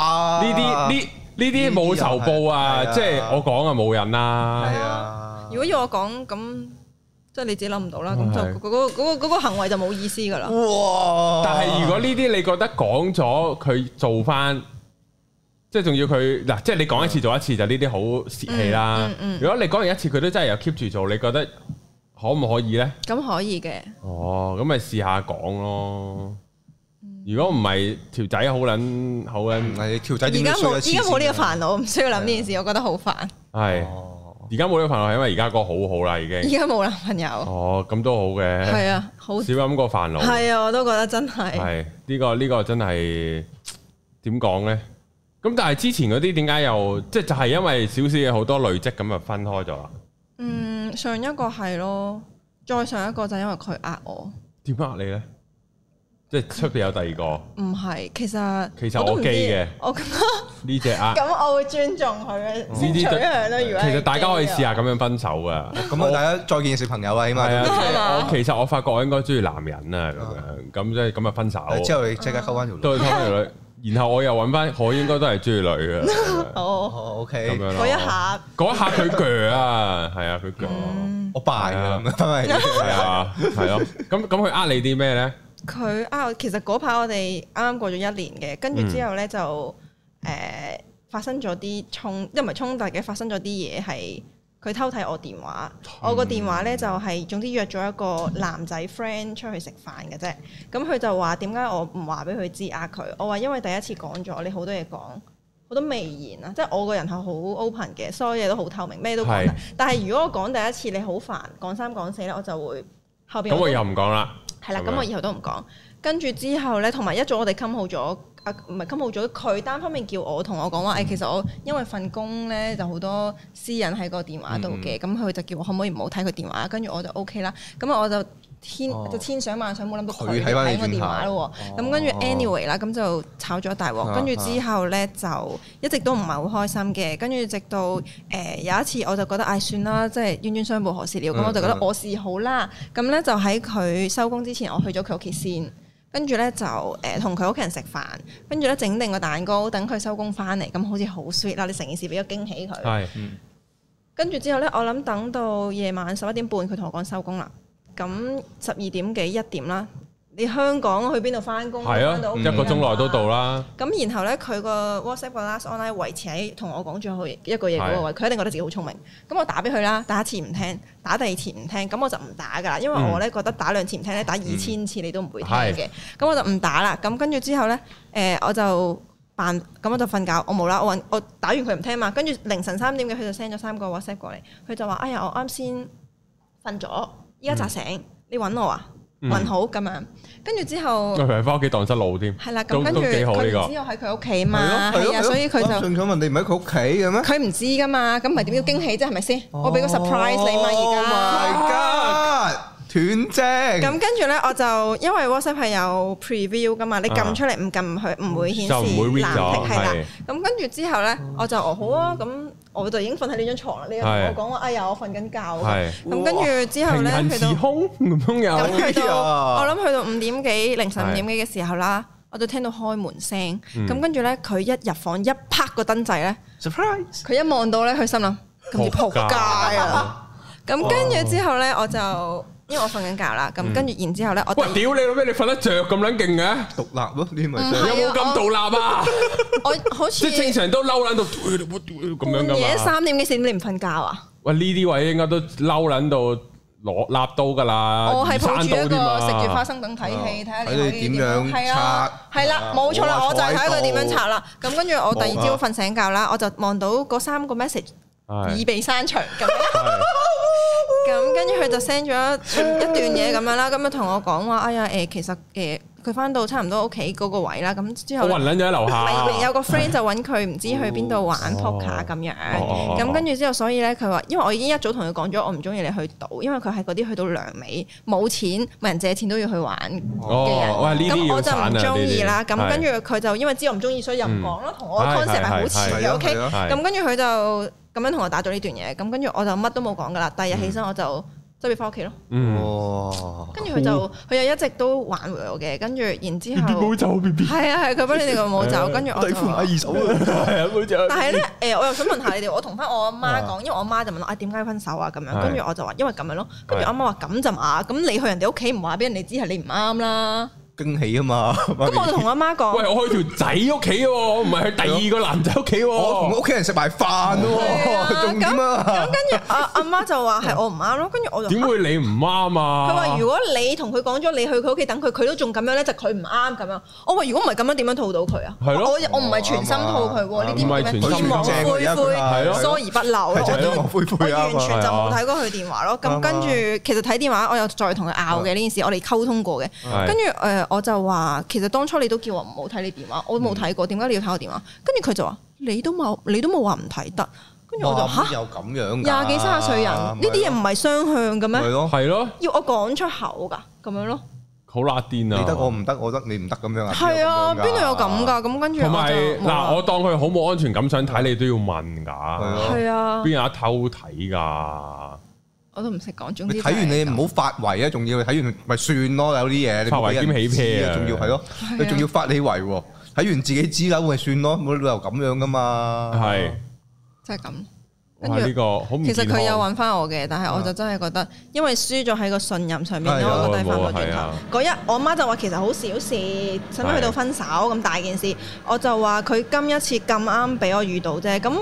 Speaker 1: 呢啲呢呢啲冇仇報啊！
Speaker 2: 呢啲又係
Speaker 1: 即係我講啊冇人啦
Speaker 2: 係，啊，
Speaker 3: 如果要我講咁，即係你自己諗唔到啦，咁就
Speaker 1: 嗯係
Speaker 3: 嗰個嗰個嗰個行為就冇意思㗎啦。
Speaker 2: 哇！
Speaker 1: 但係如果呢啲你覺得講咗佢做翻，即係仲要佢嗱，即係你講一次做一次就呢啲好泄氣啦
Speaker 3: 嗯嗯。嗯
Speaker 1: 如果你講完一次佢都真係有 keep 住做，你覺得可唔可以呢？
Speaker 3: 咁可以嘅，
Speaker 1: 哦，咁咪試下講咯。如果唔係條仔好撚好撚
Speaker 2: 係條仔
Speaker 3: 而
Speaker 2: 點都
Speaker 3: 家
Speaker 2: 衰
Speaker 3: 冇
Speaker 2: 得
Speaker 3: 而
Speaker 2: 黐線
Speaker 3: 家冇呢
Speaker 2: 㗎
Speaker 3: 個煩惱，唔需要諗呢
Speaker 1: 啊
Speaker 3: 件事，我覺得好煩。
Speaker 1: 係。
Speaker 2: 哦
Speaker 1: 而家冇呢個煩惱係因為而家個好好啦已
Speaker 3: 而
Speaker 1: 經。
Speaker 3: 家冇男朋友，
Speaker 1: 哦，咁都好嘅，
Speaker 3: 係啊，好
Speaker 1: 少諗個煩惱。
Speaker 3: 係啊，我都覺得真係
Speaker 1: 係呢個呢個真係點講呢？咁但係之前嗰啲點解又即係就係因為少少嘢好多累積咁就分開咗啦？啊
Speaker 3: 嗯上一個係咯，再上一個就因為佢呃我，
Speaker 1: 點呃你呢？即係出邊有第二個
Speaker 3: 唔係其實
Speaker 1: 其實
Speaker 3: 都
Speaker 1: 我
Speaker 3: 唔
Speaker 1: 基
Speaker 3: 知
Speaker 1: 嘅
Speaker 3: 我 <laughs> 咁 <laughs>
Speaker 1: 呢只呃，
Speaker 3: 我會尊重佢嘅性取
Speaker 1: 就
Speaker 3: 向咯。如果
Speaker 1: 其
Speaker 3: 係
Speaker 1: 實大家可以
Speaker 3: 基嘅
Speaker 1: 試下咁樣分手啊。
Speaker 2: 咁啊，大家再見是朋友啊，起
Speaker 1: 係啊，
Speaker 2: 碼
Speaker 1: 即
Speaker 2: 都
Speaker 1: 係
Speaker 3: 嘛
Speaker 1: 我其實我發覺我應該中意男人啊，咁樣咁即係咁啊分手。
Speaker 2: 之後你即刻溝翻條路。
Speaker 1: 都係溝翻條女，然後我又揾翻，我應該都係中意女嘅，
Speaker 3: 哦，
Speaker 2: 哦
Speaker 1: 咁
Speaker 2: Ờ, ，OK，
Speaker 1: 樣咯
Speaker 3: <laughs> 嗰一，下嗯
Speaker 1: 嗰一下佢鋸啊，係啊，佢鋸，
Speaker 2: 我敗啊，
Speaker 1: 係
Speaker 2: 咁樣
Speaker 1: 係啊，係咯，咁咁佢呃你啲咩咧？
Speaker 3: 佢啊，其實嗰排我哋啱啱過咗一年嘅，跟住
Speaker 1: 嗯
Speaker 3: 之後咧就誒、呃發生咗啲衝，即係唔係衝突嘅，發生咗啲嘢係佢偷睇我電話，
Speaker 1: 嗯
Speaker 3: 我個電話咧就係、總之約咗一個男仔 friend 出去食飯嘅啫，咁佢就話點解我唔話俾佢知呃佢？我話因為第一次講咗，你好多嘢講。好多微言啊，即係我個人係好 open 嘅，所有嘢都好透明，咩都講
Speaker 1: 係
Speaker 3: 得。但係如果我講第一次你好煩，講三講四咧，我就會後邊
Speaker 1: 咁我又唔講啦，
Speaker 3: 係啦，
Speaker 1: 咁樣
Speaker 3: 咁我以後都唔講。跟住之後咧，同埋一早我哋襟好咗，啊唔係襟好咗，佢單方面叫我同我講
Speaker 2: 嗯
Speaker 3: 話，誒、哎其實我因為份工咧就好多私隱喺個電話度
Speaker 2: 嗯
Speaker 3: 嘅，咁佢、就叫我可唔可以唔好睇佢電話，跟住我就 O K 啦，咁啊我就千、
Speaker 2: 哦
Speaker 3: 就千想萬想冇諗到
Speaker 2: 佢
Speaker 3: 佢
Speaker 2: 睇
Speaker 3: 睇
Speaker 2: 返你
Speaker 3: 我電話咯
Speaker 2: 轉
Speaker 3: 喎，
Speaker 2: 頭
Speaker 3: 咁跟住
Speaker 2: 哦
Speaker 3: anyway 啦，咁就炒咗大鑊，
Speaker 2: 啊
Speaker 3: 跟住之後咧就一直都唔係好開心嘅，跟住直到誒、有一次我就覺得唉、算啦，即係冤冤相報何時了，咁、
Speaker 2: 嗯
Speaker 3: 我就覺得
Speaker 2: 嗯
Speaker 3: 我是好啦。咁咧就喺佢收工之前，我去咗佢屋企先，跟住咧就誒同佢屋企人食飯，跟住咧整定個蛋糕，等佢收工翻嚟，咁好似好 sweet 啦！你成件事俾咗驚喜佢。
Speaker 1: 係
Speaker 3: 跟住之後咧，我諗等到夜晚十一點半，佢同我講收工啦。咁十二點幾一點啦，你香港去邊度翻工？
Speaker 1: 係啊
Speaker 3: 返到，屋
Speaker 1: 一
Speaker 3: 企
Speaker 1: 個鐘內都到
Speaker 3: 啦。
Speaker 1: 啦，
Speaker 3: 咁然後咧，佢個 WhatsApp 個 last online 維持喺同我講最後一個嘢嗰個位，佢一定覺得自己好聰明。咁我打俾佢啦，打一次唔聽，打第二次唔聽，咁我就唔打噶啦，因為我咧覺得打兩次唔聽咧，打二千次你都唔會聽嘅。咁我就唔打啦。咁跟住之後咧，誒、我就扮咁我就瞓覺，我冇啦，我搵我打完佢唔聽嘛，跟住凌晨三點嘅佢就 send 咗三個 WhatsApp 過嚟，佢就話：哎呀，我啱先瞓咗，依家扎醒，你揾我啊，
Speaker 1: 嗯
Speaker 3: 問好咁樣。跟住之後。
Speaker 1: 佢係翻屋企蕩失路添，
Speaker 3: 係啦，咁
Speaker 1: 都
Speaker 3: 跟
Speaker 1: 都
Speaker 3: 住
Speaker 1: 幾好呢個
Speaker 3: 佢唔知我喺佢屋企嘛，
Speaker 2: 係
Speaker 3: 係
Speaker 2: 咯
Speaker 3: 啊，所以佢就
Speaker 2: 仲想問你唔喺佢屋企嘅咩？
Speaker 3: 佢唔知噶嘛，咁咪點叫驚喜啫？係咪先？
Speaker 2: 哦
Speaker 3: 我俾個 surprise 你嘛，
Speaker 2: my Oh god！斷正
Speaker 3: 而家。咁。跟住咧，我就因為 WhatsApp 係有 preview 噶嘛，你撳出嚟唔撳佢唔會顯示
Speaker 1: 啊就唔會
Speaker 3: 藍
Speaker 1: read
Speaker 3: 剔
Speaker 1: 咗，
Speaker 3: 係啦
Speaker 1: 係。
Speaker 3: 咁跟住之後咧，我就哦好啊，咁我就已經瞓喺呢張床啦。你又同我
Speaker 1: 係
Speaker 3: 講話，哎呀，我瞓緊覺㗎。
Speaker 1: 係
Speaker 3: 咁跟住之後
Speaker 1: 平
Speaker 3: 咧，
Speaker 1: 行
Speaker 3: 去到
Speaker 1: 時空咁樣
Speaker 3: 咁
Speaker 1: 有，
Speaker 3: 去
Speaker 2: 哎呀
Speaker 3: 到我諗去到五點幾凌晨
Speaker 1: 係
Speaker 3: 五點幾嘅時候啦，我就聽到開門聲。咁跟住咧，佢一入房一拍個燈掣咧。
Speaker 2: surprise。
Speaker 3: 佢一望到咧，佢心諗今次仆街啊！咁跟住之後咧，我就因為我瞓緊覺啦，咁跟住然之後咧，我
Speaker 1: 喂屌你老咩？你瞓得着咁撚勁嘅？
Speaker 2: 獨立咯，呢啲咪
Speaker 3: 唔係
Speaker 2: 真
Speaker 3: 啊
Speaker 1: 有冇咁獨立啊？
Speaker 3: 我 <laughs> 好
Speaker 1: 即
Speaker 3: 似
Speaker 1: 係正常都嬲撚到咁樣
Speaker 3: 半夜
Speaker 1: 噶嘛？
Speaker 3: 三點幾四點你唔瞓覺啊？
Speaker 1: 喂，呢啲位應該都嬲撚到攞立刀噶啦，
Speaker 3: 我係抱住
Speaker 1: 移山
Speaker 3: 一
Speaker 1: 刀添
Speaker 3: 個
Speaker 1: 啊
Speaker 3: 食住花生等睇戲，睇下你可以點
Speaker 2: 睇你
Speaker 3: 樣
Speaker 2: 點樣
Speaker 3: 係啊，
Speaker 2: 拆
Speaker 3: 係啦，冇錯啦，
Speaker 2: 我
Speaker 3: 我就係睇佢點樣拆啦。咁跟住我第
Speaker 2: 冇啊
Speaker 3: 二朝瞓醒覺啦，我就望到嗰三個 message
Speaker 1: 係
Speaker 3: 已被刪除咁
Speaker 1: <laughs>
Speaker 3: 樣。
Speaker 1: 係
Speaker 3: 咁跟住佢就 send 咗一段嘢咁樣啦，咁啊同我講話，哎呀誒、其實誒佢翻到差唔多屋企嗰個位啦，咁之後
Speaker 1: 我
Speaker 3: 咧
Speaker 1: 暈撚咗喺樓
Speaker 3: 咪咪
Speaker 1: 下。
Speaker 3: 有個 friend 就揾佢唔知去邊度玩 poker 咁樣，
Speaker 1: 哦
Speaker 3: 咁跟住之後，所以咧佢話，因為我已經一早同佢講咗，我唔中意你去賭，因為佢係嗰啲去到糧尾冇錢問人借錢都要去玩嘅人，
Speaker 1: 哦，哇！呢啲
Speaker 3: 咁
Speaker 1: 要
Speaker 3: 我就
Speaker 1: 散啊
Speaker 3: 唔中意啦。
Speaker 1: 呢啲
Speaker 3: 咁跟住佢就因為知我唔中意，所以又唔講啦，同我
Speaker 1: 係
Speaker 3: concept 係好
Speaker 1: 係係
Speaker 2: 係
Speaker 3: 似嘅
Speaker 2: 啊
Speaker 3: Dạ, ，OK
Speaker 2: 係啊。
Speaker 1: 係
Speaker 3: 咁跟住佢就咁樣同我打咗呢段嘢，咁跟住我就乜都冇講噶啦。第二日起身我就執住翻屋企咯。
Speaker 1: 嗯，
Speaker 2: 哇！
Speaker 3: 跟住佢就佢又一直都挽回我嘅，跟住然之
Speaker 1: B B
Speaker 3: 後
Speaker 1: 冇走，B 哎 B
Speaker 3: 係啊係佢幫你哋個冇走，跟住我
Speaker 2: 底
Speaker 3: 就
Speaker 2: 褲買
Speaker 3: 話。
Speaker 2: 二手啊！
Speaker 1: 係啊，冇走。
Speaker 3: 但係咧，誒，我又想問下你哋，我同翻我阿
Speaker 1: <laughs>
Speaker 3: 媽講，因為我阿媽就問我啊點解分手啊咁樣，
Speaker 1: 係
Speaker 3: 跟住我就話因為咁樣咯，跟住我阿媽話咁就嘛，咁你去人哋屋企唔話俾人哋知係你唔啱啦，
Speaker 2: 驚喜啊嘛。
Speaker 3: 咁我就同阿媽
Speaker 1: <laughs> 喂，
Speaker 3: 講，
Speaker 1: 我去條仔屋企喎，我唔係去第二個男仔屋企
Speaker 2: 我同
Speaker 3: <laughs>
Speaker 1: 喎。
Speaker 2: 屋企人食埋飯 <laughs>
Speaker 3: 係啊
Speaker 2: 喎，重點啊
Speaker 3: 咁，跟住阿阿媽就話係我唔啱咯，跟住我就
Speaker 1: 點會你唔啱啊？
Speaker 3: 佢話：如果你同佢講咗你去佢屋企等佢，佢都仲咁樣咧，就佢唔啱咁樣。我話：如果唔係咁樣，點樣套到佢啊？
Speaker 1: 係咯啊
Speaker 3: 我我唔係全心套佢
Speaker 2: 哦
Speaker 3: 喎，呢
Speaker 1: 唔係
Speaker 3: 啲
Speaker 1: 全
Speaker 3: 點
Speaker 1: 心
Speaker 3: 樣
Speaker 1: 套佢
Speaker 3: 眼灰灰，
Speaker 1: 係咯
Speaker 3: 疏而不漏。
Speaker 2: 係真係
Speaker 3: 我
Speaker 2: 天王灰
Speaker 3: 我
Speaker 2: 灰啊
Speaker 3: 完
Speaker 2: 嘛。
Speaker 3: 全就冇睇過佢電話咯。
Speaker 2: 啱啊
Speaker 3: 咁跟住其實睇電話，我有再同佢拗嘅呢件事，我哋溝通過嘅。
Speaker 1: 係
Speaker 3: 跟住誒，我就話其實當初你都叫我唔好睇你電話，我
Speaker 1: 嗯
Speaker 3: 冇睇過，點解你要睇我電話？跟住佢就話你都冇，你都冇話唔睇得。跟住我
Speaker 2: 哇
Speaker 3: 就吓
Speaker 2: 又咁樣㗎
Speaker 3: 廿幾三十歲人，
Speaker 1: 啊
Speaker 3: 呢啲嘢唔係雙向嘅咩
Speaker 2: 咪？咯，
Speaker 1: 係咯，
Speaker 3: 要我講出口㗎咁樣咯。
Speaker 1: 好辣癲啊！
Speaker 2: 你得我唔得，我得你唔得咁樣啊？
Speaker 3: 係啊，邊
Speaker 2: 邊
Speaker 3: 度有咁？㗎？咁跟住我
Speaker 1: 同埋
Speaker 3: 就冇啦
Speaker 1: 嗱，我當佢好冇安全感，想睇你都要問㗎，
Speaker 2: 啊
Speaker 3: 係啊
Speaker 1: 邊，有得偷睇㗎？
Speaker 3: 我都唔識講。總之
Speaker 2: 你
Speaker 3: 就
Speaker 2: 睇完你
Speaker 3: 係咁
Speaker 2: 唔好發圍啊，仲要睇完咪算咯，有啲嘢你
Speaker 1: 發圍
Speaker 2: 俾人
Speaker 1: 兼起
Speaker 2: 知
Speaker 1: 啤啊
Speaker 2: 仲要係咯，你仲要發你圍喎，睇完自己知啦，咪算咯，冇理由咁樣㗎嘛。
Speaker 1: 係，
Speaker 3: 就係咁。跟
Speaker 1: 哇！呢
Speaker 3: 住
Speaker 1: 個好唔
Speaker 3: 其實
Speaker 1: 健康
Speaker 3: 佢有揾翻我嘅，但係我就真係覺得，因為輸咗喺個信任上面
Speaker 2: 係
Speaker 3: 咯，
Speaker 2: 啊
Speaker 3: 我覺得翻
Speaker 1: 冇
Speaker 3: 個
Speaker 1: 啊
Speaker 3: 轉
Speaker 1: 係啊
Speaker 3: 頭嗰日，我媽就話其實好小事，使乜去到分手咁大件事？我就話佢今一次咁啱俾我遇到啫，咁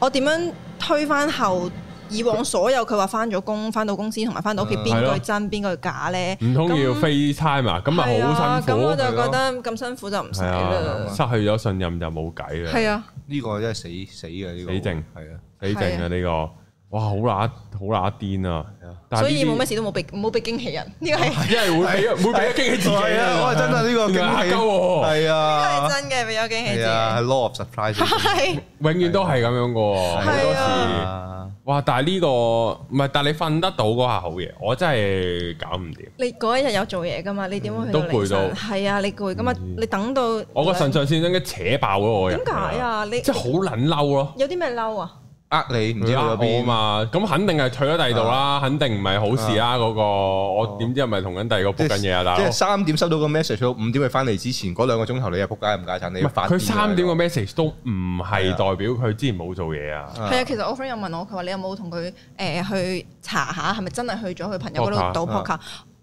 Speaker 3: 我點樣推翻後以往所有佢話翻咗工、翻到公司同埋翻到屋企
Speaker 2: 嗯
Speaker 3: 邊
Speaker 1: 係咯
Speaker 3: 句真邊句假呢？
Speaker 1: 唔通要
Speaker 3: 咁
Speaker 1: FaceTime 啊？咁
Speaker 3: 係
Speaker 1: 咪好
Speaker 3: 啊
Speaker 1: 辛
Speaker 3: 咁我
Speaker 1: 苦
Speaker 3: 就。
Speaker 2: 係咯
Speaker 3: 覺得咁辛苦就唔使
Speaker 1: 係啊，
Speaker 3: 啦。
Speaker 1: 失去咗信任就冇計啦。
Speaker 3: 係啊，
Speaker 2: 呢個真係死死嘅呢個
Speaker 1: 死症
Speaker 2: 係啊，
Speaker 1: 死剩啊呢個，哇！好乸好乸癲啊
Speaker 2: 係啊！
Speaker 1: 但係
Speaker 3: 所
Speaker 1: 呢啲哦
Speaker 3: 以冇咩事都冇俾冇俾驚喜人，呢個係呢
Speaker 1: 因為會俾會俾驚喜自己
Speaker 2: 係啊，哇真係呢個
Speaker 1: 原來
Speaker 2: 驚喜
Speaker 1: 呃鳩喎
Speaker 2: 係
Speaker 3: 個係
Speaker 2: 啊，
Speaker 3: 真嘅，俾咗驚喜自
Speaker 2: 係
Speaker 3: 己。
Speaker 2: 啊係，law of surprise
Speaker 3: <laughs> 係
Speaker 1: 永遠都係咁樣嘅喎，好多
Speaker 3: 係
Speaker 1: 時。
Speaker 2: 啊，
Speaker 1: 哇！但係呢個唔係，但係你瞓得到嗰下好嘢，我真係搞唔掂。
Speaker 3: 你嗰一日有做嘢噶嘛？你點會去
Speaker 1: 都
Speaker 3: 凌
Speaker 1: 攰
Speaker 3: 晨
Speaker 1: 到嗯
Speaker 3: 係啊，你攰噶嘛？你等到
Speaker 1: 我個腎上腺應該扯爆咗我嘅人。
Speaker 3: 點解？啊？你
Speaker 1: 即係好撚嬲咯！
Speaker 3: 有啲咩嬲啊？
Speaker 2: 呃你唔知去咗
Speaker 1: 佢呃我
Speaker 2: 邊啊
Speaker 1: 嘛，咁肯定係退咗第二度啦，肯定唔係好事啦。嗰個我點知係咪同緊第二個
Speaker 2: 即
Speaker 1: 仆緊嘢啊？大
Speaker 2: 即
Speaker 1: 佬
Speaker 2: 係，三點收到個 message，到五點佢翻嚟之前嗰兩個鐘頭，你又仆街唔家產，你
Speaker 1: 唔係
Speaker 2: 發癲
Speaker 1: 佢三點個
Speaker 2: 啊
Speaker 1: message 都唔係代表佢之前冇做嘢啊。
Speaker 2: 啊
Speaker 3: 係啊，其實我 friend 又問我，佢話你有冇同佢誒去查下係咪真係去咗佢朋友嗰度賭
Speaker 2: Poker，
Speaker 3: poker，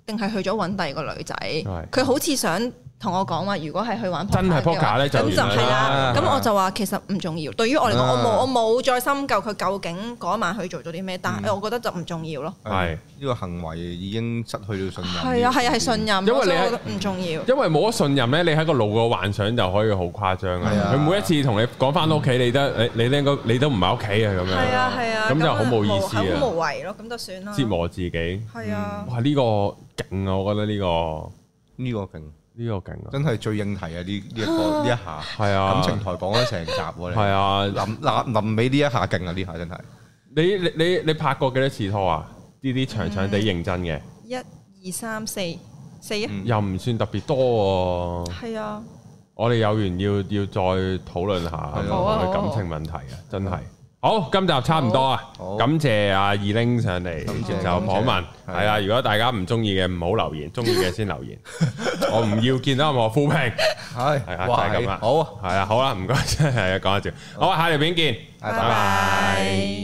Speaker 3: 定係去咗揾第二個女仔？
Speaker 1: 啊係
Speaker 3: 佢好似想同我講話，如果係去玩
Speaker 1: 真係
Speaker 3: poker 嘅
Speaker 1: poker
Speaker 3: 話
Speaker 1: 咧就
Speaker 3: 咁就
Speaker 1: 完
Speaker 3: 係
Speaker 1: 啦啊
Speaker 3: 啦。咁我就話其實唔重要，對於我嚟講，
Speaker 2: 啊
Speaker 3: 我冇我冇再深究佢究竟嗰晚佢做咗啲咩，但
Speaker 1: 嗯
Speaker 3: 係我覺得就唔重要咯。
Speaker 1: 係
Speaker 2: 呢個行為已經失去咗信任。
Speaker 3: 係啊，係啊，係信任，
Speaker 1: 因為
Speaker 3: 所
Speaker 1: 你嗯
Speaker 3: 以我覺得唔重要。
Speaker 1: 因為冇咗信任咧，你喺個腦個幻想就可以好誇張啊
Speaker 2: 係！啊嗯
Speaker 1: 佢每一次同你講翻屋企，你都你你應該你都唔喺屋企啊咁
Speaker 3: 係
Speaker 1: 樣，
Speaker 3: 啊係啊，
Speaker 1: 咁就好冇意思啊
Speaker 3: 好無謂咯，咁就算啦。
Speaker 1: 折磨嗯自己。
Speaker 3: 係啊，
Speaker 1: 哇！呢個勁啊，我覺得呢個
Speaker 2: 呢個勁，
Speaker 1: 呢個勁啊，
Speaker 2: 真係最應題啊！呢呢一個呢一下
Speaker 1: 係啊，
Speaker 2: 感情台講咗成集喎，你
Speaker 1: 係啊，
Speaker 2: 臨臨臨尾呢一下勁啊！呢下真係
Speaker 1: 你你你你拍過幾多次拖啊？呢啲長長地
Speaker 3: 嗯
Speaker 1: 認真嘅，
Speaker 3: 一二三四四啊，
Speaker 2: 嗯
Speaker 1: 又唔算特別多喎。
Speaker 3: 係啊，
Speaker 1: 我哋有緣要要再討論下
Speaker 2: 啊
Speaker 3: 好啊
Speaker 1: 我哋感情問題啊，真係。好，今集差唔多啊
Speaker 2: 好，
Speaker 1: 感謝阿二 ling 上嚟
Speaker 2: 感
Speaker 1: 接
Speaker 2: 謝
Speaker 1: 受訪問
Speaker 2: 感。謝
Speaker 1: 係啊，如果大家唔中意嘅唔好留言，中意嘅先留言。
Speaker 2: <laughs>
Speaker 1: 我唔要見到任何負評，
Speaker 2: 係
Speaker 1: 係啊，就係咁啦。
Speaker 2: 好啊，
Speaker 1: 係啊，好啦，唔該，真係啊講一笑。好啊，下條片見，
Speaker 2: 拜
Speaker 1: 拜拜。